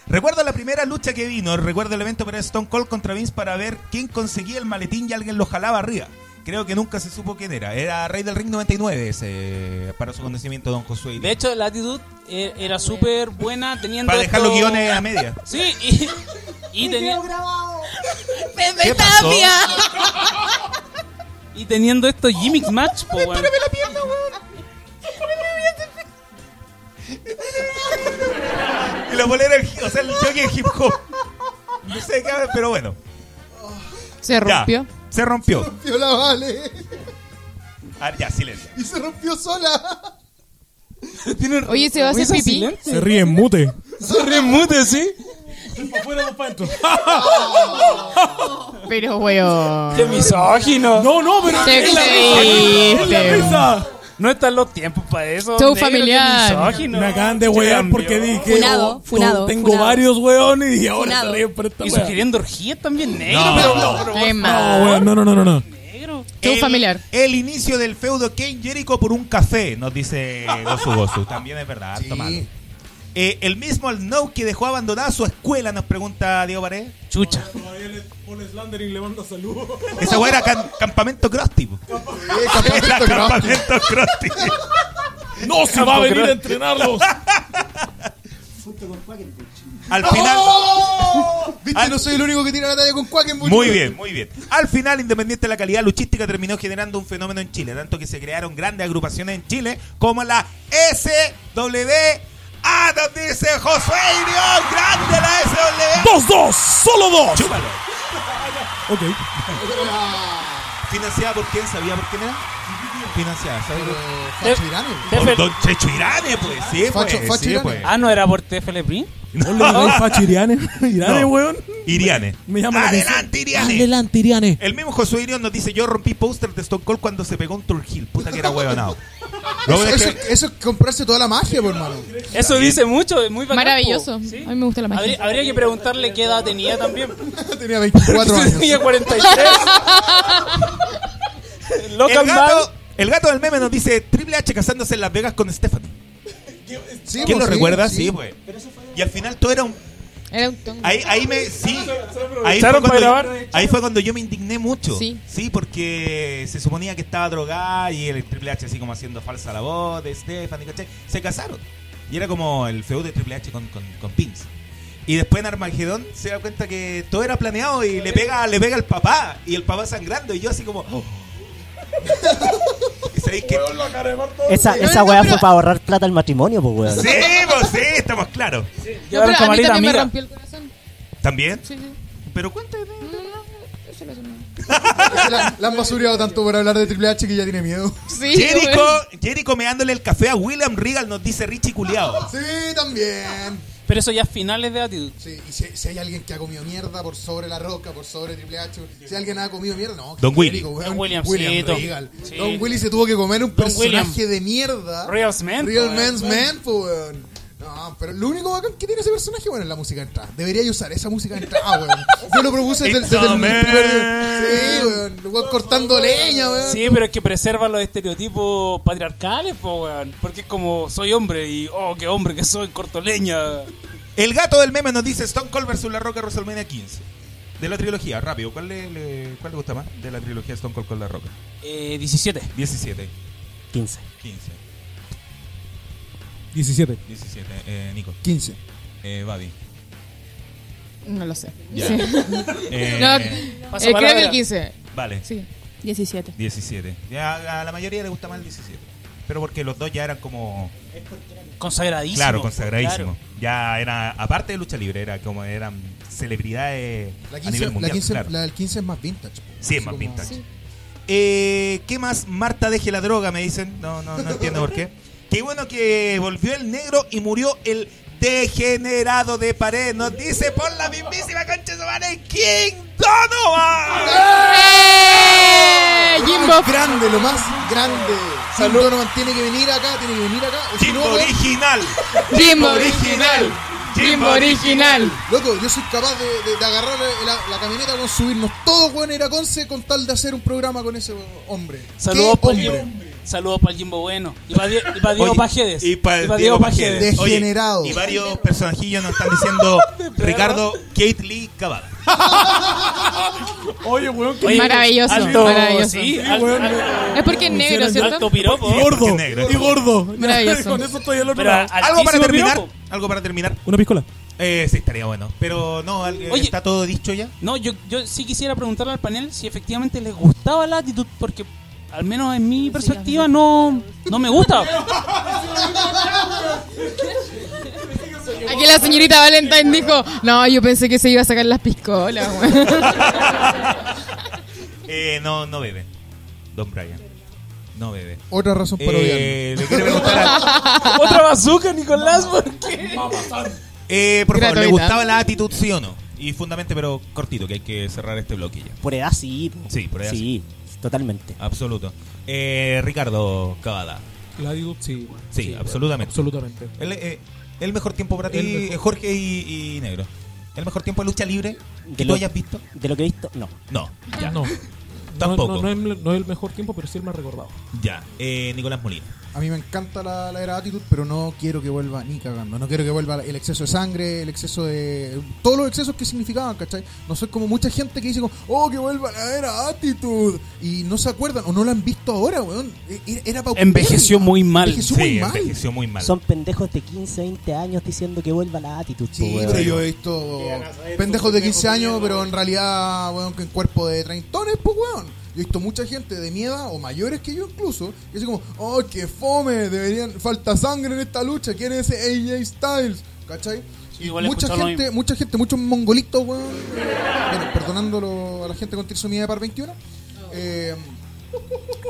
Speaker 4: Recuerdo la primera lucha que vino, recuerdo el evento para Stone Cold contra Vince para ver quién conseguía el maletín y alguien lo jalaba arriba. Creo que nunca se supo quién era. Era Rey del Ring 99 ese, para su conocimiento, don Josué.
Speaker 9: De hecho, la actitud er- era súper buena teniendo.
Speaker 4: Para dejar
Speaker 9: esto-
Speaker 4: los guiones a media.
Speaker 9: Sí, y, y tenía-
Speaker 4: [laughs] ¿Qué pasó? Tapia.
Speaker 9: y teniendo estos gimmicks match, po, weón.
Speaker 5: la pierna,
Speaker 4: [laughs] Y la bolera, el- o sea, el jockey de hip hop. No sé qué, pero bueno.
Speaker 8: Se rompió.
Speaker 4: Ya, se rompió.
Speaker 7: Rompió la vale.
Speaker 4: A ver, ya, silencio.
Speaker 7: Y se rompió sola.
Speaker 8: Oye, ¿se va a hacer
Speaker 10: Risa
Speaker 8: pipí?
Speaker 10: silente. Se ríe en mute. Se ríe en mute, sí.
Speaker 8: Pero, weón.
Speaker 9: ¡Qué misógino!
Speaker 10: No, no, pero.
Speaker 8: Te
Speaker 10: es la
Speaker 8: creíste,
Speaker 10: risa, es la risa.
Speaker 9: No están los tiempos para eso.
Speaker 8: Show
Speaker 9: negro, qué
Speaker 8: familiar.
Speaker 9: misógino.
Speaker 10: Me acaban de
Speaker 9: Qué
Speaker 10: wear
Speaker 9: cambio.
Speaker 10: porque dije.
Speaker 9: Funado,
Speaker 10: oh,
Speaker 9: funado,
Speaker 10: Tengo
Speaker 9: funado.
Speaker 10: varios weones y ahora
Speaker 9: Funado.
Speaker 10: se ríen por esta
Speaker 9: Y
Speaker 10: wea.
Speaker 9: sugiriendo orgías también, negro.
Speaker 10: No,
Speaker 9: pero,
Speaker 10: no,
Speaker 9: pero-
Speaker 8: Es
Speaker 10: No,
Speaker 8: más.
Speaker 10: weón, no, no, no, no, no.
Speaker 8: Show familiar.
Speaker 4: El inicio del feudo Ken Jericho por un café, nos dice Gosu Gosu. También es verdad, harto malo. Eh, el mismo al no que dejó abandonada su escuela, nos pregunta Diego Pared.
Speaker 9: Chucha.
Speaker 10: Todavía le pone Slander y le manda saludos.
Speaker 4: Esa weá era can- campamento Krusty. po. Era
Speaker 10: Campamento
Speaker 4: campamento Krusty.
Speaker 10: No, si va a venir a
Speaker 4: [laughs]
Speaker 10: entrenarlos.
Speaker 4: Al final.
Speaker 7: ¡Oh!
Speaker 4: [laughs]
Speaker 7: Viste, no soy el único que tira la talla con Quackenbush.
Speaker 4: Muy bien, muy bien. Al final, independiente de la calidad luchística, terminó generando un fenómeno en Chile, tanto que se crearon grandes agrupaciones en Chile como la SWA, nos dice Josué Irión, grande la SWA.
Speaker 10: Dos, dos, solo dos.
Speaker 4: Chúpalo.
Speaker 10: Ok.
Speaker 4: Financiada por quién, sabía por quién era. Financiada, ¿sabía por
Speaker 7: Facho Irane.
Speaker 4: Por Don Checho Irane, pues, sí, pues,
Speaker 7: Facho- Facho
Speaker 4: sí,
Speaker 7: Irane.
Speaker 4: pues.
Speaker 9: Ah, no era por TFL Print.
Speaker 10: Hola,
Speaker 4: No.
Speaker 10: Facho Iriane. [laughs] Iriane,
Speaker 4: No.
Speaker 10: weón.
Speaker 4: Iriane.
Speaker 10: Me llama la
Speaker 4: Adelante,
Speaker 10: atención.
Speaker 4: Iriane.
Speaker 10: Adelante, Iriane.
Speaker 4: El mismo Josué Irión nos dice, yo rompí póster de Stone Cold cuando se pegó un Tour Hill. Puta que era huevonao.
Speaker 7: [laughs]
Speaker 4: Lo
Speaker 7: Eso,
Speaker 4: bueno es que-
Speaker 7: eso, eso es comprarse toda la magia, por hermano.
Speaker 9: Eso dice mucho, es muy bacán,
Speaker 8: Maravilloso.
Speaker 9: po.
Speaker 8: A mí me gusta la magia.
Speaker 9: Habría, habría que preguntarle qué edad tenía
Speaker 4: [laughs]
Speaker 9: también.
Speaker 7: Tenía 24 años.
Speaker 9: tenía 43.
Speaker 4: el, gato, el gato del meme nos dice Triple H casándose en Las Vegas con Stephanie.
Speaker 7: Sí,
Speaker 4: ¿Quién
Speaker 7: pues,
Speaker 4: lo
Speaker 7: sí,
Speaker 4: recuerda?
Speaker 7: sí.
Speaker 4: Sí, pues. Y al final todo era un.
Speaker 8: Era un tongo.
Speaker 4: Ahí, ahí me. Sí. Ahí fue,
Speaker 9: ¿Echaron para
Speaker 4: cuando yo,
Speaker 9: grabar?
Speaker 4: ahí fue cuando yo me indigné mucho.
Speaker 8: Sí.
Speaker 4: porque se suponía que estaba drogada y el Triple H así como haciendo falsa la voz de Stephanie, ¿cachai? Se casaron. Y era como el feudo de Triple H con, con, con Vince. Y después en Armagedón se da cuenta que todo era planeado y le pega le pega al papá. Y el papá sangrando. Y yo así como. oh. [laughs] y sabéis que.
Speaker 12: Esa, esa weá fue para ahorrar plata al matrimonio, pues weón.
Speaker 4: Sí, pues sí, estamos claros.
Speaker 8: No, pero a mí también me rompió el
Speaker 4: [laughs]
Speaker 8: corazón.
Speaker 4: ¿También?
Speaker 8: Sí, sí.
Speaker 4: Pero cuánto es?
Speaker 8: Eso lo hace mal.
Speaker 7: Se [laughs] La, la han basureado tanto por hablar de Triple H que ya tiene miedo.
Speaker 8: Sí,
Speaker 4: Jericho,
Speaker 8: weón.
Speaker 4: Jericho meándole el café a William Regal, nos dice Richie Culeado.
Speaker 7: Sí, también.
Speaker 9: Pero eso ya es finales de actitud.
Speaker 7: Sí, y si, si hay alguien que ha comido mierda por sobre la roca, por sobre Triple H, si alguien ha comido mierda, no.
Speaker 4: Don Willy.
Speaker 7: Jericho, weón.
Speaker 9: Don William, sí, Don-
Speaker 7: Regal.
Speaker 9: sí.
Speaker 7: Don Willy se tuvo que comer un
Speaker 9: William.
Speaker 7: personaje de mierda.
Speaker 9: Real Man,
Speaker 7: Real
Speaker 9: po,
Speaker 7: Man's
Speaker 9: weón.
Speaker 7: Man, po, weón. No, pero lo único bacán que tiene ese personaje, bueno, es la música de entrada. Debería usar esa música de entrada, weón. Yo lo propuse desde,
Speaker 4: It's
Speaker 7: desde
Speaker 4: a
Speaker 7: el primer
Speaker 4: man.
Speaker 7: Sí, weón. Lo weón cortando leña, weón.
Speaker 9: Sí, pero es que preserva los estereotipos patriarcales, po, weón. Porque es como, soy hombre y, oh, qué hombre que soy, corto leña.
Speaker 4: El gato del meme nos dice Stone Cold versus La Roca WrestleMania 15. De la trilogía, rápido, ¿cuál le, le- cuál le gusta más? De la trilogía Stone Cold con La Roca.
Speaker 9: Eh, 17.
Speaker 4: 17,
Speaker 12: 15.
Speaker 4: 15,
Speaker 10: 17.
Speaker 4: 17, eh, Nico.
Speaker 7: 15.
Speaker 4: Eh, Babi.
Speaker 8: No lo sé.
Speaker 4: Ya.
Speaker 8: Sí.
Speaker 4: [laughs] Eh,
Speaker 8: No,
Speaker 9: Paso
Speaker 8: eh, creo
Speaker 9: palabra.
Speaker 8: que el 15.
Speaker 4: Vale,
Speaker 8: Sí.
Speaker 14: 17.
Speaker 4: 17. Ya, a la mayoría le gusta más el 17. Pero porque los dos ya eran como.
Speaker 9: Consagradísimo.
Speaker 4: pues, Claro, consagradísimo. Ya era, aparte de lucha libre, era como eran celebridades
Speaker 7: La
Speaker 4: a
Speaker 7: 15,
Speaker 4: nivel mundial.
Speaker 7: la 15
Speaker 4: claro.
Speaker 7: la del 15 es más vintage. po.
Speaker 4: Sí, es
Speaker 7: Así
Speaker 4: más
Speaker 7: como-
Speaker 4: vintage.
Speaker 7: Sí.
Speaker 4: Eh, ¿Qué más? Marta deje la droga, me dicen. No, no, no entiendo
Speaker 7: [laughs]
Speaker 4: por qué. Qué bueno que volvió el negro y murió el degenerado de pared. Nos dice por la mismísima concha de su madre, King Donovan.
Speaker 8: de ¡Eh!
Speaker 7: lo
Speaker 8: Jimbo.
Speaker 7: más grande, lo más grande. Salud. Donovan tiene que venir acá, tiene que venir acá. o si
Speaker 4: Jimbo
Speaker 7: no, weón- [laughs]
Speaker 4: original.
Speaker 8: Jimbo original. Jimbo original.
Speaker 7: Loco, yo soy capaz de, de- de agarrar la, la camioneta, con subirnos todos, weón, a ir a Conce con tal de hacer un programa con ese weón, hombre.
Speaker 9: Saludos
Speaker 7: ¿Qué
Speaker 9: para
Speaker 7: hombre?
Speaker 9: Jimbo. Saludos para Jimbo Bueno. Y para, Die- y para Diego
Speaker 4: Oye,
Speaker 9: Pajedes.
Speaker 4: Y para Diego, Pajedes. Oye, y varios personajillos nos están diciendo Ricardo Kate Lee Cavada.
Speaker 10: Oye, weón,
Speaker 4: Oye,
Speaker 8: maravilloso,
Speaker 4: alto-
Speaker 8: maravilloso.
Speaker 4: sí,
Speaker 8: alto-
Speaker 10: alto-
Speaker 8: es porque es negro, ¿cierto?
Speaker 9: alto piropo.
Speaker 10: Y gordo,
Speaker 4: Porque es negro.
Speaker 10: y gordo.
Speaker 8: Maravilloso.
Speaker 10: Con eso estoy al otro
Speaker 4: Pero
Speaker 10: lado.
Speaker 4: algo para terminar. Algo para terminar.
Speaker 10: Una piscola.
Speaker 4: Eh, sí, estaría bueno. Pero no, al- eh,
Speaker 9: Oye.
Speaker 4: está todo dicho ya.
Speaker 9: No, yo, yo sí quisiera preguntarle al panel si efectivamente les gustaba la actitud, porque al menos en mi perspectiva no, no me gusta.
Speaker 8: [laughs] Aquí la señorita Valentine dijo, no, yo pensé que se iba a sacar las piscolas. weón".
Speaker 4: [laughs] Eh, no, no bebe. Don Brian. No bebe.
Speaker 7: Otra razón para
Speaker 4: Eh,
Speaker 7: odiarlo.
Speaker 4: le quiero preguntar
Speaker 10: [laughs]
Speaker 4: a-
Speaker 9: [laughs] Otra bazooka, Nicolás, ¿por qué?
Speaker 4: Eh, por favor, ¿le
Speaker 9: Gratuita.
Speaker 4: gustaba la actitud, sí o no? Y fundamente, pero cortito, que hay que cerrar este bloque ya.
Speaker 12: Por edad sí. po.
Speaker 4: Sí, por edad
Speaker 12: Sí, totalmente.
Speaker 4: Absoluto. Eh, Ricardo Cavada.
Speaker 10: La actitud sí.
Speaker 4: Sí, absolutamente.
Speaker 10: Absolutamente.
Speaker 4: El, eh, el mejor tiempo para ti,
Speaker 10: El mejor.
Speaker 4: eh, Jorge y, y Negro. El mejor tiempo de lucha libre que
Speaker 12: lo-
Speaker 4: tú hayas visto.
Speaker 12: De lo que he visto, no.
Speaker 4: No, ya.
Speaker 10: No.
Speaker 4: Tampoco.
Speaker 10: No, no, no es, no es el mejor tiempo, pero sí el más recordado.
Speaker 4: Ya. Eh, Nicolás Molina.
Speaker 7: A mí me encanta la, la era Attitude, pero no quiero que vuelva ni cagando. No quiero que vuelva el exceso de sangre, el exceso de. Todos los excesos que significaban, ¿cachai? No soy como mucha gente que dice, como, oh, que vuelva la era Attitude. Y no se acuerdan o no la han visto ahora, weón. E- Era paupérrima.
Speaker 9: Envejeció muy mal.
Speaker 7: Envejeció muy mal.
Speaker 4: muy mal.
Speaker 12: Son pendejos de 15, 20 años diciendo que vuelva la actitud. po,
Speaker 7: Sí,
Speaker 12: weón.
Speaker 7: pero yo he visto pendejos de 15 años, pero en realidad, weón, que en cuerpo de treintones, pues, weón. Yo he visto mucha gente de mi edad o mayores que yo incluso, que dicen como, oh, qué fome, deberían, falta sangre en esta lucha, ¿quién es ese AJ Styles? ¿Cachai? Y
Speaker 9: igual he
Speaker 7: mucha
Speaker 9: escuchado lo
Speaker 7: gente, mucha gente, muchos mongolitos, weón. Bueno, perdonándolo a la gente con trisomía de par 21. eh,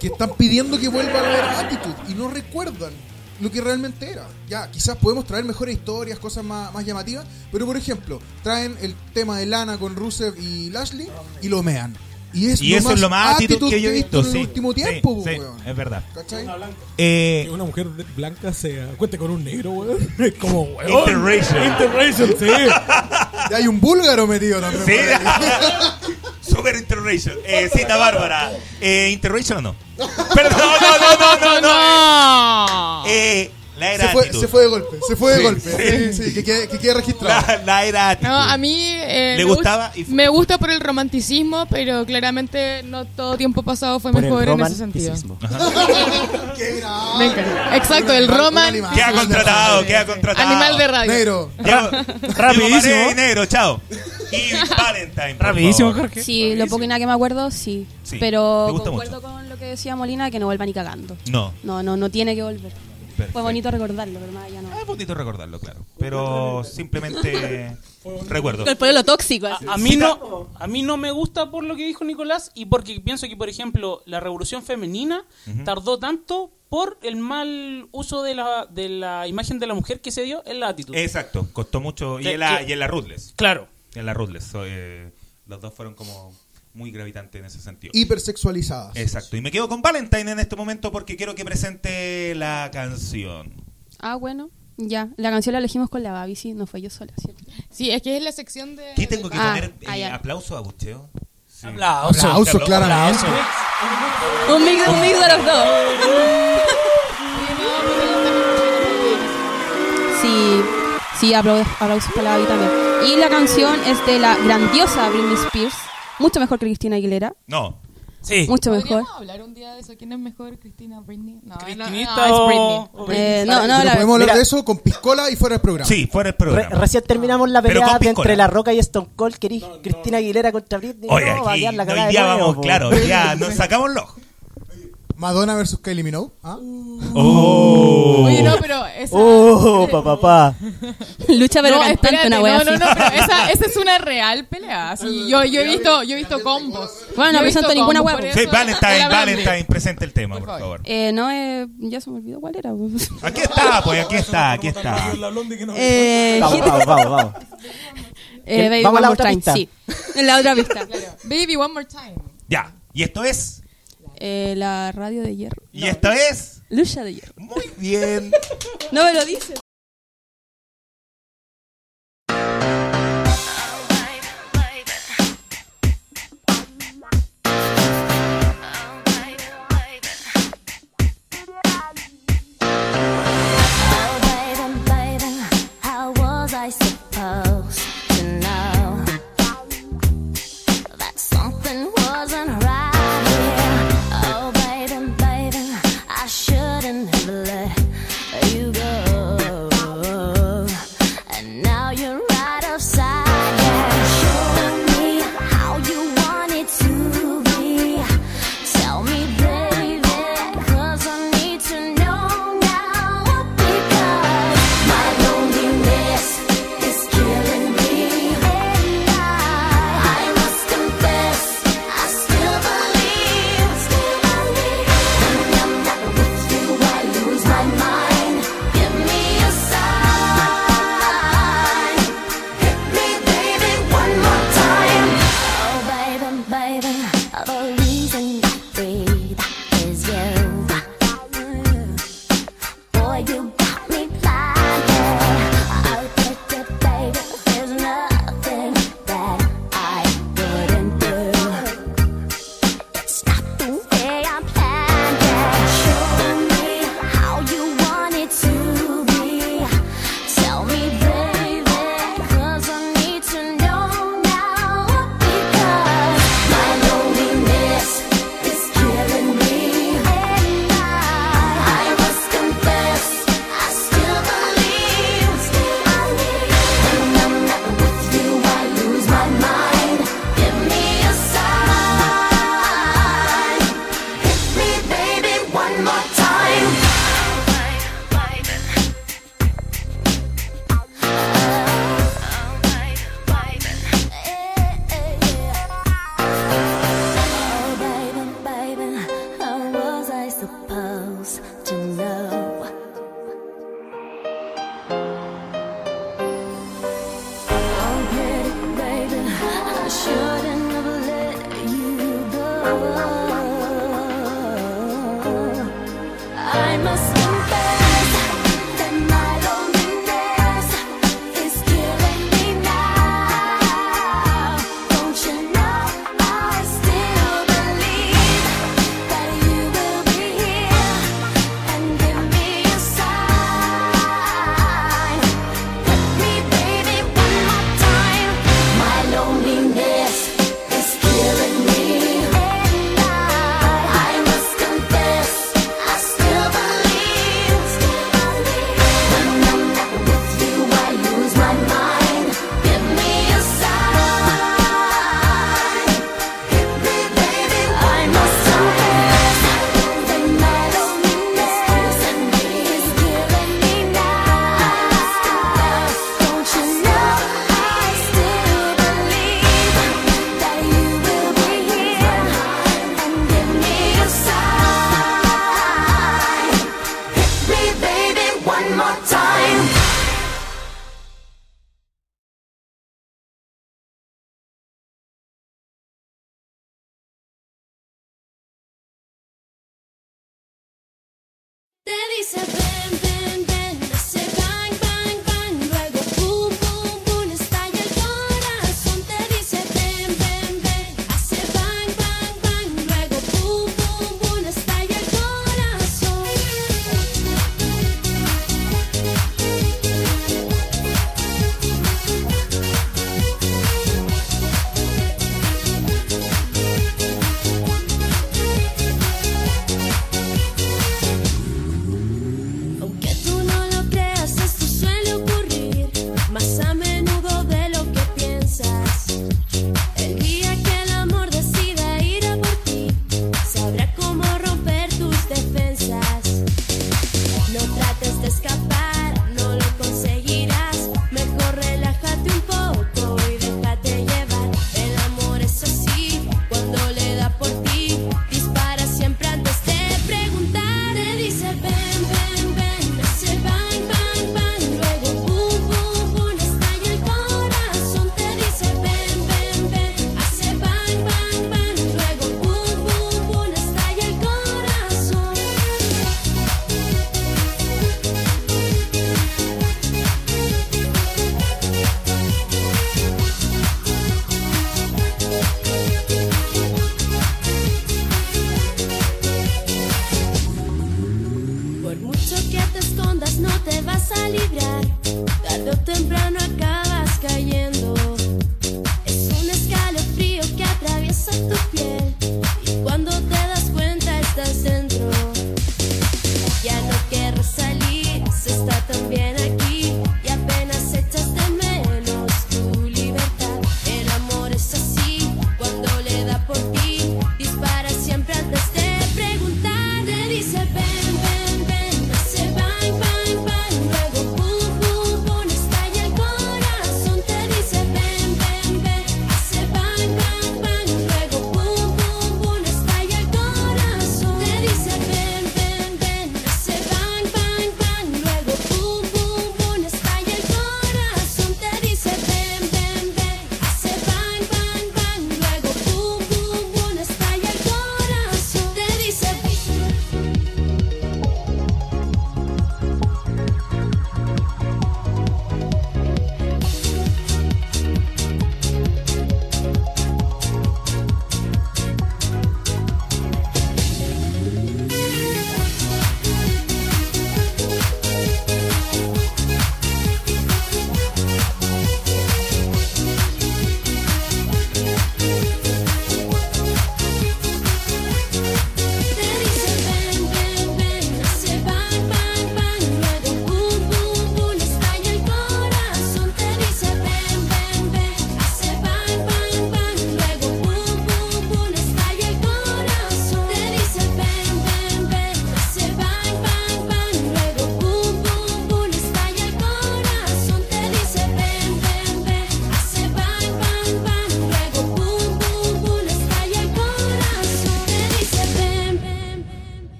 Speaker 7: que están pidiendo que vuelva a la actitud y no recuerdan lo que realmente era. Ya, quizás podemos traer mejores historias, cosas más, más llamativas, pero por ejemplo, traen el tema de Lana con Rusev y Lashley y lo mean. Y, es
Speaker 4: y eso es lo más actitud que yo he visto.
Speaker 7: en
Speaker 4: sí.
Speaker 7: el último
Speaker 4: Sí,
Speaker 7: tiempo,
Speaker 4: sí,
Speaker 7: weón.
Speaker 4: es verdad. Eh,
Speaker 7: ¿Cachai?
Speaker 10: Que una mujer de- blanca se cuente con un negro, weón. Es [laughs] como, weón.
Speaker 4: Interracial.
Speaker 10: Interracial, sí.
Speaker 7: Y hay un búlgaro metido también.
Speaker 4: Sí.
Speaker 7: por ahí.
Speaker 4: [laughs] Super Interracial. Eh, cita Bárbara. Eh, ¿Interracial o no? Perdón, no, no, no, no. no. Eh, la era
Speaker 7: se, fue,
Speaker 4: actitud.
Speaker 7: se fue de golpe, se fue de
Speaker 4: Sí,
Speaker 7: golpe. Sí, que quede, que quede registrado.
Speaker 4: La, la era actitud. [laughs]
Speaker 8: No, a mí eh,
Speaker 4: Le
Speaker 8: me gust-
Speaker 4: gustaba y fue-
Speaker 8: me gusta por el romanticismo, pero claramente no todo tiempo pasado fue
Speaker 12: Por el
Speaker 8: mejor en ese sentido.
Speaker 12: romanticismo.
Speaker 7: [laughs] Qué grave.
Speaker 8: Me encanta. Exacto, el
Speaker 7: Un animal,
Speaker 8: roman.
Speaker 7: un animal.
Speaker 4: Queda contratado, queda contratado.
Speaker 8: Animal de radio.
Speaker 7: Negro.
Speaker 4: Ya,
Speaker 9: Rapidísimo.
Speaker 4: Diego Paredes, negro, chao. Y
Speaker 7: [laughs]
Speaker 4: Valentine. por
Speaker 9: Rapidísimo,
Speaker 4: favor.
Speaker 9: Jorge.
Speaker 14: Sí, lo poco y nada que me acuerdo, sí.
Speaker 4: Sí,
Speaker 14: Pero
Speaker 4: me gusta
Speaker 14: concuerdo con lo que decía Molina, que no vuelva ni cagando.
Speaker 4: No.
Speaker 14: No, no, no tiene que volver.
Speaker 4: perfecto.
Speaker 14: Fue bonito recordarlo, pero más ya no.
Speaker 4: Ah, Es bonito recordarlo, claro. Pero simplemente recuerdo.
Speaker 15: El pueblo tóxico. así.
Speaker 9: A mí, no, a mí no me gusta por lo que dijo Nicolás y porque pienso que, por ejemplo, la revolución femenina tardó tanto por el mal uso de la, de la imagen de la mujer que se dio en la actitud.
Speaker 4: Exacto, costó mucho. Y
Speaker 9: Que-
Speaker 4: en la,
Speaker 9: que-
Speaker 4: y en la Ruthless.
Speaker 9: Claro.
Speaker 4: En la Ruthless. so, eh, los dos fueron como muy gravitantes en ese sentido.
Speaker 7: Hipersexualizadas.
Speaker 4: Exacto. Y me quedo con Valentine en este momento porque quiero que presente la canción.
Speaker 14: Ah, bueno, ya. La canción la elegimos con la Babi, sí, no fue yo sola, ¿cierto?
Speaker 8: [laughs] Sí, es que es la sección de.
Speaker 4: ¿Qué tengo que
Speaker 14: Ah,
Speaker 4: poner?
Speaker 14: ah,
Speaker 4: Eh,
Speaker 14: ya.
Speaker 4: ¿Aplauso a Bucheo? Sí.
Speaker 9: Aplauso.
Speaker 7: Aplauso,
Speaker 4: Aplauso.
Speaker 7: claramente.
Speaker 15: Un mix, un mix de los dos.
Speaker 14: Sí, sí, aplau- aplausos para la Babi también. Y la canción es de la grandiosa Britney Spears. Mucho mejor que Cristina Aguilera.
Speaker 4: No.
Speaker 9: Sí.
Speaker 14: Mucho mejor. [laughs]
Speaker 8: ¿Podríamos hablar un día de eso? ¿Quién es mejor, Cristina o Britney? No,
Speaker 9: Cristinita
Speaker 8: no, no,
Speaker 9: o-
Speaker 8: es Britney.
Speaker 9: o
Speaker 14: Eh,
Speaker 9: Britney.
Speaker 14: no, no,
Speaker 7: Pero
Speaker 14: la
Speaker 7: podemos hablar
Speaker 12: Mira.
Speaker 7: de eso con piscola y fuera del programa.
Speaker 4: Sí, fuera el
Speaker 12: Re-
Speaker 4: programa.
Speaker 12: recién terminamos la
Speaker 4: Pero
Speaker 12: pelea
Speaker 4: con
Speaker 12: de
Speaker 4: piscola.
Speaker 12: entre La Roca y Stone Cold. ¿Querís Cristina Aguilera contra Britney?
Speaker 4: Oye,
Speaker 12: no, va a
Speaker 4: aquí,
Speaker 12: quedar la cagada
Speaker 4: hoy
Speaker 12: de
Speaker 4: día
Speaker 12: nuevo,
Speaker 4: vamos,
Speaker 12: po.
Speaker 4: claro, hoy día
Speaker 14: [laughs]
Speaker 4: nos sacamos los.
Speaker 7: Madonna versus Kylie Minogue. ¿ah?
Speaker 4: Oh.
Speaker 8: Oye, no, pero esa.
Speaker 12: Oh, pa, pa, pa.
Speaker 15: Lucha pero
Speaker 8: no,
Speaker 15: cantante,
Speaker 8: espérate,
Speaker 15: una wea
Speaker 8: no, no,
Speaker 15: así.
Speaker 8: no, pero
Speaker 15: [laughs]
Speaker 8: esa, esa es una real pelea. sí. yo, yo he visto, yo he visto combos.
Speaker 14: Bueno, no
Speaker 8: Yo he
Speaker 14: presento
Speaker 8: visto
Speaker 14: ninguna
Speaker 8: combos,
Speaker 14: hueá.
Speaker 8: por
Speaker 4: Sí,
Speaker 8: eso
Speaker 4: Valentine,
Speaker 8: era grande.
Speaker 4: Valentine, presente el tema, por, favor.
Speaker 14: [laughs] Eh, no, eh, ya se me olvidó cuál era.
Speaker 4: Aquí está, pues, aquí está, aquí está.
Speaker 10: La blondie que no-
Speaker 14: [laughs] Eh,
Speaker 12: Vamos, vamos, vamos, vamos.
Speaker 14: [laughs] eh, Baby
Speaker 12: Vamos a la
Speaker 14: One More
Speaker 12: otra
Speaker 14: Time,
Speaker 12: pista.
Speaker 14: sí. En la otra pista.
Speaker 8: Baby, one more time.
Speaker 4: Ya. Y esto es.
Speaker 14: Eh, la radio de hierro.
Speaker 4: Y esto es.
Speaker 14: Lucha de hierro.
Speaker 4: Muy bien.
Speaker 14: No me lo dices.
Speaker 5: How was I supposed to know that something wasn't right here? Oh, baby, baby, I shouldn't have let you go. Oh,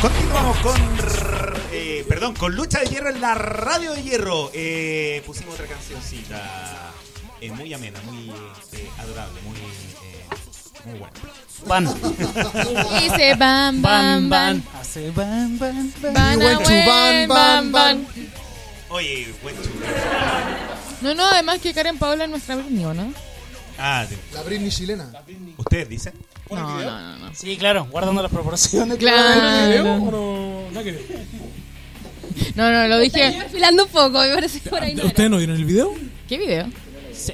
Speaker 4: Continuamos con. r- eh, perdón, con Lucha de Hierro en la radio de Hierro. Eh, pusimos otra cancioncita. eh, muy amena, muy eh, adorable, muy. eh, muy buena.
Speaker 9: Van.
Speaker 8: Dice van, van, van.
Speaker 9: Hace van, van, van.
Speaker 8: Van
Speaker 9: Buen
Speaker 8: away,
Speaker 9: chubán, van, van.
Speaker 4: Oye, buen chulo.
Speaker 8: No, no, además que Karen Paola es nuestra Britney, ¿o ¿no?
Speaker 4: Ah, sí.
Speaker 7: La Britney chilena.
Speaker 4: ¿Ustedes dicen?
Speaker 8: No, no, no, no.
Speaker 9: Sí, claro, guardando las proporciones.
Speaker 8: Claro. No, no, lo
Speaker 15: Está
Speaker 8: dije.
Speaker 15: yo afilando un poco, me parece por ahí. no era.
Speaker 10: ¿Ustedes no vieron el video?
Speaker 8: ¿Qué video?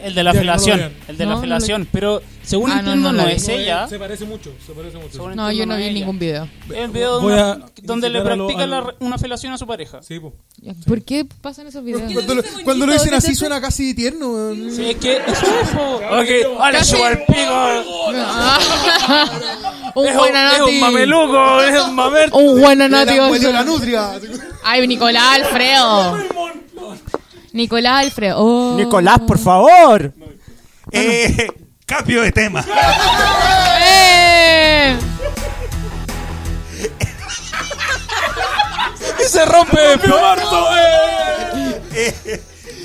Speaker 9: El de
Speaker 10: Ya, no
Speaker 9: la
Speaker 10: lo
Speaker 9: felación.
Speaker 10: vean.
Speaker 9: El de
Speaker 10: No,
Speaker 9: la
Speaker 10: no lo-
Speaker 9: felación. Pero según
Speaker 10: Ah, no,
Speaker 9: entiendo,
Speaker 10: no,
Speaker 9: no,
Speaker 10: no,
Speaker 9: es
Speaker 10: no,
Speaker 9: ella.
Speaker 10: Se parece mucho, se parece mucho.
Speaker 8: No, yo no vi ningún video.
Speaker 9: El video
Speaker 10: Voy
Speaker 9: donde-
Speaker 10: a
Speaker 9: donde le
Speaker 10: incitar a lo-
Speaker 9: practica
Speaker 10: a lo-
Speaker 9: la- una felación a su pareja.
Speaker 10: Sí, po.
Speaker 8: ¿Por qué pasan esos videos?
Speaker 7: Cuando lo, cuando lo dicen así suena casi tierno. weón.
Speaker 9: Sí, es que eso es, po. Ok, vale,
Speaker 7: Casi-
Speaker 9: suba el pico.
Speaker 8: un
Speaker 9: Es
Speaker 8: buen
Speaker 9: es un mameluco, es un mamerto.
Speaker 8: Un buen anati.
Speaker 7: La huele la nutria.
Speaker 8: Ay, Nicolás Alfredo. Nicolás Alfredo. Oh.
Speaker 12: Nicolás, por favor.
Speaker 4: Eh, cambio de tema.
Speaker 8: ¡Eh!
Speaker 9: Y se rompe el
Speaker 4: eh.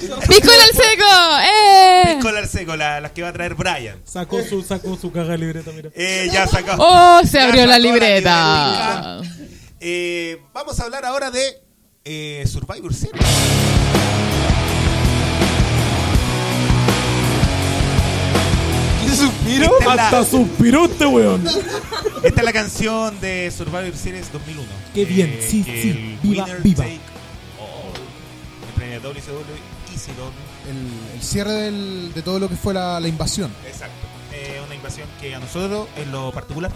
Speaker 8: [laughs] ¡Piscola al seco! ¡Eh!
Speaker 4: Colar seco, la- las que va a traer Brian.
Speaker 10: Sacó su, sacó su caja de libreta, mira.
Speaker 4: Eh, ya sacó.
Speaker 8: ¡Oh! Se
Speaker 4: Ya
Speaker 8: abrió
Speaker 4: sacó
Speaker 8: la libreta.
Speaker 4: Eh, vamos a hablar ahora de eh, Survivor Series.
Speaker 9: ¿Qué suspiro?
Speaker 4: Esta es la-
Speaker 10: Hasta suspiró este weón.
Speaker 4: Esta es la canción de Survivor Series 2001.
Speaker 10: Qué bien, sí,
Speaker 4: Eh, que
Speaker 10: sí,
Speaker 4: el
Speaker 10: viva,
Speaker 4: winner
Speaker 10: viva.
Speaker 4: take all. El premio WCW ECW.
Speaker 7: El, el cierre del- de todo lo que fue la, la invasión.
Speaker 4: Exacto. Eh, una invasión que a nosotros, en lo particular,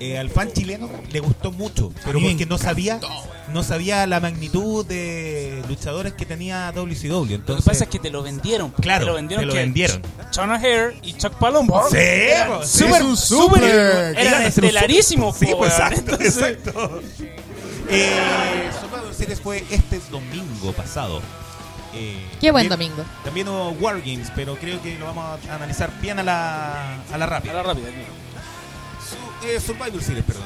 Speaker 4: eh, al fan chileno le gustó mucho, pero
Speaker 10: A mí me
Speaker 4: porque no sabía, no sabía la magnitud de luchadores que tenía WCW. Entonces,
Speaker 9: Lo que pasa es que te lo vendieron.
Speaker 4: Claro,
Speaker 9: te lo vendieron.
Speaker 4: te lo
Speaker 9: que
Speaker 4: vendieron.
Speaker 9: Sean O'Hare y Chuck Palumbo.
Speaker 4: Sí,
Speaker 9: eran
Speaker 4: pues,
Speaker 9: super,
Speaker 4: es un
Speaker 9: super,
Speaker 4: super.
Speaker 9: Eran
Speaker 4: Eran
Speaker 9: estelarísimos,
Speaker 4: Sí,
Speaker 9: po,
Speaker 4: pues,
Speaker 9: weón.
Speaker 4: exacto,
Speaker 9: Entonces-
Speaker 4: exacto. Eh, Survivor Series fue este domingo pasado. Eh,
Speaker 8: Qué buen
Speaker 4: también-
Speaker 8: domingo. [laughs]
Speaker 4: También hubo Wargames, pero creo que lo vamos a analizar bien a la, a la rápida.
Speaker 9: A la rápida, claro.
Speaker 4: Su- eh, Survivor Series, perdón.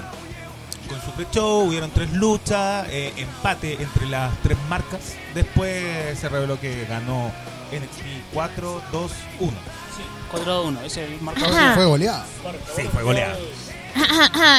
Speaker 4: Con Super Show hubieron tres luchas, eh, empate entre las tres marcas. Después se reveló que ganó NXT 4-2-1.
Speaker 9: 4 a 1, ese es el marcador.
Speaker 8: Ajá. Fue
Speaker 7: goleada.
Speaker 4: Sí, fue goleada.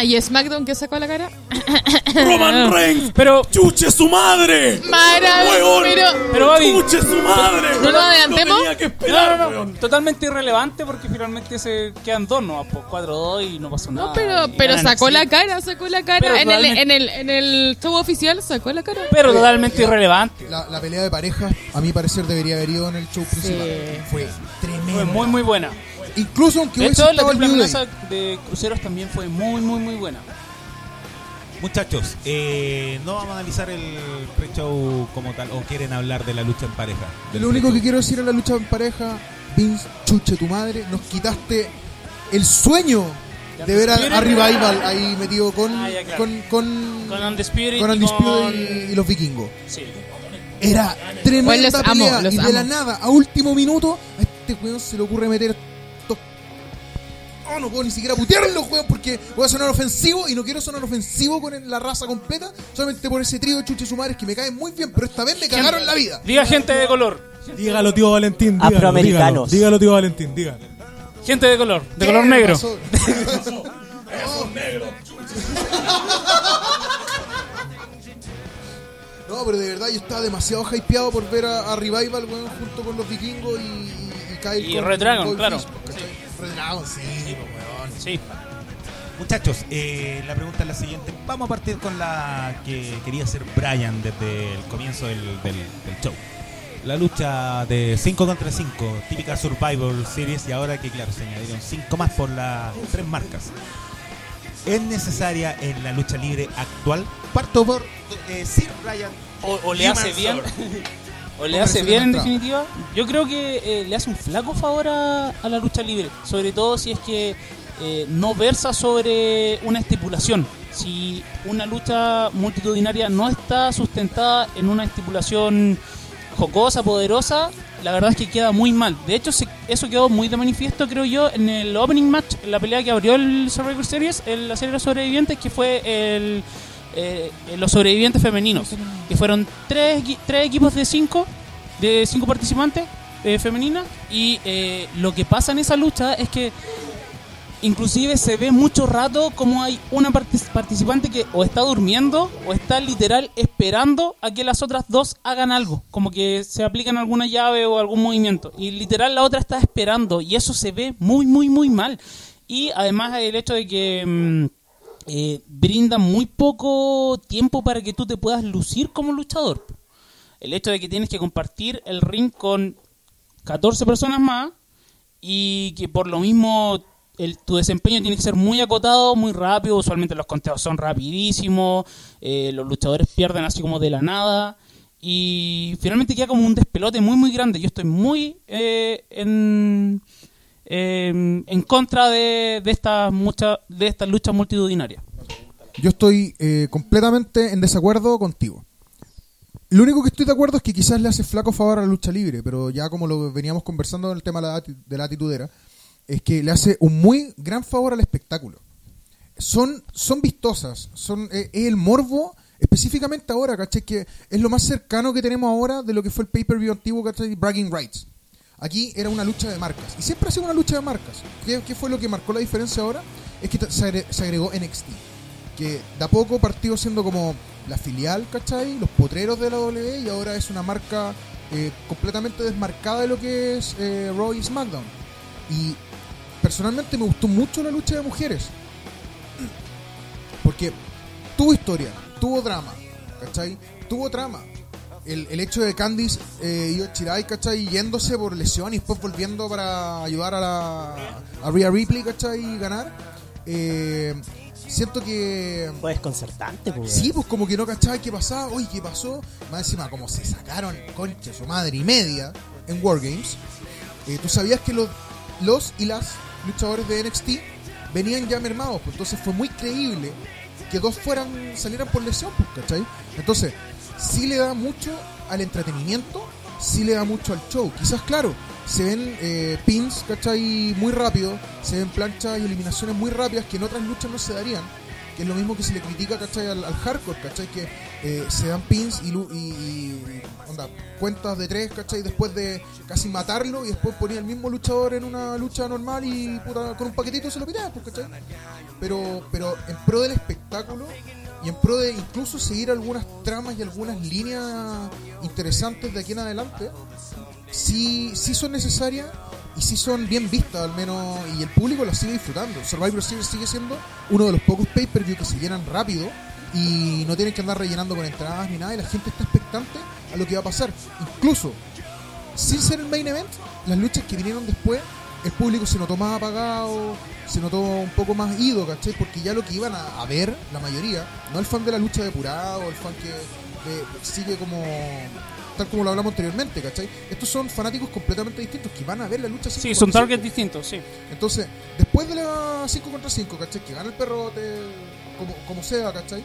Speaker 8: ¿Y SmackDown que sacó la cara?
Speaker 9: [laughs]
Speaker 10: Roman Reigns,
Speaker 9: pero
Speaker 10: chuche su madre.
Speaker 8: Maravilloso.
Speaker 10: Weón,
Speaker 8: Pero,
Speaker 9: Pero Babi,
Speaker 10: chuche su madre.
Speaker 8: ¿No lo adelantemos?
Speaker 10: tenía que esperar,
Speaker 9: No, no, no.
Speaker 10: weón.
Speaker 9: Totalmente irrelevante porque finalmente se quedan dos, ¿no? Pues 4-2 y no pasó nada.
Speaker 8: no, pero, pero sacó la cara, sacó la cara.
Speaker 9: Pero
Speaker 8: en, el,
Speaker 9: totalmente-
Speaker 8: en, el, en el show oficial sacó la cara.
Speaker 9: Pero totalmente irrelevante.
Speaker 7: La, la pelea de parejas, a mi parecer, debería haber ido en el show principal. Fue tremendo.
Speaker 9: Fue muy, muy buena.
Speaker 7: Incluso aunque
Speaker 9: De
Speaker 7: hubiese
Speaker 9: hecho, la
Speaker 7: estado el
Speaker 9: triple
Speaker 7: New Day.
Speaker 9: amenaza de cruceros también fue muy, muy, muy buena.
Speaker 4: Muchachos, eh, no vamos a analizar el pre-show como tal, o quieren hablar de la lucha en pareja. Del
Speaker 7: Lo único que
Speaker 4: pre-show.
Speaker 7: quiero decir a la lucha en pareja, Vince, chuche tu madre, nos quitaste el sueño de ver a, a Revival ahí metido con,
Speaker 9: Ah, ya, claro.
Speaker 7: con, con,
Speaker 9: Con Undisputed.
Speaker 7: con
Speaker 9: y
Speaker 7: Undisputed
Speaker 9: con-
Speaker 7: y, y los vikingos.
Speaker 9: Sí.
Speaker 7: Era
Speaker 8: Pues
Speaker 7: tremenda
Speaker 8: los amo,
Speaker 7: pelea
Speaker 8: los
Speaker 7: y de la
Speaker 8: amo.
Speaker 7: nada, a último minuto, a este weón se le ocurre meter... to- Oh, no puedo ni siquiera putearlo, weón, porque voy a sonar ofensivo y no quiero sonar ofensivo con la raza completa, solamente por ese trío de chuches sumares que me caen muy bien, pero esta vez me cagaron la vida.
Speaker 9: Diga gente de color.
Speaker 10: Dígalo, tío Valentín. Dígalo,
Speaker 12: Afroamericanos.
Speaker 10: Dígalo, dígalo, tío Valentín. Dígalo.
Speaker 9: Gente de color. De color negro.
Speaker 7: No, pero de verdad yo estaba demasiado hypeado por ver a, a Revival, weón, junto con los vikingos y, y Kyle.
Speaker 9: Y
Speaker 7: con-
Speaker 9: Red Dragon,
Speaker 7: con
Speaker 9: claro.
Speaker 7: Fist, ¿cachai? Red Dragon, sí, weón.
Speaker 9: Sí.
Speaker 4: pues, Muchachos, eh, la pregunta es la siguiente. Vamos a partir con la que quería hacer Brian desde el comienzo del, del- del show. La lucha de 5 contra 5, típica Survivor Series, y ahora que, claro, se añadieron 5 más por las tres marcas. ¿Es necesaria en la lucha libre actual? Parto por eh, Sir Brian.
Speaker 9: O, o le hace
Speaker 4: Human
Speaker 9: bien.
Speaker 4: Sword.
Speaker 9: [laughs] O le hace bien en
Speaker 7: Conversación
Speaker 9: definitiva. Yo creo que eh, le hace un flaco favor a, a la lucha libre. Sobre todo si es que eh, no versa sobre una estipulación. Si una lucha multitudinaria no está sustentada en una estipulación jocosa, poderosa, la verdad es que queda muy mal. De hecho, se- eso quedó muy de manifiesto, creo yo, en el opening match, en la pelea que abrió el Survivor Series, el- la serie de los sobrevivientes, que fue el, eh, los sobrevivientes femeninos, que fueron tres, equi- tres equipos de cinco, de cinco participantes eh, femeninas, y eh, lo que pasa en esa lucha es que inclusive se ve mucho rato como hay una partic- participante que o está durmiendo o está literal esperando a que las otras dos hagan algo, como que se aplican alguna llave o algún movimiento y literal la otra está esperando y eso se ve muy muy muy mal y además el hecho de que mm, eh, brinda muy poco tiempo para que tú te puedas lucir como luchador. El hecho de que tienes que compartir el ring con 14 personas más y que por lo mismo el- tu desempeño tiene que ser muy acotado, muy rápido, usualmente los conteos son rapidísimos, eh, los luchadores pierden así como de la nada y finalmente queda como un despelote muy muy grande. Yo estoy muy eh, en, eh, en contra de, de estas mucha- de estas luchas multitudinarias.
Speaker 7: Yo estoy eh, completamente en desacuerdo contigo. Lo único que estoy de acuerdo es que quizás le hace flaco favor a la lucha libre, pero ya como lo veníamos conversando en el tema de la ati- de la atitudera, es que le hace un muy gran favor al espectáculo. Son, son vistosas, son, eh, es el morbo, específicamente ahora, ¿cachai? Que es lo más cercano que tenemos ahora de lo que fue el pay-per-view antiguo, ¿cachai? Bragging Rights. Aquí era una lucha de marcas, y siempre ha sido una lucha de marcas. ¿Qué, qué fue lo que marcó la diferencia ahora? Es que ta- se agre- se agregó NXT que de a poco partió siendo como la filial, ¿cachai? Los potreros de la W y ahora es una marca eh, completamente desmarcada de lo que es eh, Raw y SmackDown. Y personalmente me gustó mucho la lucha de mujeres. Porque tuvo historia, tuvo drama, ¿cachai? Tuvo trama. El, el hecho de Candice eh, y Ochirai, ¿cachai? Yéndose por lesión y después volviendo para ayudar a, la, a Rhea Ripley, ¿cachai? Y ganar. Eh, siento que...
Speaker 12: Fue desconcertante, pues.
Speaker 7: Sí, pues como que no cachaba qué pasaba, oye, qué pasó. Más encima, como se sacaron, concha, su madre y media en Wargames, eh, tú sabías que los, los y las luchadores de NXT venían ya mermados, pues entonces fue muy creíble que dos fueran salieran por lesión, pues, ¿cachai? Entonces, sí le da mucho al entretenimiento, sí le da mucho al show. Quizás, claro, se ven eh, pins, ¿cachai? Muy rápido, se ven planchas y eliminaciones muy rápidas que en otras luchas no se darían que es lo mismo que se le critica ¿cachai? Al, al hardcore, ¿cachai? que eh, se dan pins y, lu- y- y- y onda, cuentas de tres ¿cachai? después de casi matarlo y después ponía el mismo luchador en una lucha normal y puta, con un paquetito se lo pitaba, pues, ¿cachai? pero, pero en pro del espectáculo y en pro de incluso seguir algunas tramas y algunas líneas interesantes de aquí en adelante, sí, sí son necesarias y sí son bien vistas al menos y el público las sigue disfrutando. Survivor Series sigue siendo uno de los pocos pay-per-view que se llenan rápido y no tienen que andar rellenando con entradas ni nada y la gente está expectante a lo que va a pasar. Incluso, sin ser el main event, las luchas que vinieron después, el público se notó más apagado, se notó un poco más ido, ¿cachai? Porque ya lo que iban a, a ver, la mayoría, no el fan de la lucha depurada o el fan que eh, sigue como tal como lo hablamos anteriormente, ¿cachai? Estos son fanáticos completamente distintos que van a ver la lucha cinco
Speaker 9: Sí, son
Speaker 7: contra cinco.
Speaker 9: targets distintos, sí.
Speaker 7: Entonces, después de la 5 contra 5, ¿cachai? Que gana el perrote, como, como sea, ¿cachai?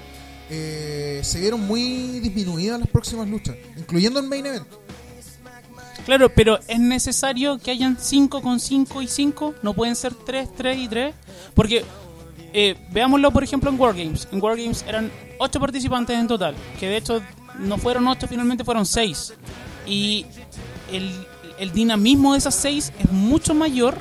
Speaker 7: Eh, se vieron muy disminuidas las próximas luchas, incluyendo el main event.
Speaker 9: Claro, pero es necesario que hayan 5 con 5 y 5, no pueden ser 3, 3 y 3, porque eh, veámoslo por ejemplo en Wargames, en Wargames eran 8 participantes en total, que de hecho no fueron 8, finalmente fueron 6, y el, el dinamismo de esas 6 es mucho mayor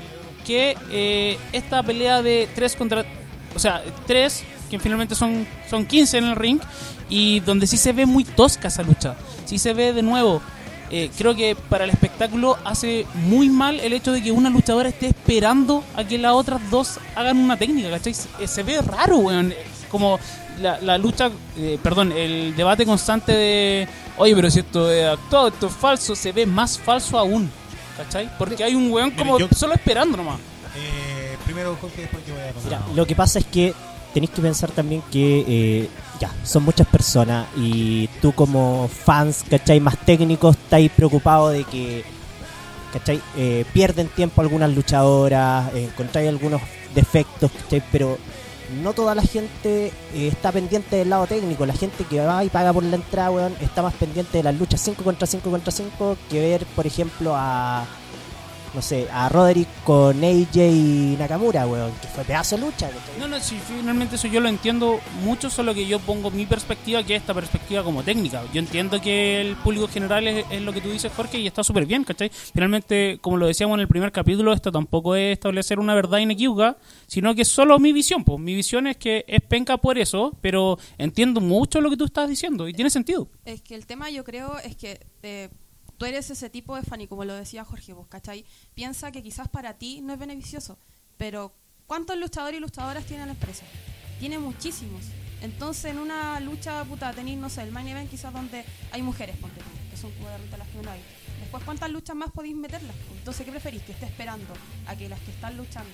Speaker 9: que eh, esta pelea de 3 contra, o sea, 3, que finalmente son, son 15 en el ring, y donde sí se ve muy tosca esa lucha, sí se ve de nuevo eh, creo que para el espectáculo hace muy mal el hecho de que una luchadora esté esperando a que las otras dos hagan una técnica, ¿cachai? Se, eh, se ve raro, weón. Eh, Como la, la lucha, eh, perdón, el debate constante de, oye, pero si esto es actuado, esto es falso, se ve más falso aún, ¿cachai? Porque hay un weón como solo esperando nomás.
Speaker 4: Eh, primero Jorge, después yo voy a
Speaker 12: Mira,
Speaker 4: contar.
Speaker 12: lo que pasa es que tenéis que pensar también que eh, ya, son muchas personas y tú como fans, ¿cachai? Más técnicos, estáis preocupados de que, ¿cachai? Eh, pierden tiempo algunas luchadoras, eh, encontráis algunos defectos, ¿cachai? Pero no toda la gente eh, está pendiente del lado técnico. La gente que va y paga por la entrada, weón, está más pendiente de las luchas 5 contra 5 contra 5 que ver, por ejemplo, a. No sé, a Roderick con AJ y Nakamura, weón, que fue pedazo de lucha. ¿cachai?
Speaker 9: No, no, sí, finalmente eso yo lo entiendo mucho, solo que yo pongo mi perspectiva, que es esta perspectiva como técnica. Yo entiendo que el público general es, es lo que tú dices, Jorge, y está súper bien, ¿cachai? Finalmente, como lo decíamos en el primer capítulo, esto tampoco es establecer una verdad inequívoca, sino que es solo mi visión. Pues mi visión es que es penca por eso, pero entiendo mucho lo que tú estás diciendo y tiene sentido.
Speaker 14: Es que el tema yo creo es que eh, tú eres ese tipo de fan y como lo decía Jorge, vos, ¿cachai? Piensa que quizás para ti no es beneficioso, pero ¿cuántos luchadores y luchadoras tiene la empresa? Tiene muchísimos. Entonces en una lucha puta tenéis, no sé, el main event quizás donde hay mujeres, ponte tú, que son como de repente las que no hay. Después, ¿cuántas luchas más podéis meterlas? Entonces, ¿qué preferís? ¿Que esté esperando a que las que están luchando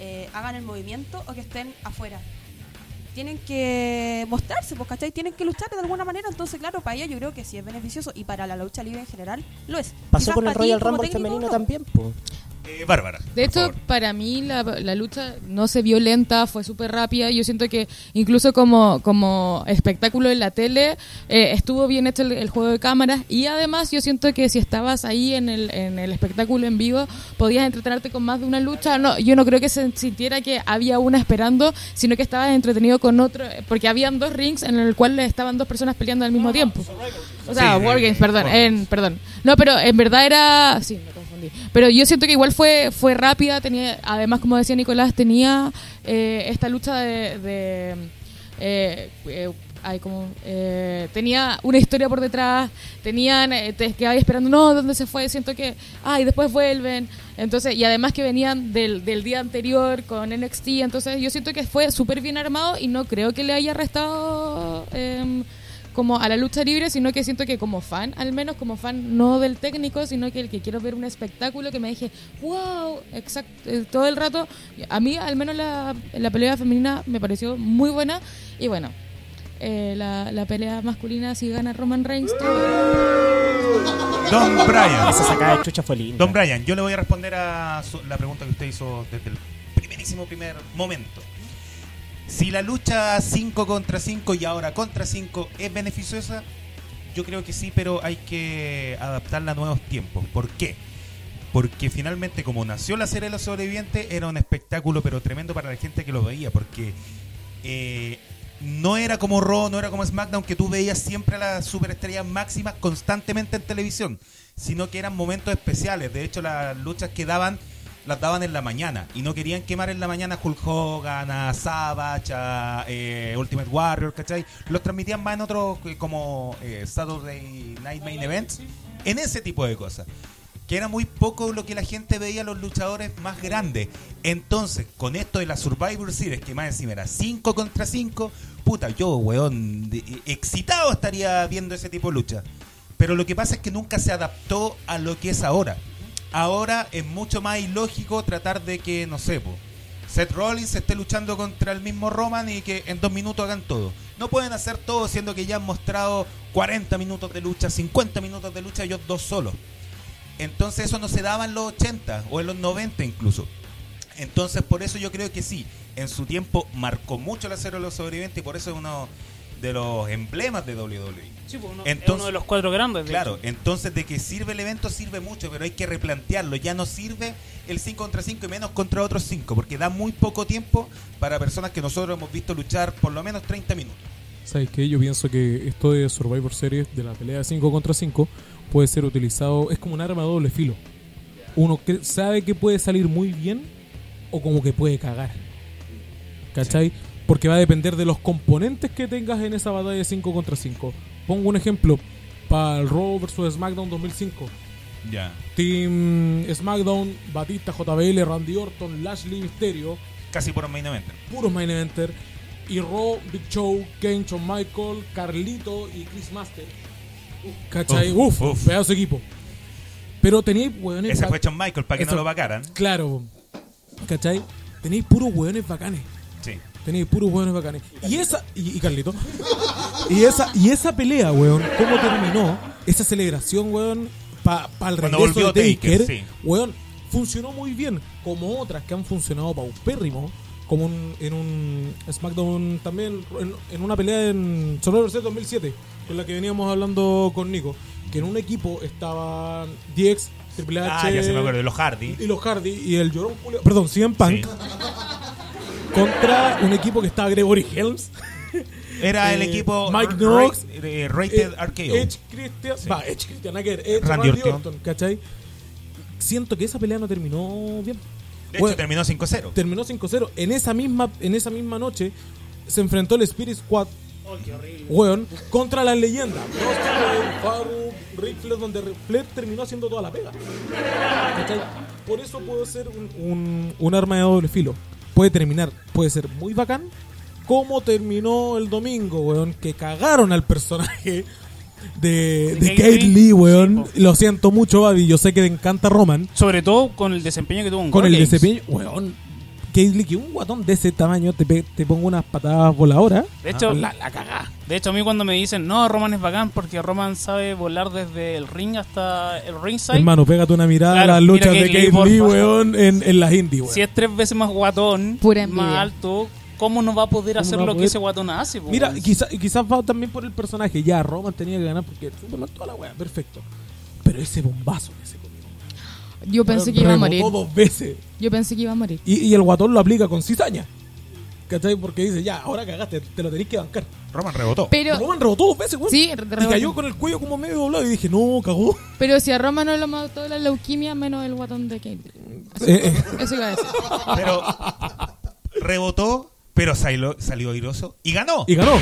Speaker 14: eh, hagan el movimiento o que estén afuera? tienen que mostrarse, pues, ¿cachai? Tienen que luchar de alguna manera, entonces, claro, para ella yo creo que sí es beneficioso y para la lucha libre en general lo es.
Speaker 12: Pasó
Speaker 14: Quizás
Speaker 12: con el
Speaker 14: para ti,
Speaker 12: Royal
Speaker 14: como
Speaker 12: Rumble
Speaker 14: técnico,
Speaker 12: femenino
Speaker 14: no.
Speaker 12: también, po.
Speaker 4: Eh, Bárbara.
Speaker 8: De hecho, para mí la, la lucha no se vio lenta, fue súper rápida. Yo siento que incluso como, como espectáculo en la tele eh, estuvo bien hecho el, el juego de cámaras y además yo siento que si estabas ahí en el, en el espectáculo en vivo podías entretenerte con más de una lucha. No, yo no creo que se sintiera que había una esperando, sino que estabas entretenido con otro, eh, porque habían dos rings en el cual estaban dos personas peleando al mismo tiempo. O sea,
Speaker 14: Sí,
Speaker 8: Wargames,
Speaker 14: eh,
Speaker 8: perdón,
Speaker 14: Wargames.
Speaker 8: en- perdón. No, pero en verdad era... Sí, me confundí. Pero yo siento que igual fue, fue rápida, tenía, además como decía Nicolás, tenía eh, esta lucha de... de, eh, eh, ay, como, eh, tenía una historia por detrás, tenían, eh, te quedabas esperando, no, ¿dónde se fue? Siento que, ay, después vuelven. Entonces, y además que venían del, del día anterior con NXT, entonces yo siento que fue súper bien armado y no creo que le haya restado... em, como a la lucha libre, sino que siento que como fan, al menos como fan no del técnico, sino que el que quiero ver un espectáculo que me deje, wow, exacto, eh, todo el rato. A mí al menos la, la pelea femenina me pareció muy buena y bueno, eh, la, la pelea masculina si gana Roman Reigns. todo-
Speaker 4: Don Brian.
Speaker 12: [laughs] Esa sacada de chucha fue linda.
Speaker 4: Don Brian, yo le voy a responder a su- la pregunta que usted hizo desde el primerísimo primer momento. Si la lucha 5 contra 5 y ahora contra 5 es beneficiosa, yo creo que sí, pero hay que adaptarla a nuevos tiempos. ¿Por qué? Porque finalmente, como nació la serie de los sobrevivientes, era un espectáculo, pero tremendo para la gente que lo veía, porque eh, no era como Raw, no era como SmackDown, que tú veías siempre a las superestrellas máximas constantemente en televisión, sino que eran momentos especiales. De hecho, las luchas que daban, las daban en la mañana, y no querían quemar en la mañana a Hulk Hogan, a Savage, a eh, Ultimate Warrior, ¿cachai? Los transmitían más en otros, eh, como eh, Saturday Night Main Events, en ese tipo de cosas que era muy poco lo que la gente veía a los luchadores más grandes. Entonces, con esto de la Survivor Series, que más encima era 5 contra 5, puta, yo, weón, de- excitado estaría viendo ese tipo de lucha. Pero lo que pasa es que nunca se adaptó a lo que es ahora. Ahora es mucho más ilógico tratar de que, no sé, po, Seth Rollins esté luchando contra el mismo Roman y que en dos minutos hagan todo. No pueden hacer todo siendo que ya han mostrado 40 minutos de lucha, 50 minutos de lucha ellos dos solos. Entonces eso no se daba en los 80 o en los 90 incluso. Entonces por eso yo creo que sí, en su tiempo marcó mucho el acero de los sobrevivientes y por eso es uno de los emblemas de WWE.
Speaker 9: Sí, pues, uno- es
Speaker 4: Entonces-
Speaker 9: uno de los cuatro grandes. de
Speaker 4: Claro,
Speaker 9: hecho.
Speaker 4: entonces de que sirve el evento sirve mucho, pero hay que replantearlo. Ya no sirve el 5 contra 5 y menos contra otros 5, porque da muy poco tiempo para personas que nosotros hemos visto luchar por lo menos 30 minutos.
Speaker 10: ¿Sabes qué? Yo pienso que esto de Survivor Series, de la pelea de 5 contra 5, puede ser utilizado, es como un arma de doble filo. Uno que sabe que puede salir muy bien o como que puede cagar. ¿Cachai? Porque va a depender de los componentes que tengas en esa batalla de 5 contra 5. Pongo un ejemplo, para el Raw vs SmackDown 2005.
Speaker 4: Ya.
Speaker 10: Team SmackDown, Batista, JBL, Randy Orton, Lashley, Misterio.
Speaker 4: Casi por main event.
Speaker 10: Puros main eventer. Y Raw, Big Show, Kane, Shawn Michael, Carlito y Chris Master. ¿Cachai? Uf,
Speaker 4: Uf, uf.
Speaker 10: pedazo de equipo. Pero tenéis hueones...
Speaker 4: Ese
Speaker 10: bac-
Speaker 4: fue John Michael, para que
Speaker 10: Eso-
Speaker 4: no lo vacaran.
Speaker 10: Claro. ¿Cachai? Tenéis puros hueones bacanes.
Speaker 4: Sí.
Speaker 10: Tenéis puros hueones bacanes. Y esa... Y, y Carlito. y, esa, y esa pelea, weón, cómo terminó. Esa celebración, weón, para el
Speaker 4: Cuando
Speaker 10: regreso
Speaker 4: volvió
Speaker 10: de Taker.
Speaker 4: Taker, sí.
Speaker 10: Weón, funcionó muy bien. Como otras que han funcionado paupérrimo. como un- en un SmackDown también, en, en una pelea en Survivor Series 2007, con la que veníamos hablando con Nico, que en un equipo estaban DX, Triple H...
Speaker 4: Ah, ya se me acuerdo, y los Hardy.
Speaker 10: Y los Hardy, y el llorón Julio... Perdón, CM Punk. Contra un equipo que estaba Gregory Helms. [laughs]
Speaker 4: Era
Speaker 10: Eh,
Speaker 4: el equipo
Speaker 10: Mike
Speaker 4: Ra-
Speaker 10: Knox,
Speaker 4: Ra- eh, Rated
Speaker 10: eh,
Speaker 4: RKO.
Speaker 10: Edge Christian,
Speaker 4: Sí.
Speaker 10: va, Edge Christian, nada que ver, Edge
Speaker 4: Randy
Speaker 10: Randy,
Speaker 4: Orton.
Speaker 10: Orton. ¿cachai? Siento que esa pelea no terminó bien.
Speaker 4: De hecho, terminó 5-0.
Speaker 10: Terminó 5-0. En esa misma en esa misma noche se enfrentó el Spirit Squad weón, contra las leyendas. Nostra, Farru, Ric Flair, donde Ric Flair terminó haciendo toda la pega. ¿Cachai? Por eso puede ser un, un- un arma de doble filo. Puede terminar, puede ser muy bacán. Como terminó el domingo, weón, que cagaron al personaje de, de
Speaker 9: Kate
Speaker 10: Kate Lee, weón. Lo siento mucho, Babi. Yo sé que te encanta Roman.
Speaker 9: Sobre todo con el desempeño que tuvo en
Speaker 10: Con el
Speaker 9: Wargames.
Speaker 10: desempeño, weón. Kate Lee, que un guatón de ese tamaño te, pe- te pongo unas patadas voladoras.
Speaker 9: De hecho,
Speaker 10: Ah. la, la cagá.
Speaker 9: De hecho, a mí cuando me dicen, no, Roman es bacán porque Roman sabe volar desde el ring hasta el ringside.
Speaker 10: Hermano, pégate una mirada
Speaker 9: Claro,
Speaker 10: a las luchas
Speaker 9: mira
Speaker 10: de
Speaker 9: Kate Lee,
Speaker 10: Kate
Speaker 9: porfa.
Speaker 10: Lee, weón, en, en las indies, weón.
Speaker 9: Si es tres veces más guatón, más alto, ¿cómo no va a poder
Speaker 10: ¿Cómo
Speaker 9: hacer
Speaker 10: no va
Speaker 9: lo
Speaker 10: a
Speaker 9: que
Speaker 10: poder?
Speaker 9: ese guatón hace?
Speaker 8: pues,
Speaker 9: po?
Speaker 10: Mira, quizá- y quizás va también por el personaje. Ya, Roman tenía que ganar porque Superman toda la weá, perfecto. Pero ese bombazo que se
Speaker 8: Yo pensé que iba a
Speaker 10: rebotó
Speaker 8: morir.
Speaker 10: dos veces.
Speaker 8: Yo pensé que iba a morir.
Speaker 10: Y, y el guatón lo aplica con cizaña. ¿Cachai? Porque dice, ya, ahora cagaste, te lo tenés que bancar.
Speaker 4: Roman rebotó.
Speaker 8: Pero-
Speaker 10: Roman rebotó dos veces, weón.
Speaker 8: Sí,
Speaker 10: Y
Speaker 8: rebotó.
Speaker 10: cayó con el cuello como medio doblado y dije, no, cagó. [laughs]
Speaker 8: Pero si a Roma no lo mató la leuquimia, menos el guatón de Kate. Eso,
Speaker 10: Eh, eh.
Speaker 8: eso iba a decir.
Speaker 4: Pero rebotó, pero salió, salió airoso y ganó.
Speaker 10: Y ganó.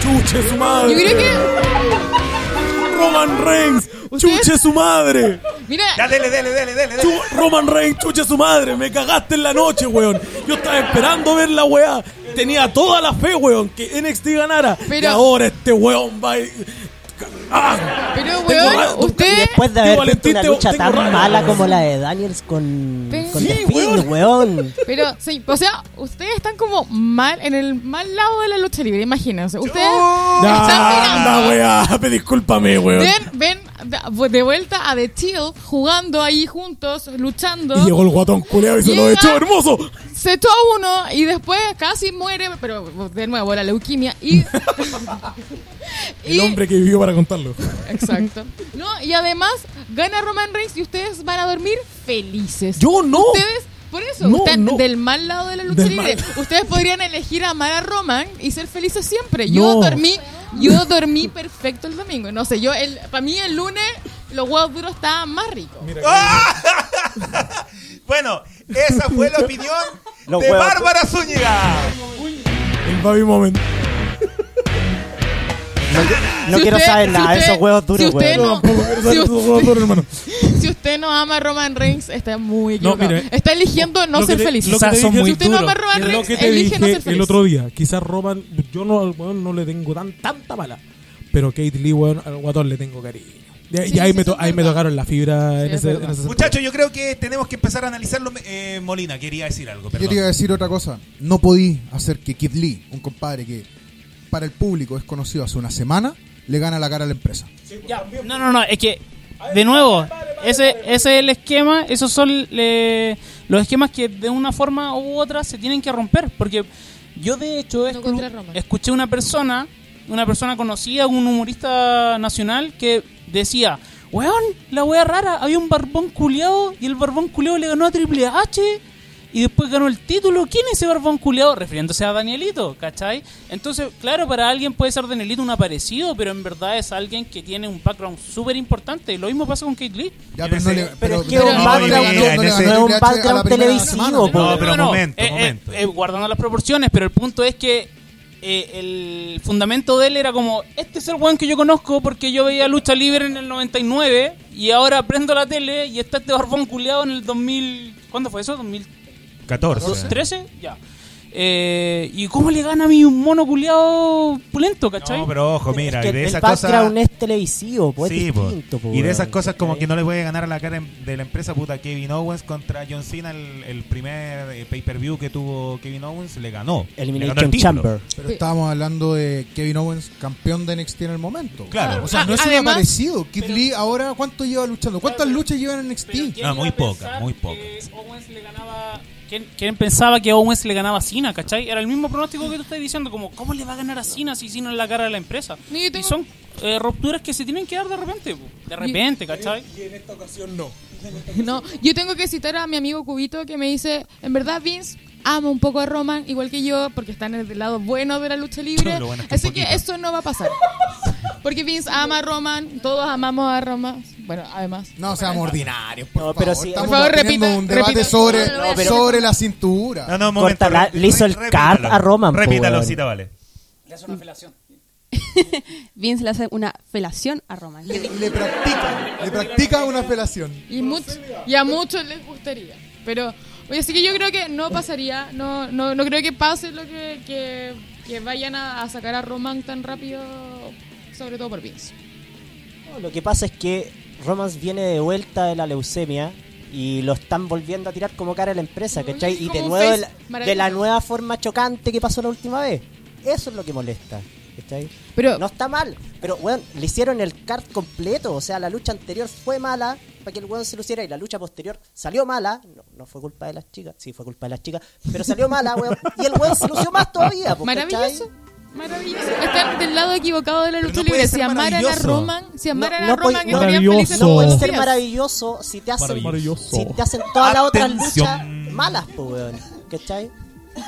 Speaker 10: ¡Chuche su madre!
Speaker 8: Yo creo que.
Speaker 10: Roman Reigns, chuche su madre.
Speaker 8: Mira.
Speaker 4: Ya, dele, dele, dele, dele. dele.
Speaker 10: Chu- Roman Reigns, chuche su madre. Me cagaste en la noche, weón. Yo estaba esperando ver la weá. Tenía toda la fe, weón, que NXT ganara.
Speaker 8: Pero-
Speaker 10: Y ahora este weón va. y- ¡Ah!
Speaker 8: Pero,
Speaker 10: Tengo
Speaker 8: weón,
Speaker 10: rabia.
Speaker 8: usted.
Speaker 12: Después de
Speaker 10: Tío
Speaker 12: haber visto
Speaker 10: Valentín,
Speaker 12: una
Speaker 10: tengo-
Speaker 12: lucha
Speaker 10: tengo
Speaker 12: tan
Speaker 10: rabia,
Speaker 12: mala
Speaker 10: weón.
Speaker 12: como la de Daniels con,
Speaker 8: Pero-
Speaker 12: con
Speaker 8: Sí,
Speaker 12: The Fiend, weón.
Speaker 8: Pero, sí, o sea, ustedes están como mal, en el mal lado de la lucha libre, imagínense. Ustedes
Speaker 10: Ah,
Speaker 8: están mirando-
Speaker 10: anda, weá. pe- Discúlpame, weón.
Speaker 8: Ven, ven de- de vuelta a The Shield jugando ahí juntos, luchando.
Speaker 10: Y llegó el guatón culeado y se lo
Speaker 8: Llega-
Speaker 10: echó hermoso.
Speaker 8: Se echó a uno y después casi muere, pero de nuevo la leuquimia. Y,
Speaker 10: El hombre que vivió para contarlo.
Speaker 8: exacto. No, y además gana Roman Reigns y ustedes van a dormir felices.
Speaker 10: Yo no.
Speaker 8: Ustedes, por eso,
Speaker 10: No,
Speaker 8: están
Speaker 10: no.
Speaker 8: del mal lado de la lucha
Speaker 10: Del
Speaker 8: libre.
Speaker 10: mal.
Speaker 8: Ustedes podrían elegir amar a Roman y ser felices siempre. Yo
Speaker 10: No.
Speaker 8: dormí, yo dormí perfecto el domingo. No sé, yo el, para mí el lunes los huevos duros estaban más ricos.
Speaker 10: ¡Ah!
Speaker 4: Bueno, esa fue la opinión
Speaker 10: Los
Speaker 4: de
Speaker 10: huevos.
Speaker 4: Bárbara Zúñiga.
Speaker 10: El baby moment.
Speaker 12: No
Speaker 8: Si
Speaker 12: quiero
Speaker 8: usted-
Speaker 12: saber
Speaker 8: si
Speaker 12: nada de
Speaker 8: usted-
Speaker 12: esos huevos duros,
Speaker 8: si usted
Speaker 12: weón.
Speaker 8: no-
Speaker 10: Tampoco quiero saber
Speaker 8: Si
Speaker 10: esos huevos duros, hermano.
Speaker 8: Si usted no ama a Roman Reigns, está muy
Speaker 10: No,
Speaker 8: equivocado.
Speaker 10: mire,
Speaker 8: está eligiendo no
Speaker 10: Lo que
Speaker 8: ser
Speaker 10: te-
Speaker 8: feliz.
Speaker 10: lo que te dije-
Speaker 8: si usted no ama a Roman
Speaker 10: Es lo
Speaker 8: Reigns,
Speaker 10: que te
Speaker 8: elige no
Speaker 10: dije
Speaker 8: ser feliz.
Speaker 10: el otro día. Quizás Roman, yo no al weón no le tengo tan, tanta mala. Pero Kate Lee, weón, al guatón le tengo cariño. Y, y ahí, me to- ahí me tocaron la fibra en,
Speaker 4: es
Speaker 10: ese, en
Speaker 4: verdad.
Speaker 10: ese sentido.
Speaker 4: Muchachos, yo creo que tenemos que empezar a analizarlo. Eh, Molina, quería decir algo,
Speaker 7: Yo
Speaker 4: perdón.
Speaker 7: te iba a decir otra cosa. No podí hacer que Kid Lee, un compadre que para el público es conocido hace una semana, le gana la cara a la empresa.
Speaker 9: Ya, no, no, no, es que, de nuevo, ese, ese es el esquema, esos son eh, los esquemas que de una forma u otra se tienen que romper, porque yo de hecho escu- escuché una persona, una persona conocida, un humorista nacional, que decía, weón, la wea rara, había un barbón culeado y el barbón culeado le ganó a Triple H. Y después ganó el título. ¿Quién es ese barbón culeado? Refiriéndose a Danielito, ¿cachai? Entonces, claro, para alguien puede ser Danielito un aparecido, pero en verdad es alguien que tiene un background súper importante. Lo mismo pasa con Kate Lee.
Speaker 7: Ya, pero no le- pero-
Speaker 12: es que es un
Speaker 7: no,
Speaker 12: background-
Speaker 7: no, no, no le
Speaker 12: no es
Speaker 7: ganó
Speaker 12: un
Speaker 7: Triple H a la
Speaker 12: background
Speaker 7: primera
Speaker 12: televisivo,
Speaker 7: semana.
Speaker 12: po.
Speaker 4: No, pero momento,
Speaker 9: Eh, eh,
Speaker 4: momento.
Speaker 9: eh, guardando las proporciones, pero el punto es que eh, el fundamento de él era como, este es el weón que yo conozco porque yo veía lucha libre en el 99 y ahora prendo la tele y está este barbón culeado en el 2000... ¿Cuándo fue eso?
Speaker 4: 14.
Speaker 9: 2013, ya. Eh, ¿Y cómo le gana a mí un mono culeado pulento, cachai?
Speaker 4: No, pero ojo, mira,
Speaker 12: Que
Speaker 4: y de
Speaker 12: el
Speaker 4: esas
Speaker 12: background
Speaker 4: cosas.
Speaker 12: es televisivo,
Speaker 16: Pues
Speaker 12: po, es
Speaker 4: Sí, po.
Speaker 12: distinto, po,
Speaker 4: y de
Speaker 12: weón.
Speaker 4: esas cosas como que no le puede ganar a la cara en- de la empresa puta Kevin Owens contra John Cena el, el primer eh, pay-per-view que tuvo Kevin Owens le ganó.
Speaker 12: Elimination
Speaker 4: Le ganó el título.
Speaker 12: Chamber.
Speaker 7: Pero estábamos hablando de Kevin Owens, campeón de NXT en el momento.
Speaker 4: Claro.
Speaker 7: O sea, no es un
Speaker 4: Además-
Speaker 7: aparecido. Kid Lee ahora, ¿cuánto lleva luchando? ¿Cuántas luchas lleva en NXT?
Speaker 4: No, muy poca, muy poca.
Speaker 9: Owens le ganaba ¿Quién, quién pensaba que Owens le ganaba a Cena, cachai? Era el mismo pronóstico que tú estás diciendo, como, ¿cómo le va a ganar a Cena si Cena es la cara de la empresa?
Speaker 8: Y,
Speaker 9: son eh, rupturas que se tienen que dar de repente, po. de repente, ¿cachai?
Speaker 10: Y en esta ocasión no.
Speaker 8: [laughs] No, yo tengo que citar a mi amigo Cubito que me dice, en verdad Vince ama un poco a Roman, igual que yo, porque está en el lado bueno de
Speaker 14: [laughs]
Speaker 8: la lucha libre.
Speaker 14: Lo bueno es que
Speaker 8: Así
Speaker 14: un
Speaker 8: que
Speaker 14: poquito.
Speaker 8: eso no va
Speaker 14: [laughs]
Speaker 8: a pasar. Porque Vince ama a Roman, todos amamos a Roman. Bueno, además.
Speaker 7: No seamos ordinarios, por
Speaker 12: No,
Speaker 7: favor.
Speaker 12: pero sí-
Speaker 7: Estamos
Speaker 12: Por favor,
Speaker 7: teniendo
Speaker 12: repita-
Speaker 7: un debate
Speaker 12: repita.
Speaker 7: sobre,
Speaker 12: No, no, pero-
Speaker 7: sobre la cintura.
Speaker 12: No, no, un momento, Corta, la- le hizo el repítalo. card a Roman, po, Repítalo, weón. cita,
Speaker 4: vale.
Speaker 9: Le hace una apelación.
Speaker 14: [laughs] Vince le hace una felación a Roman.
Speaker 7: Le practica, le practica una apelación.
Speaker 8: Y, much- y a muchos les gustaría. Pero, oye, así que yo creo que no pasaría, no, no, no creo que pase lo que, que, que vayan a, a sacar a Roman tan rápido, sobre todo por Vince.
Speaker 12: No, Lo que pasa es que Romance viene de vuelta de la leucemia y lo están volviendo a tirar como cara a la empresa, ¿cachai? Y de
Speaker 8: como un
Speaker 12: nuevo de
Speaker 8: face
Speaker 12: la, de
Speaker 8: maravilloso.
Speaker 12: la nueva forma chocante que pasó la última vez. Eso es lo que molesta, ¿cachai?
Speaker 8: Pero,
Speaker 12: no está mal, pero weón, le hicieron el card completo, o sea, la lucha anterior fue mala para que el weón se luciera y la lucha posterior salió mala, no, no fue culpa de las chicas, sí fue culpa de las chicas, pero salió mala, weón, y el weón se lució más todavía, po, ¿cachai?
Speaker 8: Maravilloso. Maravilloso. Están del lado equivocado de la lucha
Speaker 12: no puede
Speaker 8: libre.
Speaker 12: ser
Speaker 8: Si amaran a
Speaker 12: maravilloso.
Speaker 8: Roman, si amaran a
Speaker 12: puede-
Speaker 8: Roman, estarían
Speaker 12: no
Speaker 8: felices.
Speaker 12: puede
Speaker 8: todos los
Speaker 12: ser
Speaker 8: días.
Speaker 12: maravilloso si te hacen,
Speaker 10: Maravilloso.
Speaker 12: Si te hacen todas las otras luchas
Speaker 10: Atención.
Speaker 12: malas, po,
Speaker 16: Pues,
Speaker 12: weón. ¿Cachai?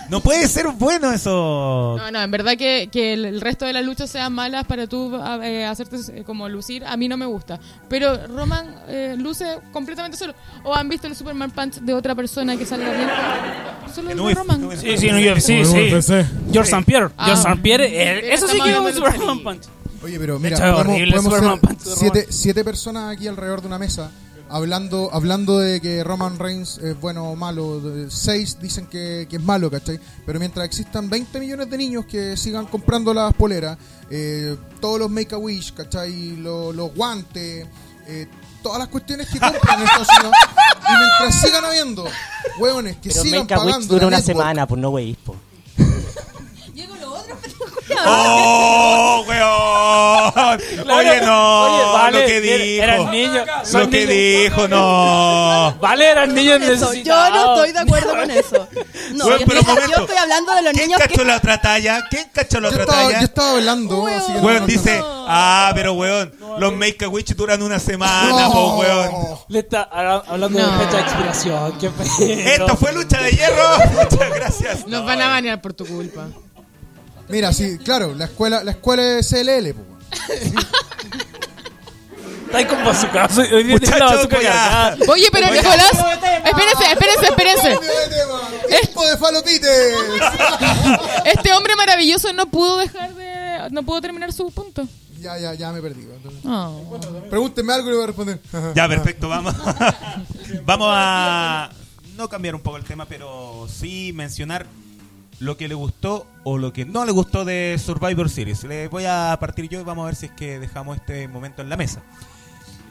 Speaker 17: No puede ser bueno eso.
Speaker 8: No, no, en verdad que, que el- el resto de las luchas sean malas para tú a- eh, hacerte eh, como lucir, a mí no me gusta. Pero Roman eh, luce completamente solo. ¿O han visto el Superman Punch de otra persona que salga bien? Solo el de Roman.
Speaker 9: Sí, sí, en UFC, sí. George St. Pierre.
Speaker 8: Ah.
Speaker 9: George St. Pierre, eh,
Speaker 8: Pero
Speaker 9: eso
Speaker 8: estamos
Speaker 9: sí que es un
Speaker 8: hablando de
Speaker 9: Superman Punch.
Speaker 7: Oye, pero
Speaker 9: De
Speaker 7: mira,
Speaker 9: hecho, es
Speaker 7: podemos,
Speaker 9: horrible
Speaker 7: podemos ser
Speaker 9: Superman Punch de
Speaker 7: siete, siete personas aquí alrededor de una mesa hablando hablando de que Roman Reigns es bueno o malo. de- Seis dicen que, que es malo, ¿cachai? Pero mientras existan 20 millones de niños que sigan comprando las poleras, eh, todos los make-a-wish, ¿cachai? Los, los guantes, eh, todas las cuestiones que compran en Estados Unidos. Y mientras sigan habiendo hueones que
Speaker 12: Pero
Speaker 7: sigan
Speaker 12: Make a Wish
Speaker 7: pagando
Speaker 12: dura
Speaker 7: la
Speaker 12: una
Speaker 7: network,
Speaker 12: semana, pues no weís, po.
Speaker 7: Ah,
Speaker 4: ¡Oh, weón! Oye, no.
Speaker 9: Oye, vale,
Speaker 4: lo que
Speaker 9: era-
Speaker 4: dijo.
Speaker 9: eran niños,
Speaker 4: Lo
Speaker 9: son
Speaker 4: que
Speaker 9: niños.
Speaker 4: dijo, no.
Speaker 9: Vale, eran niños
Speaker 16: Eso, yo no estoy de acuerdo con eso. No,
Speaker 4: Bueno,
Speaker 16: yo,
Speaker 4: pero
Speaker 16: estoy,
Speaker 4: momento.
Speaker 16: yo estoy hablando de los
Speaker 4: ¿Quién
Speaker 16: niños que
Speaker 4: cachó la otra talla? ¿Quién cachó la otra
Speaker 7: estaba-
Speaker 4: talla?
Speaker 7: yo estaba hablando. así que no-
Speaker 4: Weón
Speaker 7: no-
Speaker 4: dice, ah, pero weón, los make a witch duran una semana,
Speaker 7: No.
Speaker 4: po, weón.
Speaker 13: Le está ha- hablando de fecha de expiración. qué pedo.
Speaker 4: Esto fue lucha [laughs] de hierro. [laughs] Muchas gracias. eh.
Speaker 8: Nos van a banear por tu culpa.
Speaker 7: Mira, sí, claro, la escuela, la escuela es CLL, po.
Speaker 9: Está ahí con bazooka. Soy- Hoy día tiene la
Speaker 7: Muchachos,
Speaker 9: bazooka
Speaker 7: pues ya.
Speaker 9: cargada.
Speaker 8: Ah. Oye, pero
Speaker 9: Oiga.
Speaker 8: Nicolás, espérense, espérense, espérense.
Speaker 7: ¡Tiempo de falopites!
Speaker 8: [laughs] Este hombre maravilloso no pudo dejar de. No pudo terminar su punto.
Speaker 7: Ya, ya, ya me perdí. entonces.
Speaker 8: Oh.
Speaker 7: Pregúnteme algo y le voy a responder.
Speaker 4: [laughs]
Speaker 7: [laughs]
Speaker 4: Ya, perfecto, vamos. [laughs] vamos a no cambiar un poco el tema, pero sí mencionar lo que le gustó o lo que no le gustó de Survivor Series. Le voy a partir yo y vamos a ver si es que dejamos este momento en la mesa.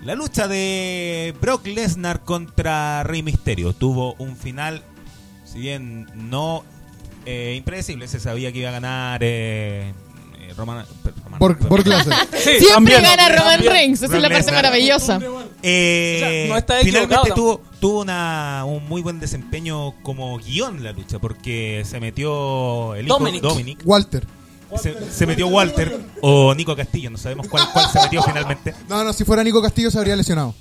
Speaker 4: La lucha de Brock Lesnar contra Rey Misterio tuvo un final, si bien no eh, impredecible, se sabía que iba a ganar eh, eh, Roman, Roman-
Speaker 7: Borg- Borg
Speaker 4: [laughs]
Speaker 7: Lesnar.
Speaker 8: Siempre gana Roman Reigns, esa es la
Speaker 4: Brock
Speaker 8: parte
Speaker 4: Lesnar.
Speaker 8: maravillosa.
Speaker 4: Eh,
Speaker 9: O sea, no está
Speaker 4: finalmente
Speaker 9: equivocado
Speaker 4: tuvo, tuvo una, un muy buen desempeño como guión la lucha, porque se metió el hijo
Speaker 7: Dominic.
Speaker 4: Dominic.
Speaker 7: Walter.
Speaker 4: Se, se metió Walter o Nico Castillo, no sabemos cuál, cuál se
Speaker 7: [laughs]
Speaker 4: metió finalmente.
Speaker 7: No, no, si fuera Nico Castillo se habría lesionado.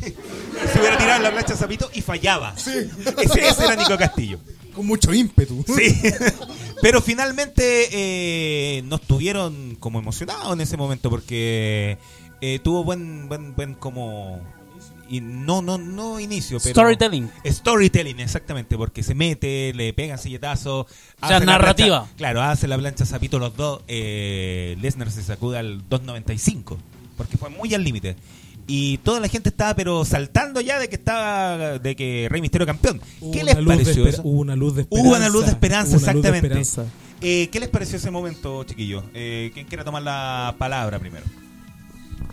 Speaker 4: Se hubiera tirado en la plancha Zapito y fallaba. Ese, ese era Nico Castillo.
Speaker 7: Con mucho ímpetu.
Speaker 4: Sí. [laughs] Pero finalmente eh, nos tuvieron como emocionados en ese momento porque eh, tuvo buen, buen, buen como... Y no, no, no inicio, pero...
Speaker 9: Storytelling.
Speaker 4: Storytelling, exactamente, porque se mete, le pegan silletazo.
Speaker 9: sea,
Speaker 4: hace la
Speaker 9: narrativa.
Speaker 4: plancha- claro, hace la plancha Zapito los dos. eh, Lesnar se sacuda al 2.95, porque fue muy al límite. Y toda la gente estaba, pero saltando ya de que estaba, de que Rey Misterio campeón. ¿Qué les
Speaker 10: Una luz de
Speaker 4: pareció
Speaker 10: esper-
Speaker 4: eso?
Speaker 10: Hubo una luz de esperanza.
Speaker 4: Hubo una luz de esperanza,
Speaker 10: Hubo una luz de
Speaker 4: exactamente.
Speaker 10: esperanza.
Speaker 4: Eh, ¿Qué les pareció ese momento, chiquillos? Eh, ¿Quién quiera tomar la palabra primero?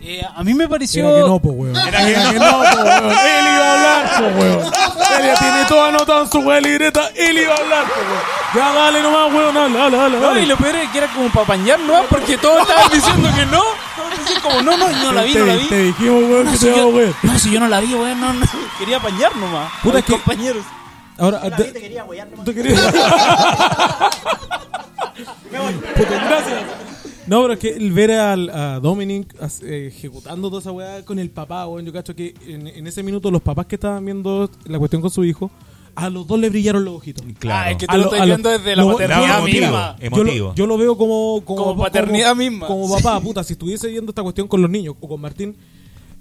Speaker 9: Eh, a mí me pareció.
Speaker 10: Era que no, po, weón.
Speaker 4: Era que
Speaker 10: Era
Speaker 4: no.
Speaker 10: que no, po, weón. Él iba a hablar, po, weón. Él ya tiene todo anotado en su weón libreta. Él iba a hablar, po, weón. Ya dale nomás, weón. Dale, dale, dale.
Speaker 9: No,
Speaker 10: dale.
Speaker 9: y lo peor es que era como para apañar, ¿no? Porque todos estaban diciendo que no. Todos decían como, no, no, no la vi,
Speaker 10: Te-
Speaker 9: no la vi.
Speaker 10: Te dijimos, weón,
Speaker 9: No,
Speaker 10: que
Speaker 9: si
Speaker 10: te
Speaker 9: yo-
Speaker 10: vamos, weón.
Speaker 9: No, si yo no la vi, weón, no, no. Quería apañar nomás.
Speaker 10: Puta,
Speaker 9: a
Speaker 10: es
Speaker 9: mis
Speaker 10: que-
Speaker 9: compañeros.
Speaker 10: Ahora,
Speaker 12: Yo la
Speaker 10: de-
Speaker 12: vi, te quería huear nomás.
Speaker 10: te quería-
Speaker 12: [laughs]
Speaker 10: Puta, gracias. No, pero es que el ver al, a Dominic as- eh, ejecutando toda esa weá con el papá, weón, yo cacho que en, en ese minuto los papás que estaban viendo la cuestión con su hijo, a los dos le brillaron los ojitos.
Speaker 17: Claro. Ah, es
Speaker 13: que tú lo estás viendo desde la paternidad misma.
Speaker 10: Yo lo- Yo,
Speaker 17: Emotivo.
Speaker 10: lo veo como... Como,
Speaker 13: Como paternidad
Speaker 10: como-
Speaker 13: misma.
Speaker 10: [laughs] Como papá, puta, si estuviese viendo esta cuestión con los niños o con Martín,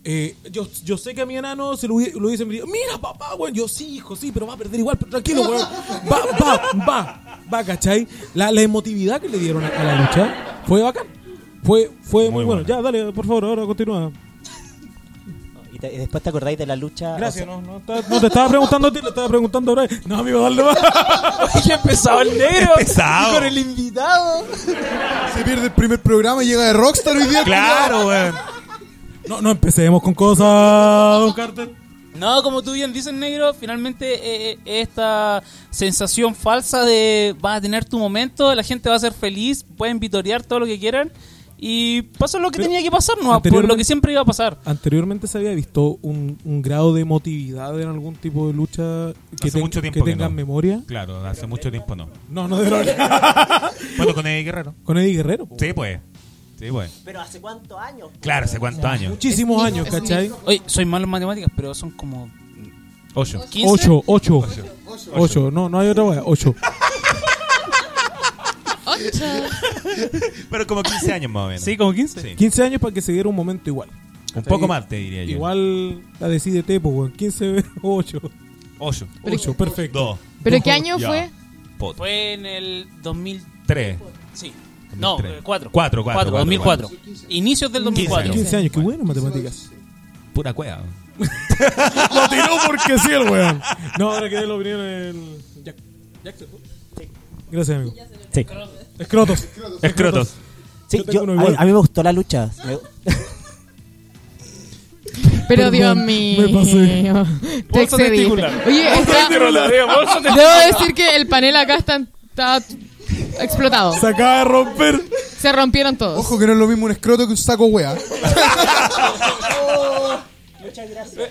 Speaker 10: eh, yo, yo sé que a mi enano se lo, hubie- lo dicen, mira papá, weón, yo sí, hijo, sí, pero va a perder igual, pero tranquilo, weón. Va, va, va, va, ¿cachai? La, la emotividad que le dieron a, a la lucha fue bacán. Fue, fue muy, bueno. Ya, dale, por favor, ahora continúa.
Speaker 12: Y, te- y después te acordáis de la lucha.
Speaker 10: Gracias, no, no, está- no te estaba preguntando a ti, le estaba preguntando ahora. No, amigo, dale más. [laughs] Oye, empezado el negro.
Speaker 17: Pesado.
Speaker 13: con el invitado.
Speaker 7: Se pierde el primer programa y llega de Rockstar hoy día.
Speaker 17: Claro, weón.
Speaker 10: No, no empecemos con cosas, Ah, don Carter.
Speaker 9: No, como tú bien dices, negro, finalmente eh, eh, esta sensación falsa de vas a tener tu momento, la gente va a ser feliz, pueden vitorear todo lo que quieran y pasó lo que tenía que pasar, no, por
Speaker 10: anteriormente-
Speaker 9: lo que siempre iba a pasar.
Speaker 10: Anteriormente se había visto un, un grado de emotividad en algún tipo de lucha que,
Speaker 17: hace
Speaker 10: ten-
Speaker 17: mucho
Speaker 10: que
Speaker 17: tiempo que
Speaker 10: tengan
Speaker 17: no.
Speaker 10: memoria.
Speaker 17: Claro, hace mucho tiempo no.
Speaker 10: No, no, de
Speaker 4: [laughs]
Speaker 10: verdad.
Speaker 17: bueno, con Eddie Guerrero.
Speaker 10: Con Eddie Guerrero. po.
Speaker 17: Sí, pues. Sí, pues.
Speaker 12: Pero hace cuántos años.
Speaker 17: Claro, hace cuántos años.
Speaker 10: Muchísimos años,
Speaker 9: Es un-
Speaker 4: [laughs]
Speaker 10: ¿cachai?
Speaker 9: Oye, soy malo en matemáticas, pero son como
Speaker 17: Ocho.
Speaker 9: 15.
Speaker 10: 8, 8.
Speaker 17: Ocho.
Speaker 10: 8, no, no hay otra wea. 8.
Speaker 17: Pero como 15 años más o menos.
Speaker 9: Sí, como 15.
Speaker 10: 15 años para que se diera un momento igual.
Speaker 17: Un poco más, te diría yo.
Speaker 10: Igual la decide Tepo, weón. [laughs] 15, 8.
Speaker 17: 8.
Speaker 10: 8, perfecto.
Speaker 17: Dos.
Speaker 8: ¿Pero qué año fue?
Speaker 17: Pot.
Speaker 9: Fue en el 2003.
Speaker 17: Tres.
Speaker 9: Sí. No,
Speaker 17: 2003.
Speaker 9: 4.
Speaker 17: Cuatro,
Speaker 9: 4,
Speaker 17: cuatro, cuatro,
Speaker 9: 2004.
Speaker 17: cuatro.
Speaker 9: Inicios del 2004.
Speaker 10: 15 años, qué bueno en matemáticas.
Speaker 17: Pura cueva.
Speaker 10: [laughs] Lo tiró porque sí el weón.
Speaker 17: [laughs]
Speaker 10: No, ahora quedé la opinión el. Jack. Jack se fue. Gracias, amigo.
Speaker 12: Sí.
Speaker 10: Escrotos.
Speaker 17: Escrotos.
Speaker 12: Sí,
Speaker 10: Yo tengo
Speaker 12: yo-
Speaker 10: uno
Speaker 12: a,
Speaker 10: igual.
Speaker 12: a mí me gustó la lucha. Me-
Speaker 8: Pero Dios
Speaker 10: Perdón,
Speaker 8: mío.
Speaker 10: me pasé.
Speaker 8: Eh, oh, Te
Speaker 10: Bolsa
Speaker 8: excediste.
Speaker 10: testicular.
Speaker 8: Oye, está...
Speaker 10: Te
Speaker 5: eh,
Speaker 10: rolaré, bolsa testicular.
Speaker 8: Debo decir que el panel acá está, está explotado.
Speaker 10: Se acaba de romper.
Speaker 8: Se rompieron todos.
Speaker 7: Ojo que no es lo mismo un escroto que un saco wea.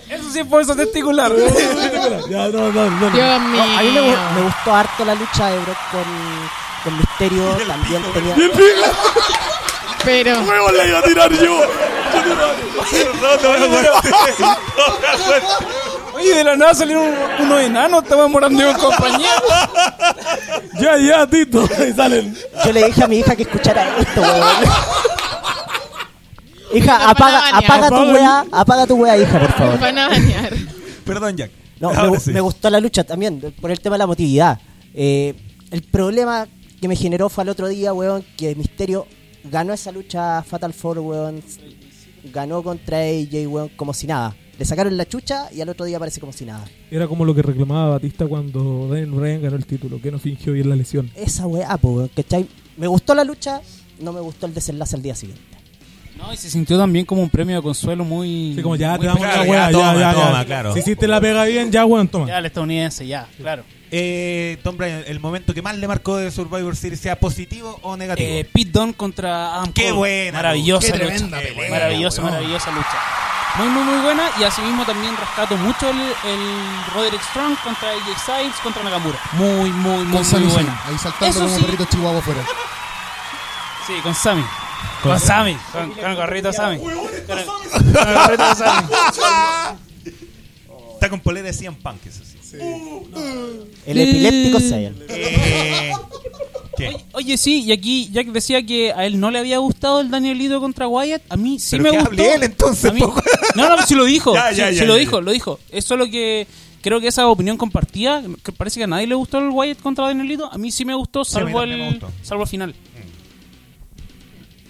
Speaker 9: Eso sí fue eso testicular.
Speaker 10: ya, no, no, no.
Speaker 8: Dios
Speaker 12: No, a mí
Speaker 8: mío.
Speaker 12: me, gu- me gustó harto la lucha de Brock con, con [laughs] Misterio. También tenía.
Speaker 10: [laughs]
Speaker 8: Pero.
Speaker 10: ¡Huevo la iba a tirar yo!
Speaker 13: Oye, de la nada salieron unos enanos, estaban morando en compañía.
Speaker 10: Ya, ya, Tito. [laughs] Y salen.
Speaker 12: Yo le dije a mi hija que escuchara
Speaker 10: [laughs]
Speaker 12: esto, weón. Hija,
Speaker 8: Panamania.
Speaker 12: apaga, apaga tu
Speaker 8: Apaga.
Speaker 12: weá, apaga tu weá, hija, por favor.
Speaker 8: Van
Speaker 14: [laughs]
Speaker 8: a bañar.
Speaker 17: Perdón, Jack.
Speaker 12: No,
Speaker 17: Ahora
Speaker 12: me,
Speaker 17: sí.
Speaker 12: me gustó la lucha también, de- por el tema de la motividad. Eh, el problema que me generó fue al otro día, weón, que Misterio ganó esa lucha Fatal Four, weón. Ganó contra AJ, weón, como si nada. Le sacaron la chucha y al otro día aparece como si nada.
Speaker 10: [laughs] Era como lo que reclamaba Batista cuando Daniel Bryan ganó el título, que no fingió bien la lesión.
Speaker 12: Esa weá, po, weón, ¿cachai? Me gustó la lucha, no me gustó el desenlace al día siguiente.
Speaker 9: No, y se sintió también como un premio de consuelo muy.
Speaker 10: Sí, como ya
Speaker 9: muy
Speaker 10: te damos
Speaker 9: claro,
Speaker 10: la weá, ya,
Speaker 17: toma,
Speaker 10: ya, ya.
Speaker 17: toma, claro.
Speaker 10: Si hiciste la pega bien, ya, weón, toma.
Speaker 9: Ya el estadounidense, ya, claro.
Speaker 17: Eh, Tom Bryan, el momento que más le marcó de Survivor Series, sea positivo o negativo.
Speaker 9: Eh, Pete Dunne contra Adam
Speaker 17: Qué
Speaker 9: Cole.
Speaker 17: buena,
Speaker 9: Maravillosa
Speaker 17: qué
Speaker 9: lucha.
Speaker 17: tremenda pelea,
Speaker 9: maravillosa,
Speaker 17: weón.
Speaker 9: maravillosa lucha. Muy, muy, muy buena. Y asimismo también rescato mucho el, el Roderick Strong contra AJ Styles contra Nakamura. Muy, muy, muy, muy buena.
Speaker 7: Ahí saltando
Speaker 9: Eso
Speaker 7: como
Speaker 9: sí.
Speaker 7: perrito chihuahua afuera.
Speaker 9: Sí, con Sammy. Con, Sammy. Con, con el gorrito Sammy. Con el, con el gorrito de Sammy.
Speaker 17: Está con polera de 100 Punk, eso sí.
Speaker 12: El epiléptico Saiyan.
Speaker 17: Eh, ¿Qué?
Speaker 9: Oye, sí, y aquí Jack decía que a él no le había gustado el Danielito contra Wyatt. A mí sí
Speaker 17: Pero
Speaker 9: me
Speaker 17: que
Speaker 9: gustó.
Speaker 17: hable él, entonces,
Speaker 5: [laughs]
Speaker 9: A mí-
Speaker 17: po.
Speaker 9: No, no, sí lo
Speaker 17: [laughs]
Speaker 9: dijo.
Speaker 17: Ya,
Speaker 9: sí,
Speaker 17: ya,
Speaker 9: sí
Speaker 17: ya,
Speaker 9: lo
Speaker 17: ya,
Speaker 9: dijo,
Speaker 17: ya.
Speaker 9: lo dijo. Eso es lo que creo que esa opinión compartida, que parece que a nadie le gustó el Wyatt contra Danielito. A mí sí me gustó,
Speaker 17: a mí
Speaker 9: salvo
Speaker 17: también me
Speaker 9: el
Speaker 17: gustó. Mm.
Speaker 9: salvo el final.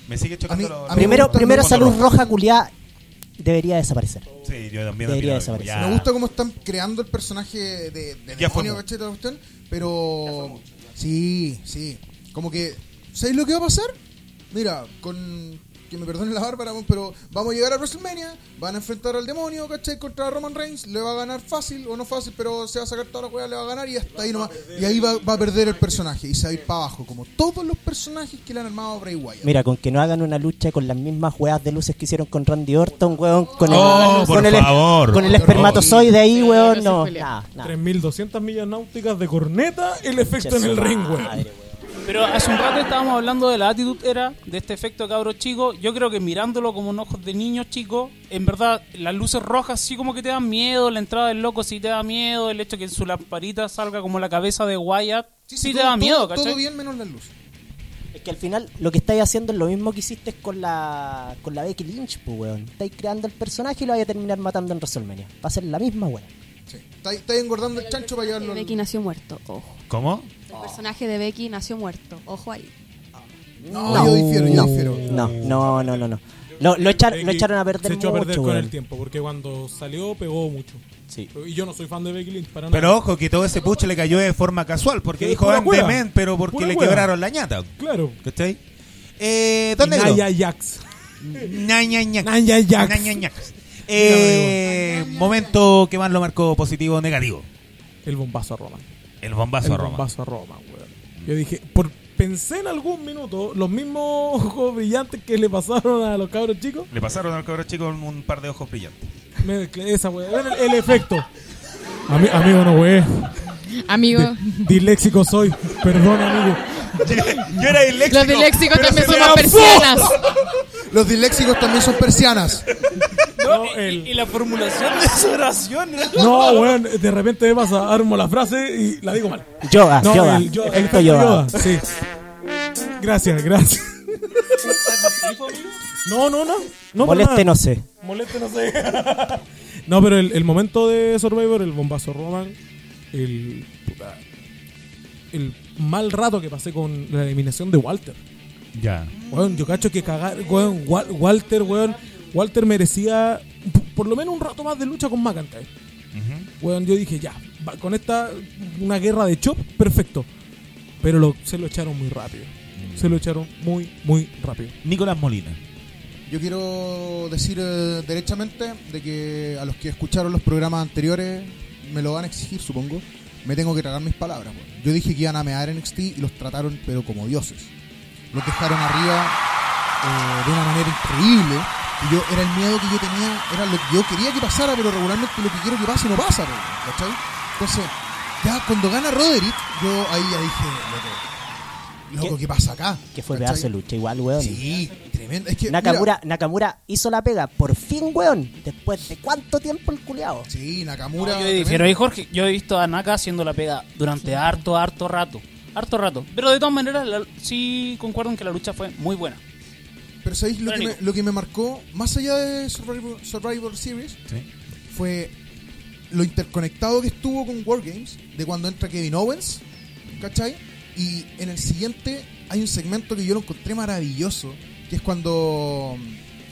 Speaker 17: Me sigue
Speaker 7: A mí-
Speaker 17: chocando los-
Speaker 7: a mí me
Speaker 12: Primero,
Speaker 7: gusta-
Speaker 12: primero
Speaker 7: me
Speaker 12: esa
Speaker 7: gusta
Speaker 12: luz roja culiá debería desaparecer.
Speaker 17: Sí, yo también. opino
Speaker 12: Debería
Speaker 17: lo mismo,
Speaker 12: desaparecer.
Speaker 17: ya.
Speaker 7: Me gusta cómo están creando el personaje de, de
Speaker 17: Ya fue
Speaker 7: demonio,
Speaker 17: mucho.
Speaker 7: ¿cachai? Toda la cuestión, Pero. Sí, sí. Como que. ¿Sabéis lo que va a pasar? Mira, con que me perdone la Bárbara, weón, pero vamos a llegar a WrestleMania, van a enfrentar al demonio, ¿cachai? Contra Roman Reigns, le va a ganar fácil o no fácil, pero se va a sacar toda la cueva, le va a ganar y hasta ahí nomás. Y ahí va, va a perder el personaje y se va a ir para abajo, como todos los personajes que le han armado a Bray Wyatt.
Speaker 12: Mira, con que no hagan una lucha con las mismas hueás de luces que hicieron con Randy Orton, weón. Con el,
Speaker 17: Oh,
Speaker 12: con
Speaker 17: por
Speaker 12: el,
Speaker 17: favor.
Speaker 12: Con el
Speaker 17: Por favor.
Speaker 12: espermatozoide ahí, weón. No, nada.
Speaker 10: 3.200 millas náuticas de corneta, el efecto
Speaker 12: Che,
Speaker 10: en el
Speaker 12: su
Speaker 10: ring,
Speaker 12: madre,
Speaker 10: weón.
Speaker 9: Pero hace un rato estábamos hablando de la actitud era, de este efecto cabro chico. Yo creo que mirándolo como un ojo de niño chico, en verdad las luces rojas sí como que te dan miedo, la entrada del loco sí te da miedo, el hecho que su lamparita salga como la cabeza de Wyatt sí, te
Speaker 7: todo-
Speaker 9: da miedo,
Speaker 7: todo-
Speaker 9: ¿cachai?
Speaker 7: Todo bien menos las luces.
Speaker 12: Es que al final lo que estáis haciendo es lo mismo que hiciste con la, con la Becky Lynch, pues, weón. Estáis creando el personaje y lo vais a terminar matando en WrestleMania. Va a ser la misma, weón.
Speaker 7: Estáis estáis engordando el chancho para llevarlo. al-
Speaker 14: Becky nació muerto, ojo.
Speaker 17: ¿Cómo?
Speaker 14: El personaje de Becky nació muerto, ojo ahí.
Speaker 7: Ah. No, yo difiero, yo difiero.
Speaker 12: No, no, no, no. no. Lo, lo echar- lo
Speaker 10: Becky
Speaker 12: echaron a perder
Speaker 10: Se echó a
Speaker 12: mucho,
Speaker 10: perder con
Speaker 12: weón.
Speaker 10: el tiempo, porque cuando salió pegó mucho. Y yo no soy fan de Becky Lynch para nada.
Speaker 17: Pero ojo, que todo ese pucho le cayó de forma casual, porque
Speaker 10: Que
Speaker 17: dijo
Speaker 10: pura
Speaker 17: Van
Speaker 10: hueá.
Speaker 17: Demen, pero porque
Speaker 10: Pura
Speaker 17: le
Speaker 10: hueá.
Speaker 17: quebraron la ñata.
Speaker 10: Claro.
Speaker 17: ¿Cachai? Eh, ¿Dónde
Speaker 10: Naya Jax.
Speaker 17: Naya Jax.
Speaker 10: Naya Jax.
Speaker 17: Eh, momento que más lo marcó positivo o negativo.
Speaker 10: El bombazo a Roma.
Speaker 17: El bombazo
Speaker 10: El
Speaker 17: a Roma.
Speaker 10: bombazo a Roma, weón. Yo dije, por, pensé en algún minuto los mismos ojos brillantes que le pasaron a los cabros chicos.
Speaker 17: Le pasaron al cabrón chico un par de ojos brillantes.
Speaker 10: Mezclé esa weón. Era El, el efecto. Ami- amigo, no weón.
Speaker 8: Amigo.
Speaker 7: [laughs]
Speaker 10: Disléxico soy. Perdón, amigo.
Speaker 17: Yo era disléxico.
Speaker 8: Los disléxicos
Speaker 7: pero
Speaker 8: también
Speaker 7: se
Speaker 8: somos
Speaker 7: me
Speaker 8: persianas.
Speaker 7: Los disléxicos también son persianas.
Speaker 9: No, y, y la formulación de su oración.
Speaker 10: No, weón, de repente me pasa, armo la frase y la digo mal.
Speaker 12: Yoga,
Speaker 10: No,
Speaker 12: yoga,
Speaker 10: el yoga,
Speaker 12: efecto
Speaker 10: el
Speaker 12: yoga.
Speaker 10: Sí. Gracias,
Speaker 12: [laughs]
Speaker 10: gracias. No, no, no. no para
Speaker 12: Moleste,
Speaker 10: nada.
Speaker 12: no sé.
Speaker 10: Moleste, no sé. [laughs] No, pero el, el momento de Survivor, el bombazo Roman, el. puta, el mal rato que pasé con la eliminación de Walter.
Speaker 17: Ya.
Speaker 10: Weón, yo cacho que cagar, weón, Wal- Walter, weón, Walter merecía p- por lo menos un rato más de lucha con McIntyre. Weón, yo dije, ya, va, con esta, una guerra de chop, perfecto. Pero lo- se lo echaron muy rápido. Se lo echaron muy, muy rápido.
Speaker 17: Mm. Nicolás Molina.
Speaker 7: Yo quiero decir eh, derechamente de que a los que escucharon los programas anteriores me lo van a exigir, supongo. Me tengo que tragar mis palabras. weón. Yo dije que iban a mear NXT y los trataron, pero como dioses. Los dejaron arriba eh, de una manera increíble. Y yo, era el miedo que yo tenía, era lo que yo quería que pasara, pero regularmente lo que quiero que pase no pasa. weón, ¿cachai? Entonces, ya cuando gana Roderick, yo ahí ya dije, loco, loco, ¿qué, pasa acá?
Speaker 12: Que fue
Speaker 7: ¿Cachai?
Speaker 12: pedazo de lucha, igual, weón.
Speaker 7: Sí, tremendo. Es que,
Speaker 12: Nakamura, Nakamura hizo la pega, por fin, weón. Después de cuánto tiempo el culeado.
Speaker 7: Sí, Nakamura.
Speaker 9: Yo difiero ahí, Jorge. Yo he visto a Naka haciendo la pega durante harto, harto rato. Harto rato. Pero de todas maneras, la- sí concuerdo en que la lucha fue muy buena.
Speaker 7: Pero ¿sabéis lo, que
Speaker 9: Pero
Speaker 7: me, lo que me marcó, más allá de Survivor, Survivor Series, fue lo interconectado que estuvo con Wargames, de cuando entra Kevin Owens, ¿cachai? Y en el siguiente hay un segmento que yo lo encontré maravilloso, que es cuando...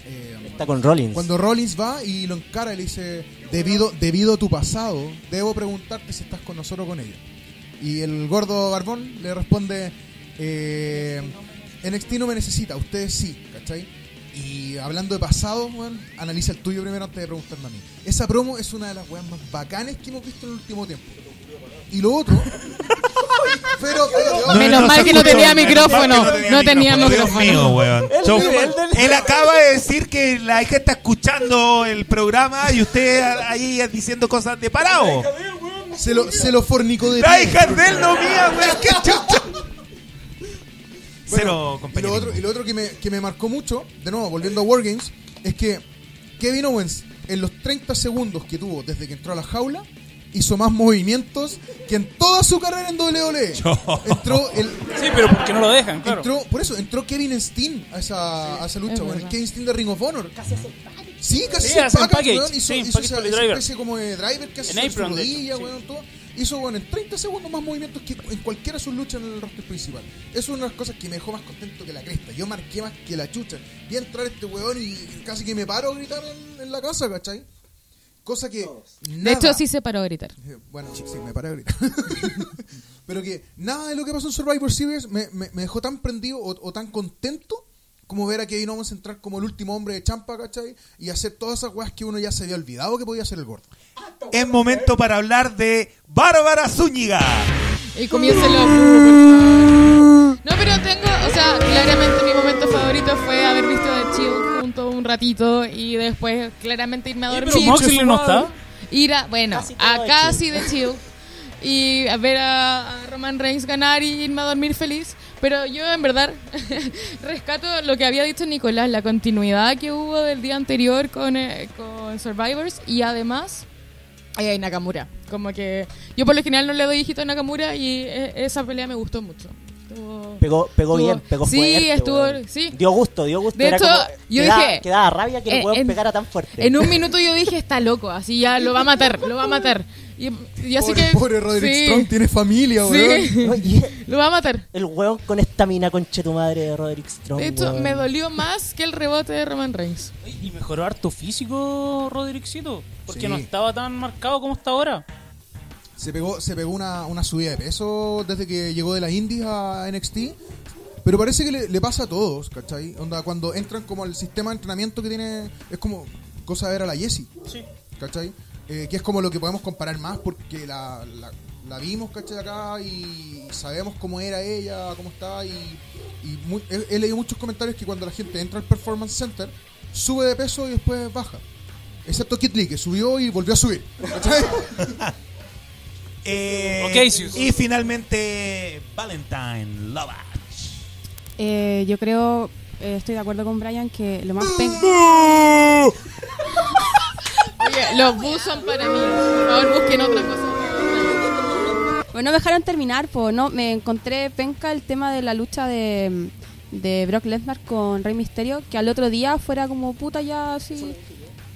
Speaker 7: eh,
Speaker 12: Está con Rollins.
Speaker 7: Cuando Rollins va y lo encara y le dice, debido, debido a tu pasado, debo preguntarte si estás con nosotros o con ella. Y el gordo barbón le responde, eh, NXT no me necesita, ustedes sí, ¿cachai? Y hablando de pasado, weón, analiza el tuyo primero antes de preguntarme a mí. Esa promo es una de las weas más bacanes que hemos visto en el último tiempo. Y lo otro... pero, pero-
Speaker 8: Menos mal que no
Speaker 17: escuchó.
Speaker 8: tenía
Speaker 17: Menos
Speaker 8: micrófono.
Speaker 17: mal que
Speaker 8: No tenía micrófono.
Speaker 17: Dios mío, weón.
Speaker 8: El
Speaker 17: Yo-
Speaker 8: del- el del-
Speaker 17: Él acaba de decir que la hija está escuchando el programa y usted a- ahí diciendo cosas de parado.
Speaker 7: Se lo, se lo fornicó de
Speaker 17: La
Speaker 7: pie.
Speaker 17: hija de él no mía, weón. Qué chucha. Cero,
Speaker 7: Y lo
Speaker 17: compañero.
Speaker 7: otro, y lo otro que, me, que me marcó mucho, de nuevo, volviendo a Wargames, es que Kevin Owens, en los 30 segundos que tuvo desde que entró a la jaula, hizo más movimientos que en toda su carrera en WWE. Entró el,
Speaker 9: Sí, pero porque no lo dejan, claro.
Speaker 7: entró, por eso, entró Kevin Steen a esa, a esa lucha,
Speaker 9: es
Speaker 7: bueno, el
Speaker 9: verdad.
Speaker 7: Kevin Steen de Ring of Honor. Casi hace Sí, casi
Speaker 9: Sí,
Speaker 7: hace
Speaker 9: hace el
Speaker 7: package,
Speaker 9: package.
Speaker 7: weón, Hizo,
Speaker 9: Sí,
Speaker 7: hizo
Speaker 9: package
Speaker 7: esa,
Speaker 9: con el
Speaker 7: esa
Speaker 9: driver.
Speaker 7: especie como de driver que hace
Speaker 9: En
Speaker 7: sobre su
Speaker 9: apron, de hecho,
Speaker 7: rodilla,
Speaker 9: sí.
Speaker 7: weón, todo. Hizo, bueno, en 30 segundos más movimientos que en cualquiera de sus luchas en el roster principal. Eso es una de las cosas que me dejó más contento que la cresta. Yo marqué más que la chucha. Vi entrar este weón y casi que me paro a gritar en, en la casa, ¿cachai? Cosa que...
Speaker 8: De hecho, sí se paró a gritar.
Speaker 7: Bueno, sí, sí, me paré ahorita. Pero que nada de lo que pasó en Survivor Series me, me- me dejó tan prendido o, o tan contento como ver a Kevin Owens entrar como el último hombre de champa, ¿cachai? Y hacer todas esas weas que uno ya se había olvidado que podía hacer el gordo.
Speaker 4: Es momento para hablar de Bárbara Zúñiga.
Speaker 8: Y comienza el otro. No, pero tengo, o sea, claramente mi momento favorito fue haber visto The Chill junto un ratito y después claramente irme a dormir.
Speaker 9: pero Moxley no está.
Speaker 8: Ir a, bueno, a
Speaker 9: The
Speaker 8: casi
Speaker 9: Shield.
Speaker 8: The Chill y a ver a, a Roman Reigns ganar y irme a dormir feliz. Pero yo en verdad [laughs] rescato lo que había dicho Nicolás, la continuidad que hubo del día anterior con, eh, con Survivors y además eh, Nakamura. Como que yo por lo general no le doy hijito a Nakamura y eh, esa pelea me gustó mucho. Estuvo-
Speaker 12: Pegó, pegó
Speaker 8: estuvo-
Speaker 12: bien, pegó
Speaker 8: sí,
Speaker 12: fuerte.
Speaker 8: estuvo-
Speaker 12: weón.
Speaker 8: sí.
Speaker 12: Dio gusto, dio gusto.
Speaker 8: De
Speaker 12: Era
Speaker 8: hecho,
Speaker 12: como-
Speaker 8: yo
Speaker 12: quedaba-
Speaker 8: dije-
Speaker 12: Quedaba rabia que
Speaker 8: eh,
Speaker 12: el weón
Speaker 8: en-
Speaker 12: pegara tan fuerte.
Speaker 8: En un minuto yo dije, está loco, así ya lo va a matar, lo va a matar. Y, y así
Speaker 7: Pobre-
Speaker 8: que...
Speaker 7: pobre Roderick
Speaker 8: sí,
Speaker 7: Strong tiene familia,
Speaker 8: Sí.
Speaker 12: No, y-
Speaker 8: Lo va a matar.
Speaker 12: El weón con esta mina conche tu madre de Roderick Strong.
Speaker 8: De hecho,
Speaker 12: weón.
Speaker 8: me dolió más que el rebote de Roman Reigns.
Speaker 9: Y mejoró harto físico Roderickcito, porque
Speaker 7: Sí.
Speaker 9: no estaba tan marcado como está ahora.
Speaker 7: Se pegó, se pegó una, una subida de peso desde que llegó de las Indies a NXT. Pero parece que le, le pasa a todos, ¿cachai? Onda, cuando entran como al sistema de entrenamiento que tiene. Es como cosa de ver a la Jessie.
Speaker 9: Sí.
Speaker 7: ¿cachai? Eh, que es como lo que podemos comparar más porque la, la, la vimos, ¿cachai? Acá y sabemos cómo era ella, cómo estaba y, y mu- he, he leído muchos comentarios que cuando la gente entra al Performance Center sube de peso y después baja. Excepto Kit Lee, que subió y volvió a subir. ¿cachai?
Speaker 4: [laughs] Eh,
Speaker 7: Ok, Zeus.
Speaker 4: y finalmente, Valentine Lava.
Speaker 14: Eh, yo creo, eh, estoy de acuerdo con Brian que lo más penca.
Speaker 8: Oye, los bus son para mí. Por favor, busquen otra cosa.
Speaker 14: Bueno, me dejaron terminar, pues no, me encontré penca el tema de la lucha de, de Brock Lesnar con Rey Misterio, que al otro día fuera como puta ya así.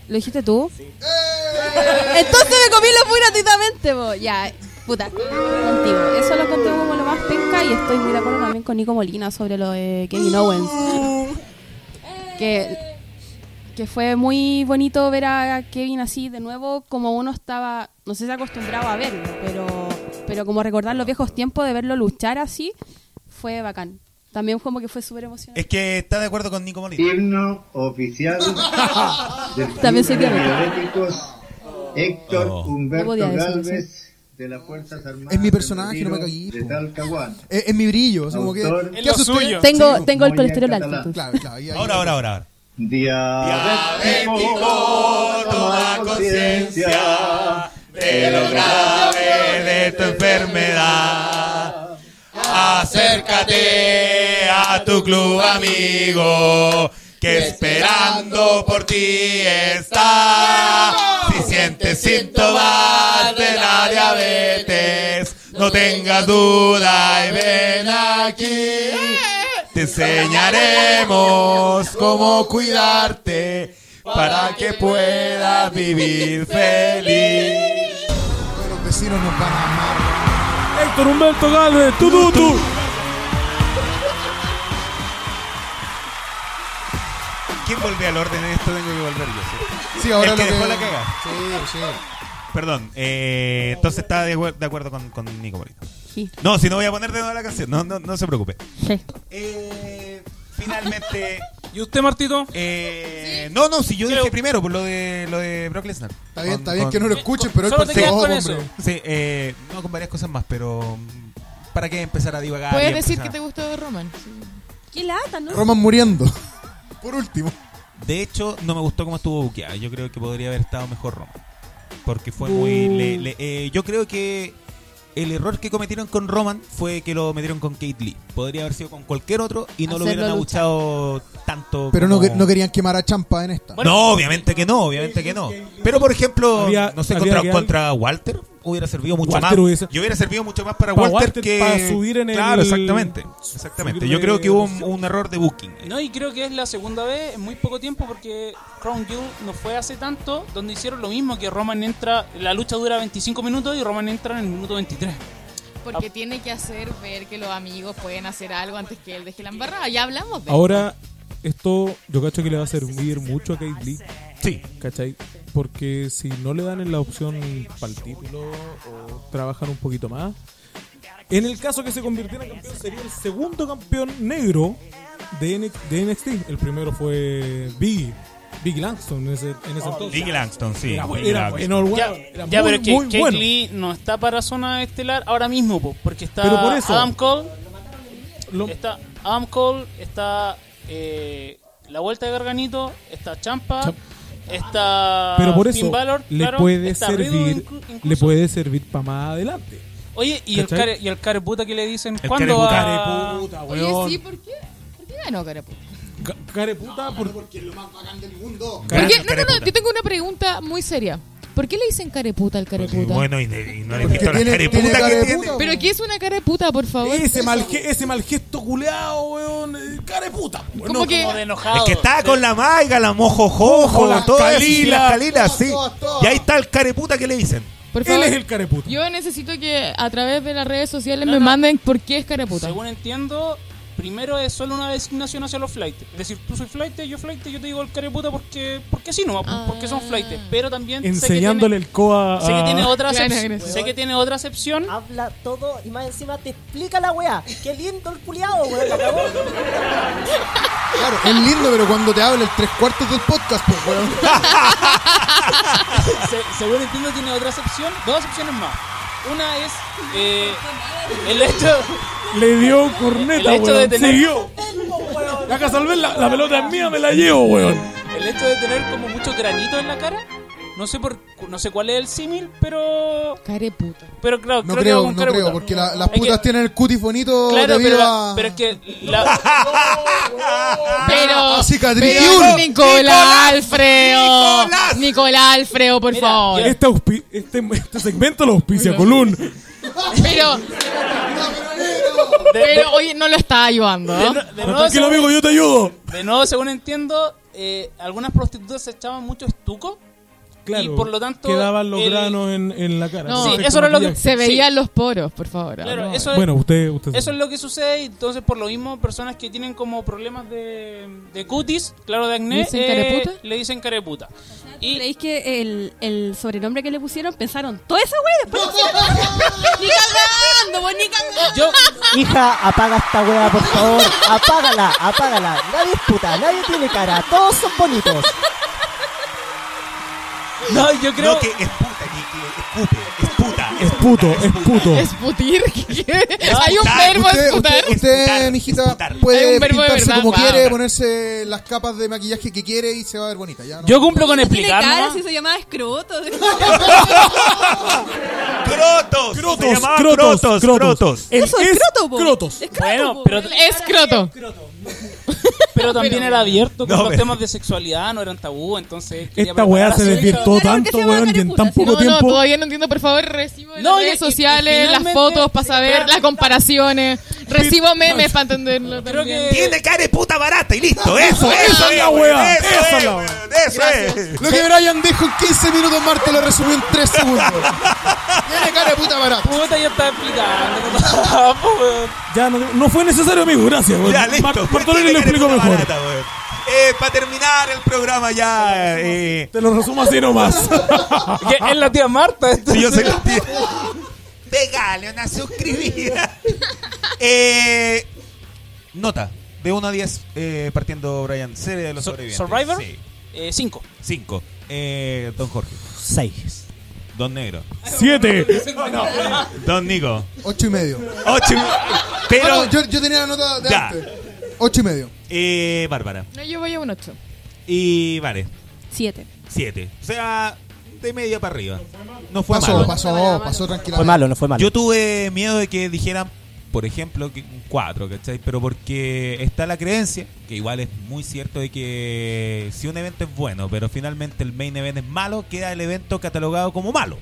Speaker 14: ¿Lo dijiste tú? Entonces me comí los muy gratuitamente, po. Ya, puta, estoy contigo. Eso lo conté como lo más penca y estoy muy de acuerdo también con Nico Molina sobre lo de Kevin Owens. que, que fue muy bonito ver a Kevin así de nuevo, como uno estaba, no sé si acostumbrado a verlo, pero, pero como recordar los viejos tiempos de verlo luchar así, fue bacán. También como que fue súper emocionante.
Speaker 4: Es que está de acuerdo con Nico Molina.
Speaker 5: Himno oficial del
Speaker 14: También se
Speaker 5: Club de
Speaker 14: tiene.
Speaker 5: Diabéticos, Héctor
Speaker 7: Oh.
Speaker 5: Humberto
Speaker 7: No podía decir
Speaker 5: Galvez de las Fuerzas Armadas.
Speaker 7: Es mi personaje,
Speaker 5: del
Speaker 7: no me
Speaker 5: Retiro
Speaker 7: caí.
Speaker 5: De Talcahuano.
Speaker 7: Es, es mi brillo. así como que,
Speaker 5: Autor.
Speaker 7: ¿qué
Speaker 5: Es lo
Speaker 7: hace usted?
Speaker 5: suyo. Tengo- tengo el
Speaker 7: Moya
Speaker 5: colesterol alto,
Speaker 7: Catalán.
Speaker 5: entonces.
Speaker 7: Claro, claro, ahí, ahí.
Speaker 4: Ahora, ahora, ahora. ahora.
Speaker 5: Diabético,
Speaker 4: toma conciencia de lo grave de tu enfermedad. Acércate a tu club amigo, que esperando por ti está. Si sientes síntomas de la diabetes, no tengas duda y ven aquí. Te enseñaremos cómo cuidarte para que puedas vivir feliz.
Speaker 7: Los vecinos nos van a amar.
Speaker 10: Héctor Humberto Galvez, tú, tú, tú.
Speaker 4: ¿Quién volvió al orden? Esto tengo que volver yo.
Speaker 7: Sí, ahora
Speaker 4: El que
Speaker 7: lo que-
Speaker 4: dejó la cagada.
Speaker 7: Sí, sí.
Speaker 4: Perdón, eh, entonces está de, acuer- de acuerdo con, con Nico Morito.
Speaker 14: Sí.
Speaker 4: No, si no voy a poner de nuevo la canción, no, no, no se preocupe. Eh, finalmente.
Speaker 9: ¿Y usted, Martito?
Speaker 4: Eh, no, no, si yo dije primero por lo de, lo de Brock Lesnar.
Speaker 7: Está bien, está bien que
Speaker 9: Eh,
Speaker 7: no lo escuchen, pero es por
Speaker 4: sí,
Speaker 7: favor,
Speaker 4: sí,
Speaker 7: hombre.
Speaker 4: sí, eh, no con varias cosas más, pero mm, ¿para qué empezar a divagar?
Speaker 8: Puedes
Speaker 4: y
Speaker 8: decir que
Speaker 4: empezar
Speaker 8: te gustó Roman.
Speaker 14: Qué lata, ¿no?
Speaker 7: Roman muriendo. Por último.
Speaker 4: a- De hecho, no me gustó cómo estuvo buqueada. Yo creo que podría haber estado mejor Roma. Porque fue muy...
Speaker 10: Mm.
Speaker 9: Uh.
Speaker 4: le- le- eh, yo creo que el error que cometieron con Roman fue que lo metieron con Kate Lee. Podría haber sido con cualquier otro y no
Speaker 7: Hacerlo
Speaker 4: lo hubieran
Speaker 7: luchar.
Speaker 4: abuchado tanto.
Speaker 7: Pero no,
Speaker 4: como-
Speaker 7: que- no querían quemar a Champa en esta.
Speaker 4: no, obviamente que no, obviamente que no. Pero por ejemplo,
Speaker 10: Había-
Speaker 4: no sé,
Speaker 10: había
Speaker 4: contra,
Speaker 10: que-
Speaker 4: contra Walter hubiera servido mucho
Speaker 10: Walter
Speaker 4: más.
Speaker 10: hubiese-
Speaker 4: Yo hubiera servido mucho más para
Speaker 10: Pa'
Speaker 4: Walter,
Speaker 10: Walter,
Speaker 4: que
Speaker 10: pa' subir en el-
Speaker 4: Claro, exactamente. Exactamente.
Speaker 10: subir
Speaker 4: Yo
Speaker 10: de-
Speaker 4: creo que hubo un, un error de booking.
Speaker 9: No, y creo que es la segunda vez en muy poco tiempo porque Crown Jewel no fue hace tanto donde hicieron lo mismo que Roman entra, la lucha dura 25 minutos y Roman entra en el minuto 23.
Speaker 8: Porque tiene que hacer ver que los amigos pueden hacer algo antes que él deje la embarrada. Ya hablamos de
Speaker 10: Ahora, esto yo cacho que le va a servir mucho a Kate Lee.
Speaker 4: Sí.
Speaker 10: ¿Cachai? Porque si no le dan en la opción para el título o trabajan un poquito más. En el caso que se convirtiera en campeón, sería el segundo campeón negro de, N- de NXT. El primero fue Biggie. Biggie Langston en ese, en ese entonces.
Speaker 4: Oh, Biggie Langston, sí,
Speaker 10: Era,
Speaker 4: Biggie
Speaker 10: era
Speaker 4: Langston.
Speaker 10: bueno,
Speaker 4: Ya-
Speaker 10: bueno, era
Speaker 9: Ya,
Speaker 10: muy,
Speaker 9: pero es que
Speaker 10: muy
Speaker 9: Keith
Speaker 10: bueno.
Speaker 9: Lee no está para zona estelar ahora mismo, po, porque está
Speaker 10: Pero por eso.
Speaker 9: Adam Cole. Está Adam Cole, está eh, La Vuelta de Garganito, está Champa, está
Speaker 10: Pero por
Speaker 9: Finn
Speaker 10: eso
Speaker 9: Balor,
Speaker 10: le
Speaker 9: uh, claro,
Speaker 10: puede
Speaker 9: está Riddle
Speaker 10: servir,
Speaker 9: inclu-
Speaker 10: le
Speaker 9: incluso.
Speaker 10: puede servir para más adelante.
Speaker 9: Oye, y el,
Speaker 10: ¿Cachai?
Speaker 9: care, y el careputa que le dicen,
Speaker 10: El
Speaker 9: ¿cuándo
Speaker 10: careputa.
Speaker 9: va?
Speaker 10: Careputa, weón.
Speaker 8: sí, ¿por qué? ¿Por qué ganó Careputa?
Speaker 10: Ca- Careputa por-
Speaker 7: porque es lo más bacán del mundo.
Speaker 8: ¿Por qué? No, no, no, yo tengo una pregunta muy seria. ¿Por qué le dicen careputa al careputa?
Speaker 4: Pues Bueno, y, y no le he visto la
Speaker 10: tiene-
Speaker 4: careputa
Speaker 10: tiene
Speaker 4: que
Speaker 10: careputa,
Speaker 4: tiene.
Speaker 8: ¿Pero qué es una careputa, por favor?
Speaker 10: ese mal, ge- ese mal gesto culeado, weón. eh, Careputa. weón.
Speaker 8: Como que-
Speaker 4: Es que está con la maiga, la mojojojo,
Speaker 10: Las
Speaker 4: todas
Speaker 10: calilas,
Speaker 4: así, las calilas,
Speaker 10: todas,
Speaker 4: sí.
Speaker 10: todas, todas.
Speaker 4: Y ahí está el careputa que le dicen.
Speaker 8: Por favor.
Speaker 10: Él es el
Speaker 4: [laughs]
Speaker 10: careputa.
Speaker 8: Yo necesito que a través de las redes sociales me manden por qué es careputa.
Speaker 9: Según entiendo, primero es solo una designación hacia los flights. Es decir, tú soy flight, yo flight, yo te digo el careputa porque, porque sí, no,
Speaker 8: Ah.
Speaker 9: porque son flight. Pero también sé que
Speaker 10: Enseñándole el coa a.
Speaker 9: Sé que tiene otra
Speaker 10: Claro,
Speaker 9: acepción.
Speaker 10: agresivo.
Speaker 9: Sé que tiene otra acepción.
Speaker 12: Habla todo y más encima te explica la weá. Qué lindo el culiado, weón. La cagó.
Speaker 7: Claro, es lindo, pero cuando te habla el tres cuartos del podcast, pues,
Speaker 8: [laughs]
Speaker 7: weón.
Speaker 9: [laughs] Se- según entiendo tiene otra acepción, dos acepciones más. Una es eh, el hecho
Speaker 10: Le dio un
Speaker 9: el
Speaker 10: corneta,
Speaker 9: hecho de
Speaker 10: weón.
Speaker 9: tener
Speaker 10: Siguió. Ya que salvé la, la pelota es mía, me la llevo, weón.
Speaker 9: el hecho de tener como mucho granito en la cara. No sé por no sé cuál es el símil, pero
Speaker 8: careputa.
Speaker 9: Pero claro, creo,
Speaker 7: No
Speaker 9: que va
Speaker 7: creo,
Speaker 9: con
Speaker 7: no
Speaker 9: careputa.
Speaker 7: creo, porque la- las
Speaker 9: Es que-
Speaker 7: putas tienen el cutis bonito
Speaker 9: Claro,
Speaker 7: debido
Speaker 9: pero,
Speaker 7: a...
Speaker 9: pero es que
Speaker 7: [laughs]
Speaker 9: la
Speaker 8: Pero,
Speaker 7: Ah, cicatriz.
Speaker 8: pero
Speaker 7: ¡Nicolás!
Speaker 8: Nicolás Alfredo, Nicolás Alfredo, por favor.
Speaker 10: Este, auspi- este, este segmento lo auspicia Colún. [laughs]
Speaker 8: Pero, pero oye, no lo está ayudando. ¿ah? ¿no?
Speaker 9: de, de nuevo,
Speaker 10: Tranquilo, amigo, yo te ayudo.
Speaker 9: de nuevo, según entiendo, eh, algunas prostitutas se echaban mucho estuco.
Speaker 10: Claro.
Speaker 9: y por lo tanto
Speaker 10: Quedaban los
Speaker 9: el-
Speaker 10: granos en, en la cara.
Speaker 8: No,
Speaker 10: Entonces,
Speaker 9: eso era lo
Speaker 10: como
Speaker 9: que-
Speaker 8: Se
Speaker 9: Sí.
Speaker 8: veían los poros, por favor.
Speaker 9: Claro,
Speaker 8: no.
Speaker 9: eso es,
Speaker 10: Bueno, usted- usted
Speaker 9: eso es lo que sucede. y Entonces, por lo mismo, personas que tienen como problemas de, de cutis, claro, de acné, eh,
Speaker 8: ¿Le dicen careputa?
Speaker 9: le dicen careputa.
Speaker 15: ¿Creéis que el, el sobrenombre que le pusieron pensaron toda esa wey
Speaker 7: [laughs]
Speaker 15: después? le
Speaker 14: [laughs]
Speaker 15: pusieron- ni cagando, pues ni cagando.
Speaker 12: [laughs] Hija, apaga esta weá, por favor. Apágala, apágala. Nadie es puta, nadie tiene cara. Todos son bonitos.
Speaker 9: No, yo creo
Speaker 4: que es puta, que, que es puta, es puta.
Speaker 10: Es puto, es puto.
Speaker 8: Es putir. [laughs] Hay un
Speaker 4: Esputar.
Speaker 8: verbo
Speaker 7: Usted,
Speaker 8: esputar.
Speaker 7: usted, usted, mijita,
Speaker 8: Hay
Speaker 7: puede
Speaker 8: un verbo de
Speaker 7: pintarse
Speaker 8: verdad,
Speaker 7: como
Speaker 8: va.
Speaker 7: quiere, ponerse las capas de maquillaje que quiere y se va a ver bonita. Ya, no.
Speaker 9: Yo cumplo con
Speaker 15: Tiene
Speaker 9: explicar.
Speaker 15: cara
Speaker 9: nomás.
Speaker 15: si se llamaba escroto.
Speaker 4: ¡Crotos!
Speaker 10: Crotos,
Speaker 4: Se llamaba
Speaker 10: crotos, crotos.
Speaker 4: crotos, crotos.
Speaker 10: El
Speaker 15: Eso es
Speaker 10: es
Speaker 15: croto, po.
Speaker 10: crotos.
Speaker 15: Es croto,
Speaker 9: Bueno,
Speaker 15: po.
Speaker 9: pero,
Speaker 8: Es croto.
Speaker 9: pero también era abierto con
Speaker 4: No,
Speaker 9: los
Speaker 4: pero-
Speaker 9: temas de sexualidad, no eran tabú. Entonces, quería
Speaker 10: Esta weá
Speaker 9: preparar
Speaker 10: se
Speaker 9: a su
Speaker 10: desvirtó
Speaker 9: hija.
Speaker 10: tanto, weón, y en tan poco
Speaker 8: No, no,
Speaker 10: tiempo.
Speaker 8: todavía no entiendo. Por favor, recibo las
Speaker 9: No, y-
Speaker 8: redes
Speaker 9: y- y
Speaker 8: sociales, las
Speaker 9: finalmente-
Speaker 8: fotos para saber las comparaciones. Recibo memes para entenderlo
Speaker 9: Creo
Speaker 8: también.
Speaker 9: que.
Speaker 4: Tiene cara de puta barata y listo. Eso, eso
Speaker 10: Esa es la
Speaker 4: weón,
Speaker 10: weá,
Speaker 4: Eso
Speaker 10: esa es
Speaker 4: es,
Speaker 10: la
Speaker 4: weón, Eso es.
Speaker 7: Lo que Brian dijo en 15 minutos, Marte lo resumió en 3 segundos. Tiene cara de puta barata.
Speaker 9: Puta, ya está explicando. no
Speaker 4: [laughs]
Speaker 9: estaba, po, weón.
Speaker 10: Ya no, no fue necesario, amigo, gracias, weón.
Speaker 4: Ya, listo.
Speaker 10: Mar-
Speaker 4: Tiene
Speaker 10: Bartolini lo
Speaker 4: cara de
Speaker 10: explicó
Speaker 4: puta
Speaker 10: mejor.
Speaker 4: barata, weón. Eh, para terminar el programa ya. Eh,
Speaker 10: Te lo resumo así [laughs] nomás.
Speaker 9: Que es la tía Marta. esto.
Speaker 4: Sí, yo soy la [laughs] tía. Pegale una suscribida. [laughs] Eh, nota. De 1 a 10, eh, partiendo Brian. Serie de los
Speaker 9: So-
Speaker 4: sobrevivientes.
Speaker 9: Survivor,
Speaker 4: Sí.
Speaker 9: 5.
Speaker 4: 5. Eh, don Jorge.
Speaker 12: Seis.
Speaker 4: Don Negro. Oh,
Speaker 10: Siete.
Speaker 4: Don Nico.
Speaker 7: 8 y medio.
Speaker 4: 8.
Speaker 7: Pero
Speaker 4: Pero.
Speaker 7: yo, yo tenía la nota de
Speaker 4: Ya.
Speaker 7: antes. 8 y medio.
Speaker 4: Eh, Bárbara.
Speaker 8: No, yo voy a un 8.
Speaker 4: Y Vare.
Speaker 15: Siete.
Speaker 4: 7. O sea, de media para arriba. No fue
Speaker 7: Pasó,
Speaker 4: malo.
Speaker 7: pasó, pasó tranquilamente.
Speaker 12: Fue malo, no fue malo.
Speaker 4: Yo tuve miedo de que dijeran, por ejemplo, que un 4, ¿cachai? Pero porque está la creencia, que igual es muy cierto, de que si un evento es bueno, pero finalmente el main event es malo, queda el evento catalogado como malo.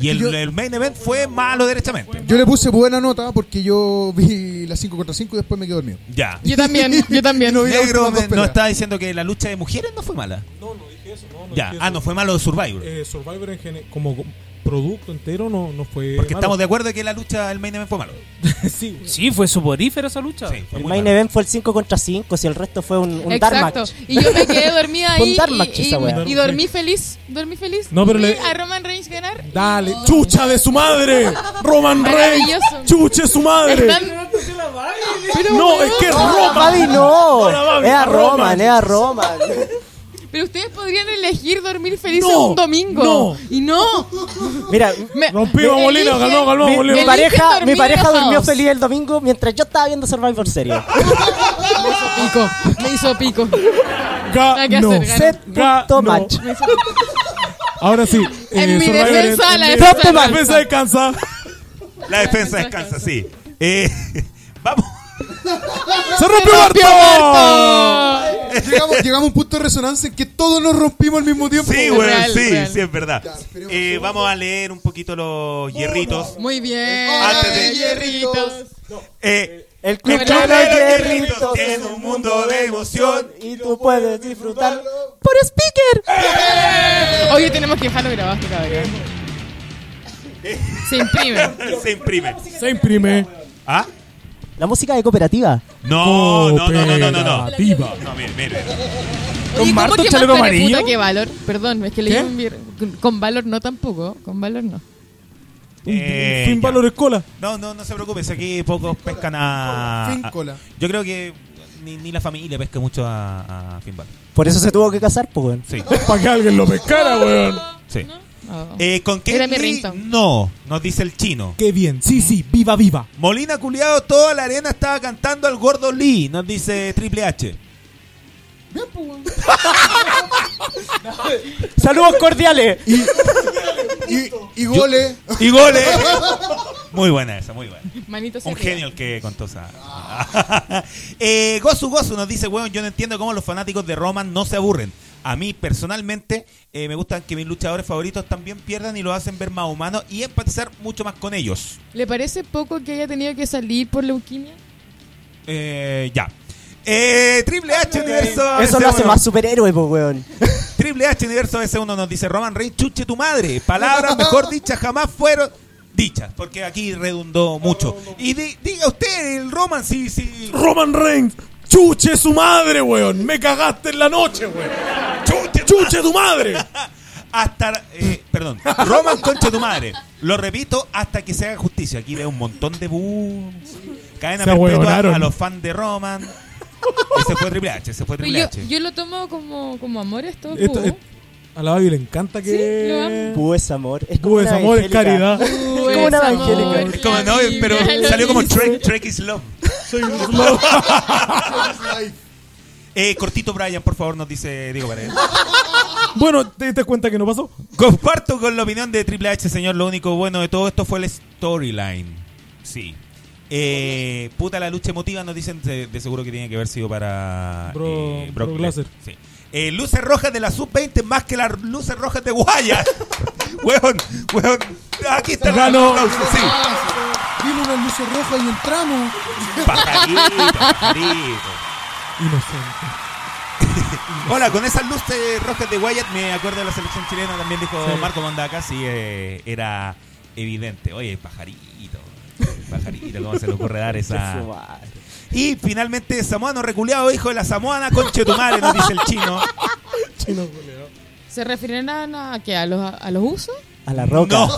Speaker 4: Y el,
Speaker 7: Yo-
Speaker 4: el main event fue malo derechamente.
Speaker 7: Yo le puse buena nota porque yo vi la 5 contra 5 y después me quedé dormido.
Speaker 4: Ya.
Speaker 8: Yo
Speaker 4: [laughs]
Speaker 8: también, yo
Speaker 7: [laughs]
Speaker 8: también.
Speaker 7: No vi las
Speaker 4: Negro
Speaker 7: últimas
Speaker 4: me-
Speaker 7: dos
Speaker 4: no
Speaker 7: peleas.
Speaker 4: está diciendo que la lucha de mujeres no fue mala.
Speaker 10: No, no dije eso. No,
Speaker 4: Ya. Ah, no fue malo de Survivor.
Speaker 10: Eh, Survivor en gene- como producto entero no, no fue.
Speaker 4: Porque
Speaker 10: malo.
Speaker 4: estamos de acuerdo de que la lucha del main event fue malo.
Speaker 10: [laughs] sí, weón.
Speaker 9: Sí, fue suporífera esa lucha.
Speaker 4: Sí, fue
Speaker 12: El
Speaker 4: muy
Speaker 12: main
Speaker 4: malo.
Speaker 12: event fue el 5 contra 5, si el resto fue un, un dark
Speaker 8: Exacto.
Speaker 12: match.
Speaker 8: Y yo me quedé dormida
Speaker 12: Fue un
Speaker 8: ahí.
Speaker 12: dark
Speaker 8: y-
Speaker 12: match
Speaker 8: y,
Speaker 12: esa wea.
Speaker 8: y dormí feliz. Dormí feliz.
Speaker 10: No, pero
Speaker 8: Vi
Speaker 10: le-
Speaker 8: A Roman Reigns ganar.
Speaker 10: Dale, chucha de su madre. Roman Reigns.
Speaker 8: Maravilloso.
Speaker 10: Chuche su madre.
Speaker 8: Están-
Speaker 10: No, es que es Roma.
Speaker 12: Babi, no.
Speaker 10: Hola, Babi.
Speaker 12: Es a
Speaker 10: A Roma.
Speaker 12: Roma, es a Roma.
Speaker 8: Pero ustedes podrían elegir dormir felices
Speaker 12: No,
Speaker 8: un domingo.
Speaker 12: no.
Speaker 8: Y no.
Speaker 12: Mira,
Speaker 10: Rompimos me bolina, eligen- ganó, ganó
Speaker 12: mi,
Speaker 10: bolina. me
Speaker 12: mi
Speaker 10: eligen
Speaker 12: pareja,
Speaker 10: dormir
Speaker 12: mi pareja
Speaker 10: enojados.
Speaker 12: durmió feliz el domingo mientras yo estaba viendo Survivor serie.
Speaker 8: Pico. Me hizo pico. Nada que hacer,
Speaker 10: Ganó.
Speaker 8: ganó.
Speaker 12: Set punto match.
Speaker 10: [laughs]
Speaker 8: Me hizo-
Speaker 10: Ahora sí.
Speaker 8: En
Speaker 10: eh,
Speaker 8: mi
Speaker 10: Survivor
Speaker 8: defensa,
Speaker 10: en-
Speaker 8: la
Speaker 10: en-
Speaker 8: defensa
Speaker 10: La
Speaker 8: descansa.
Speaker 10: defensa descansa.
Speaker 4: La defensa descansa, sí. Eh,
Speaker 10: ¡Se rompió Barto!
Speaker 7: Llegamos, llegamos a un punto de resonancia en que todos nos rompimos al mismo tiempo.
Speaker 4: sí, güey, sí, sí, es verdad. Eh, vamos a leer un poquito los hierritos.
Speaker 8: Muy bien.
Speaker 4: Antes de-
Speaker 8: hierritos.
Speaker 4: Eh,
Speaker 12: el
Speaker 4: club
Speaker 12: de los hierritos
Speaker 4: es un mundo de emoción.
Speaker 12: Y tú puedes disfrutarlo.
Speaker 8: Por speaker. ¡Eh! Oye, tenemos que dejarlo grabado este cabrón. Se imprime.
Speaker 4: Eh. Se imprime.
Speaker 10: Se imprime.
Speaker 4: ¿Ah?
Speaker 12: La música de cooperativa.
Speaker 4: No, no, no, no, no, no. no. No, mire, mire.
Speaker 8: Oye, ¿cómo
Speaker 12: Marto
Speaker 8: que más
Speaker 12: Chalero
Speaker 8: hijo de
Speaker 12: Amarillo?
Speaker 8: puta que valor? Perdón, es que leí
Speaker 10: ¿Qué?
Speaker 8: un vir- con- Con valor no tampoco. Con valor no.
Speaker 4: Eh,
Speaker 10: Fin
Speaker 4: ya.
Speaker 10: valor escola.
Speaker 4: No, no, no se preocupe, si aquí pocos pescan a.
Speaker 10: Fin
Speaker 4: a-
Speaker 10: cola.
Speaker 4: Yo creo que ni, ni la familia pesca mucho a, a Finbar.
Speaker 12: Por eso se tuvo que casar, pues, weón.
Speaker 4: Sí.
Speaker 10: Para que alguien lo pescara, weón.
Speaker 4: Sí.
Speaker 8: Oh.
Speaker 5: [laughs]
Speaker 4: Eh, ¿Con qué?
Speaker 8: Era mi
Speaker 4: Lee?
Speaker 8: ringtone.
Speaker 4: No, nos dice el chino.
Speaker 10: Qué eh, bien. Sí, sí. Viva, viva.
Speaker 4: Molina Culeado, toda la arena estaba cantando al gordo Lee, nos dice Triple H.
Speaker 7: [laughs]
Speaker 12: Saludos cordiales.
Speaker 7: Y, y gole. [laughs]
Speaker 4: Y goles. Muy buena esa, muy buena.
Speaker 8: Manito hacia
Speaker 4: Un
Speaker 8: arriba.
Speaker 4: genio el que contó esa. [laughs] eh, Gozu Gozu nos dice, weón, yo no entiendo cómo los fanáticos de Roman no se aburren. A mí, personalmente, eh, me gustan que mis luchadores favoritos también pierdan y lo hacen ver más humanos y empatizar mucho más con ellos.
Speaker 8: ¿Le parece poco que haya tenido que salir por leuquimia?
Speaker 4: Eh, ya. Eh, Triple H Universo
Speaker 12: Eso lo hace
Speaker 4: S1.
Speaker 12: más superhéroe, pues,
Speaker 4: [laughs]
Speaker 12: weón.
Speaker 4: Triple H Universo S1 nos dice Roman Reigns, chuche tu madre.
Speaker 8: [laughs]
Speaker 4: Palabras mejor dichas jamás fueron dichas, porque aquí redundó mucho. Y di- diga usted, el Roman, sí, sí.
Speaker 10: Roman Reigns. Chuche su madre, weón. Me cagaste en la noche, weón. Chuche, chuche tu madre.
Speaker 4: Hasta, eh, perdón, Roman concha tu madre. Lo repito hasta que se haga justicia. Aquí veo un montón de boom. Cadena
Speaker 10: Se
Speaker 4: perpetua
Speaker 10: ahueonaron.
Speaker 4: a los fans de Roman. Y se fue Triple H, se fue
Speaker 8: Pero
Speaker 4: Triple
Speaker 8: yo,
Speaker 4: H.
Speaker 8: yo lo tomo como, como amor esto.
Speaker 10: Esto-
Speaker 8: Hugo.
Speaker 10: esto- a la Babi le encanta
Speaker 8: lo
Speaker 10: que. [laughs]
Speaker 8: amo.
Speaker 12: Bú es amor. Es como
Speaker 10: Bú es
Speaker 12: una
Speaker 10: amor, es caridad.
Speaker 12: evangélica.
Speaker 8: Bú
Speaker 12: Es como una
Speaker 8: es amor.
Speaker 12: evangélica.
Speaker 4: Es como, no, pero
Speaker 8: Lo
Speaker 4: salió como
Speaker 8: dice.
Speaker 4: Trek, Trek is Love.
Speaker 10: Soy un slow.
Speaker 4: [laughs] Eh, cortito, Brian, por favor, nos dice Diego Paredes.
Speaker 10: Bueno, ¿te diste cuenta que no pasó?
Speaker 4: Comparto con la opinión de Triple H, señor. Lo único bueno de todo esto fue el storyline. Sí. Eh, puta la lucha emotiva, nos dicen de, de seguro que tiene que haber sido para
Speaker 10: Bro-
Speaker 4: eh,
Speaker 10: Brock Lesnar.
Speaker 4: Sí. Eh, luces rojas de la sub-20 más que las luces rojas de Guaya. [laughs] weón, weón. Aquí está
Speaker 10: Ganó.
Speaker 4: la sí.
Speaker 7: Vino una luz roja y entramos.
Speaker 4: Pajarito, pajarito.
Speaker 10: Inocente.
Speaker 4: Hola, con esas luces rojas de Wyatt me acuerdo de la selección chilena, también dijo
Speaker 10: Sí.
Speaker 4: Marco Mandacas y eh, era evidente. Oye, pajarito, pajarito, ¿cómo se le ocurre dar esa...?
Speaker 12: Chuche su madre.
Speaker 4: Y finalmente, Samoano reculeado, hijo de la Samoana, conche tu madre, nos dice el
Speaker 8: [laughs]
Speaker 4: chino.
Speaker 10: Chino, culiao.
Speaker 8: ¿Se refieren a, a qué? ¿A los, a los usos?
Speaker 12: A la roca.
Speaker 4: No,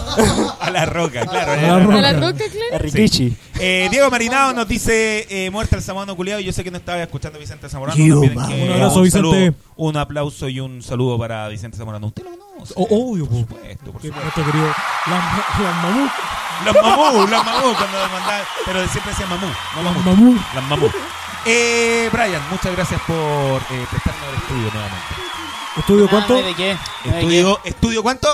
Speaker 4: [laughs] a la roca, claro.
Speaker 12: A
Speaker 4: eh,
Speaker 12: la
Speaker 8: ¿A
Speaker 12: roca.
Speaker 8: la roca,
Speaker 12: A
Speaker 8: claro?
Speaker 12: Rikichi.
Speaker 4: Eh, Diego Marinado nos dice eh, muerta el Samoano culiado. Yo sé que no estaba escuchando a Vicente Zamorano.
Speaker 12: Yo,
Speaker 4: también
Speaker 12: man.
Speaker 4: que-
Speaker 10: Un abrazo,
Speaker 4: un
Speaker 10: Vicente.
Speaker 4: saludo, un aplauso y un saludo para Vicente Zamorano. Usted lo conoce.
Speaker 10: O- obvio,
Speaker 4: por
Speaker 10: po.
Speaker 4: supuesto. Por
Speaker 10: Que
Speaker 4: supuesto.
Speaker 10: Nuestro querido Lam- Lam Mamut.
Speaker 4: Los mamú, los mamú, cuando lo mandaba. Pero siempre decía mamú, no mamú.
Speaker 10: Lam Mamut.
Speaker 4: Las mamú. Eh, Brian, muchas gracias por eh, prestarnos el estudio nuevamente.
Speaker 10: ¿Estudio cuánto?
Speaker 9: Ah, ¿De qué?
Speaker 4: Estudio,
Speaker 9: [laughs]
Speaker 4: ¿Estudio cuánto?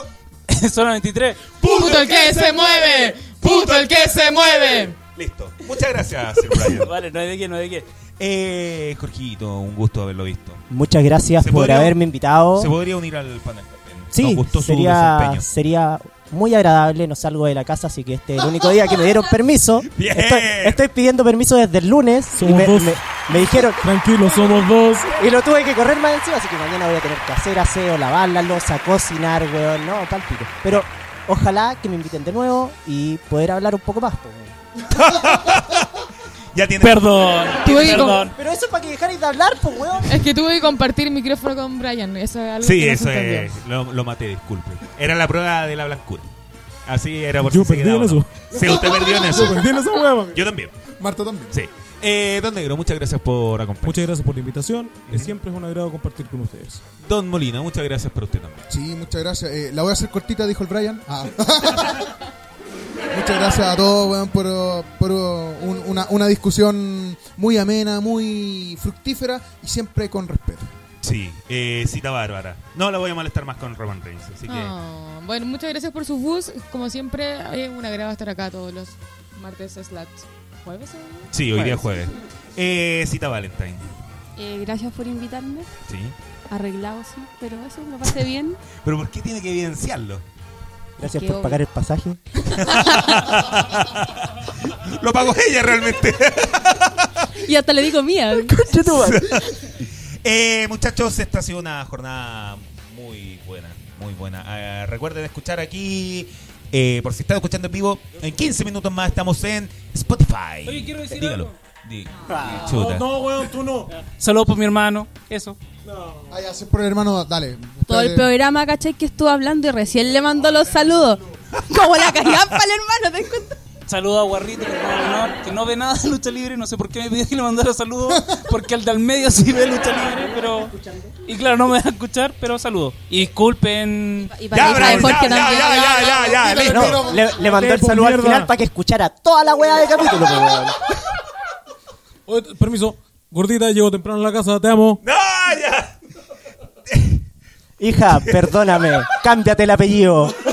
Speaker 9: Solo 23.
Speaker 8: ¡Puto el que se mueve! ¡Puto el que se mueve!
Speaker 4: Listo. Muchas gracias, Sir
Speaker 9: [laughs]
Speaker 4: Brian.
Speaker 9: Vale, no hay de qué, no hay de qué.
Speaker 4: Eh, Jorgito, un gusto haberlo visto.
Speaker 12: Muchas gracias
Speaker 4: ¿Se
Speaker 12: por
Speaker 4: podría-
Speaker 12: haberme invitado.
Speaker 4: Se podría unir al panel también. Nos
Speaker 12: Sí,
Speaker 4: gustó su
Speaker 12: sería,
Speaker 4: desempeño.
Speaker 12: sería muy agradable. No salgo de la casa, así que este es el único día que me dieron permiso.
Speaker 4: Bien.
Speaker 12: Estoy, estoy pidiendo permiso desde el lunes. y
Speaker 10: Somos
Speaker 12: me,
Speaker 10: dos.
Speaker 12: me- me dijeron,
Speaker 10: Tranquilo, somos dos.
Speaker 12: y lo tuve que correr más encima, así que mañana voy a tener que hacer aseo, lavar la losa, cocinar, weón. No, tal pico. Pero ojalá que me inviten de nuevo y poder hablar un poco más. po, weón.
Speaker 4: Ya tiene.
Speaker 9: Perdón.
Speaker 8: Tuve que
Speaker 9: Perdón.
Speaker 12: Pero eso es para que dejarais de hablar, pues, weón.
Speaker 8: Es que tuve que compartir micrófono con Brian. Eso es algo
Speaker 4: Sí,
Speaker 8: que no se
Speaker 4: eso
Speaker 8: entendió.
Speaker 4: es. Lo, lo maté, disculpe. Era la prueba de la blancura. Así era por
Speaker 10: Yo
Speaker 4: si se
Speaker 10: perdí en
Speaker 4: quedaba o no.
Speaker 10: eso.
Speaker 4: Sí, usted perdió en eso.
Speaker 10: Yo perdí en esa hueva.
Speaker 4: Yo también,
Speaker 7: Marta también.
Speaker 4: sí.
Speaker 17: Eh, don Negro, muchas gracias por acompañarnos.
Speaker 10: Muchas gracias por la invitación. Eh, Siempre es un agrado compartir con ustedes.
Speaker 17: Don Molina, muchas gracias por usted también.
Speaker 7: Sí, muchas gracias. Eh, la voy a hacer cortita, dijo el Brian. Ah. [laughs] muchas gracias a todos, weón, por, uh, por, uh, un- una, una discusión muy amena, muy fructífera y siempre con respeto.
Speaker 4: Sí, eh, cita bárbara. No la voy a molestar más con Roman Reigns, así que.
Speaker 8: Ah, bueno, muchas gracias por sus bus. Como siempre, es un agrado estar acá todos los martes slash jueves. ¿eh?
Speaker 4: Sí, hoy día jueves. Eh, cita Valentine.
Speaker 15: [laughs] Eh, gracias por invitarme.
Speaker 4: Sí.
Speaker 15: Arreglado, sí, pero eso lo pasé bien.
Speaker 4: [laughs] Pero ¿por qué tiene que evidenciarlo?
Speaker 12: Gracias
Speaker 15: Qué
Speaker 12: por
Speaker 15: obvio.
Speaker 12: pagar el pasaje.
Speaker 4: Lo pagó ella realmente.
Speaker 15: y hasta le digo mía.
Speaker 4: [laughs] Eh, muchachos, esta ha sido una jornada muy buena, muy buena. Eh, recuerden escuchar aquí, eh, por si están escuchando en vivo, en 15 minutos más estamos en Spotify.
Speaker 9: Oye, quiero decir
Speaker 4: Dígalo.
Speaker 9: algo.
Speaker 4: Di-
Speaker 9: Ah.
Speaker 4: chuta.
Speaker 9: No,
Speaker 10: weón, tú no.
Speaker 9: Saludos por mi hermano. Eso.
Speaker 7: Ay, así por el hermano, dale.
Speaker 15: [laughs] Todo el programa, ¿cachai? Que estuvo hablando y recién le mandó los saludos. Como la callampa al hermano, ¿te das cuenta?
Speaker 9: Saludos a Guarrito, que no, no- que no ve nada de lucha libre. No sé por qué me pidió que le mandara saludos. Porque el del medio sí ve lucha libre, pero. Y claro, no me deja escuchar, pero saludos. Y disculpen.
Speaker 15: Y para- Ya, y para bravo, Jorge ya, también. ya, ya, ya, ya,
Speaker 12: Pero
Speaker 9: listo.
Speaker 12: no, le, le mandó el
Speaker 9: Tempo,
Speaker 12: saludo al
Speaker 9: mierda.
Speaker 12: final para que escuchara toda la weá de capítulo. po, weón.
Speaker 10: Oye, t- permiso. Gordita, llego temprano a la casa, te amo.
Speaker 12: Hija, perdóname. Cámbiate el apellido.
Speaker 4: [laughs]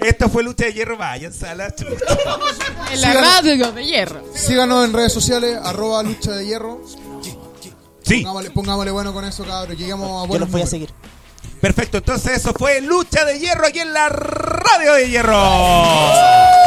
Speaker 4: Esto fue Lucha de Hierro, váyanse a la
Speaker 9: [laughs]
Speaker 4: chuta.
Speaker 8: En la
Speaker 7: Síganos-
Speaker 8: radio de hierro.
Speaker 7: Síganos en redes sociales, arroba lucha de hierro.
Speaker 4: Sí.
Speaker 7: Pongámosle, pongámosle bueno con eso, cabros. Llegamos a buenos números.
Speaker 4: Perfecto, entonces eso fue Lucha de Hierro aquí en la Radio de Hierro.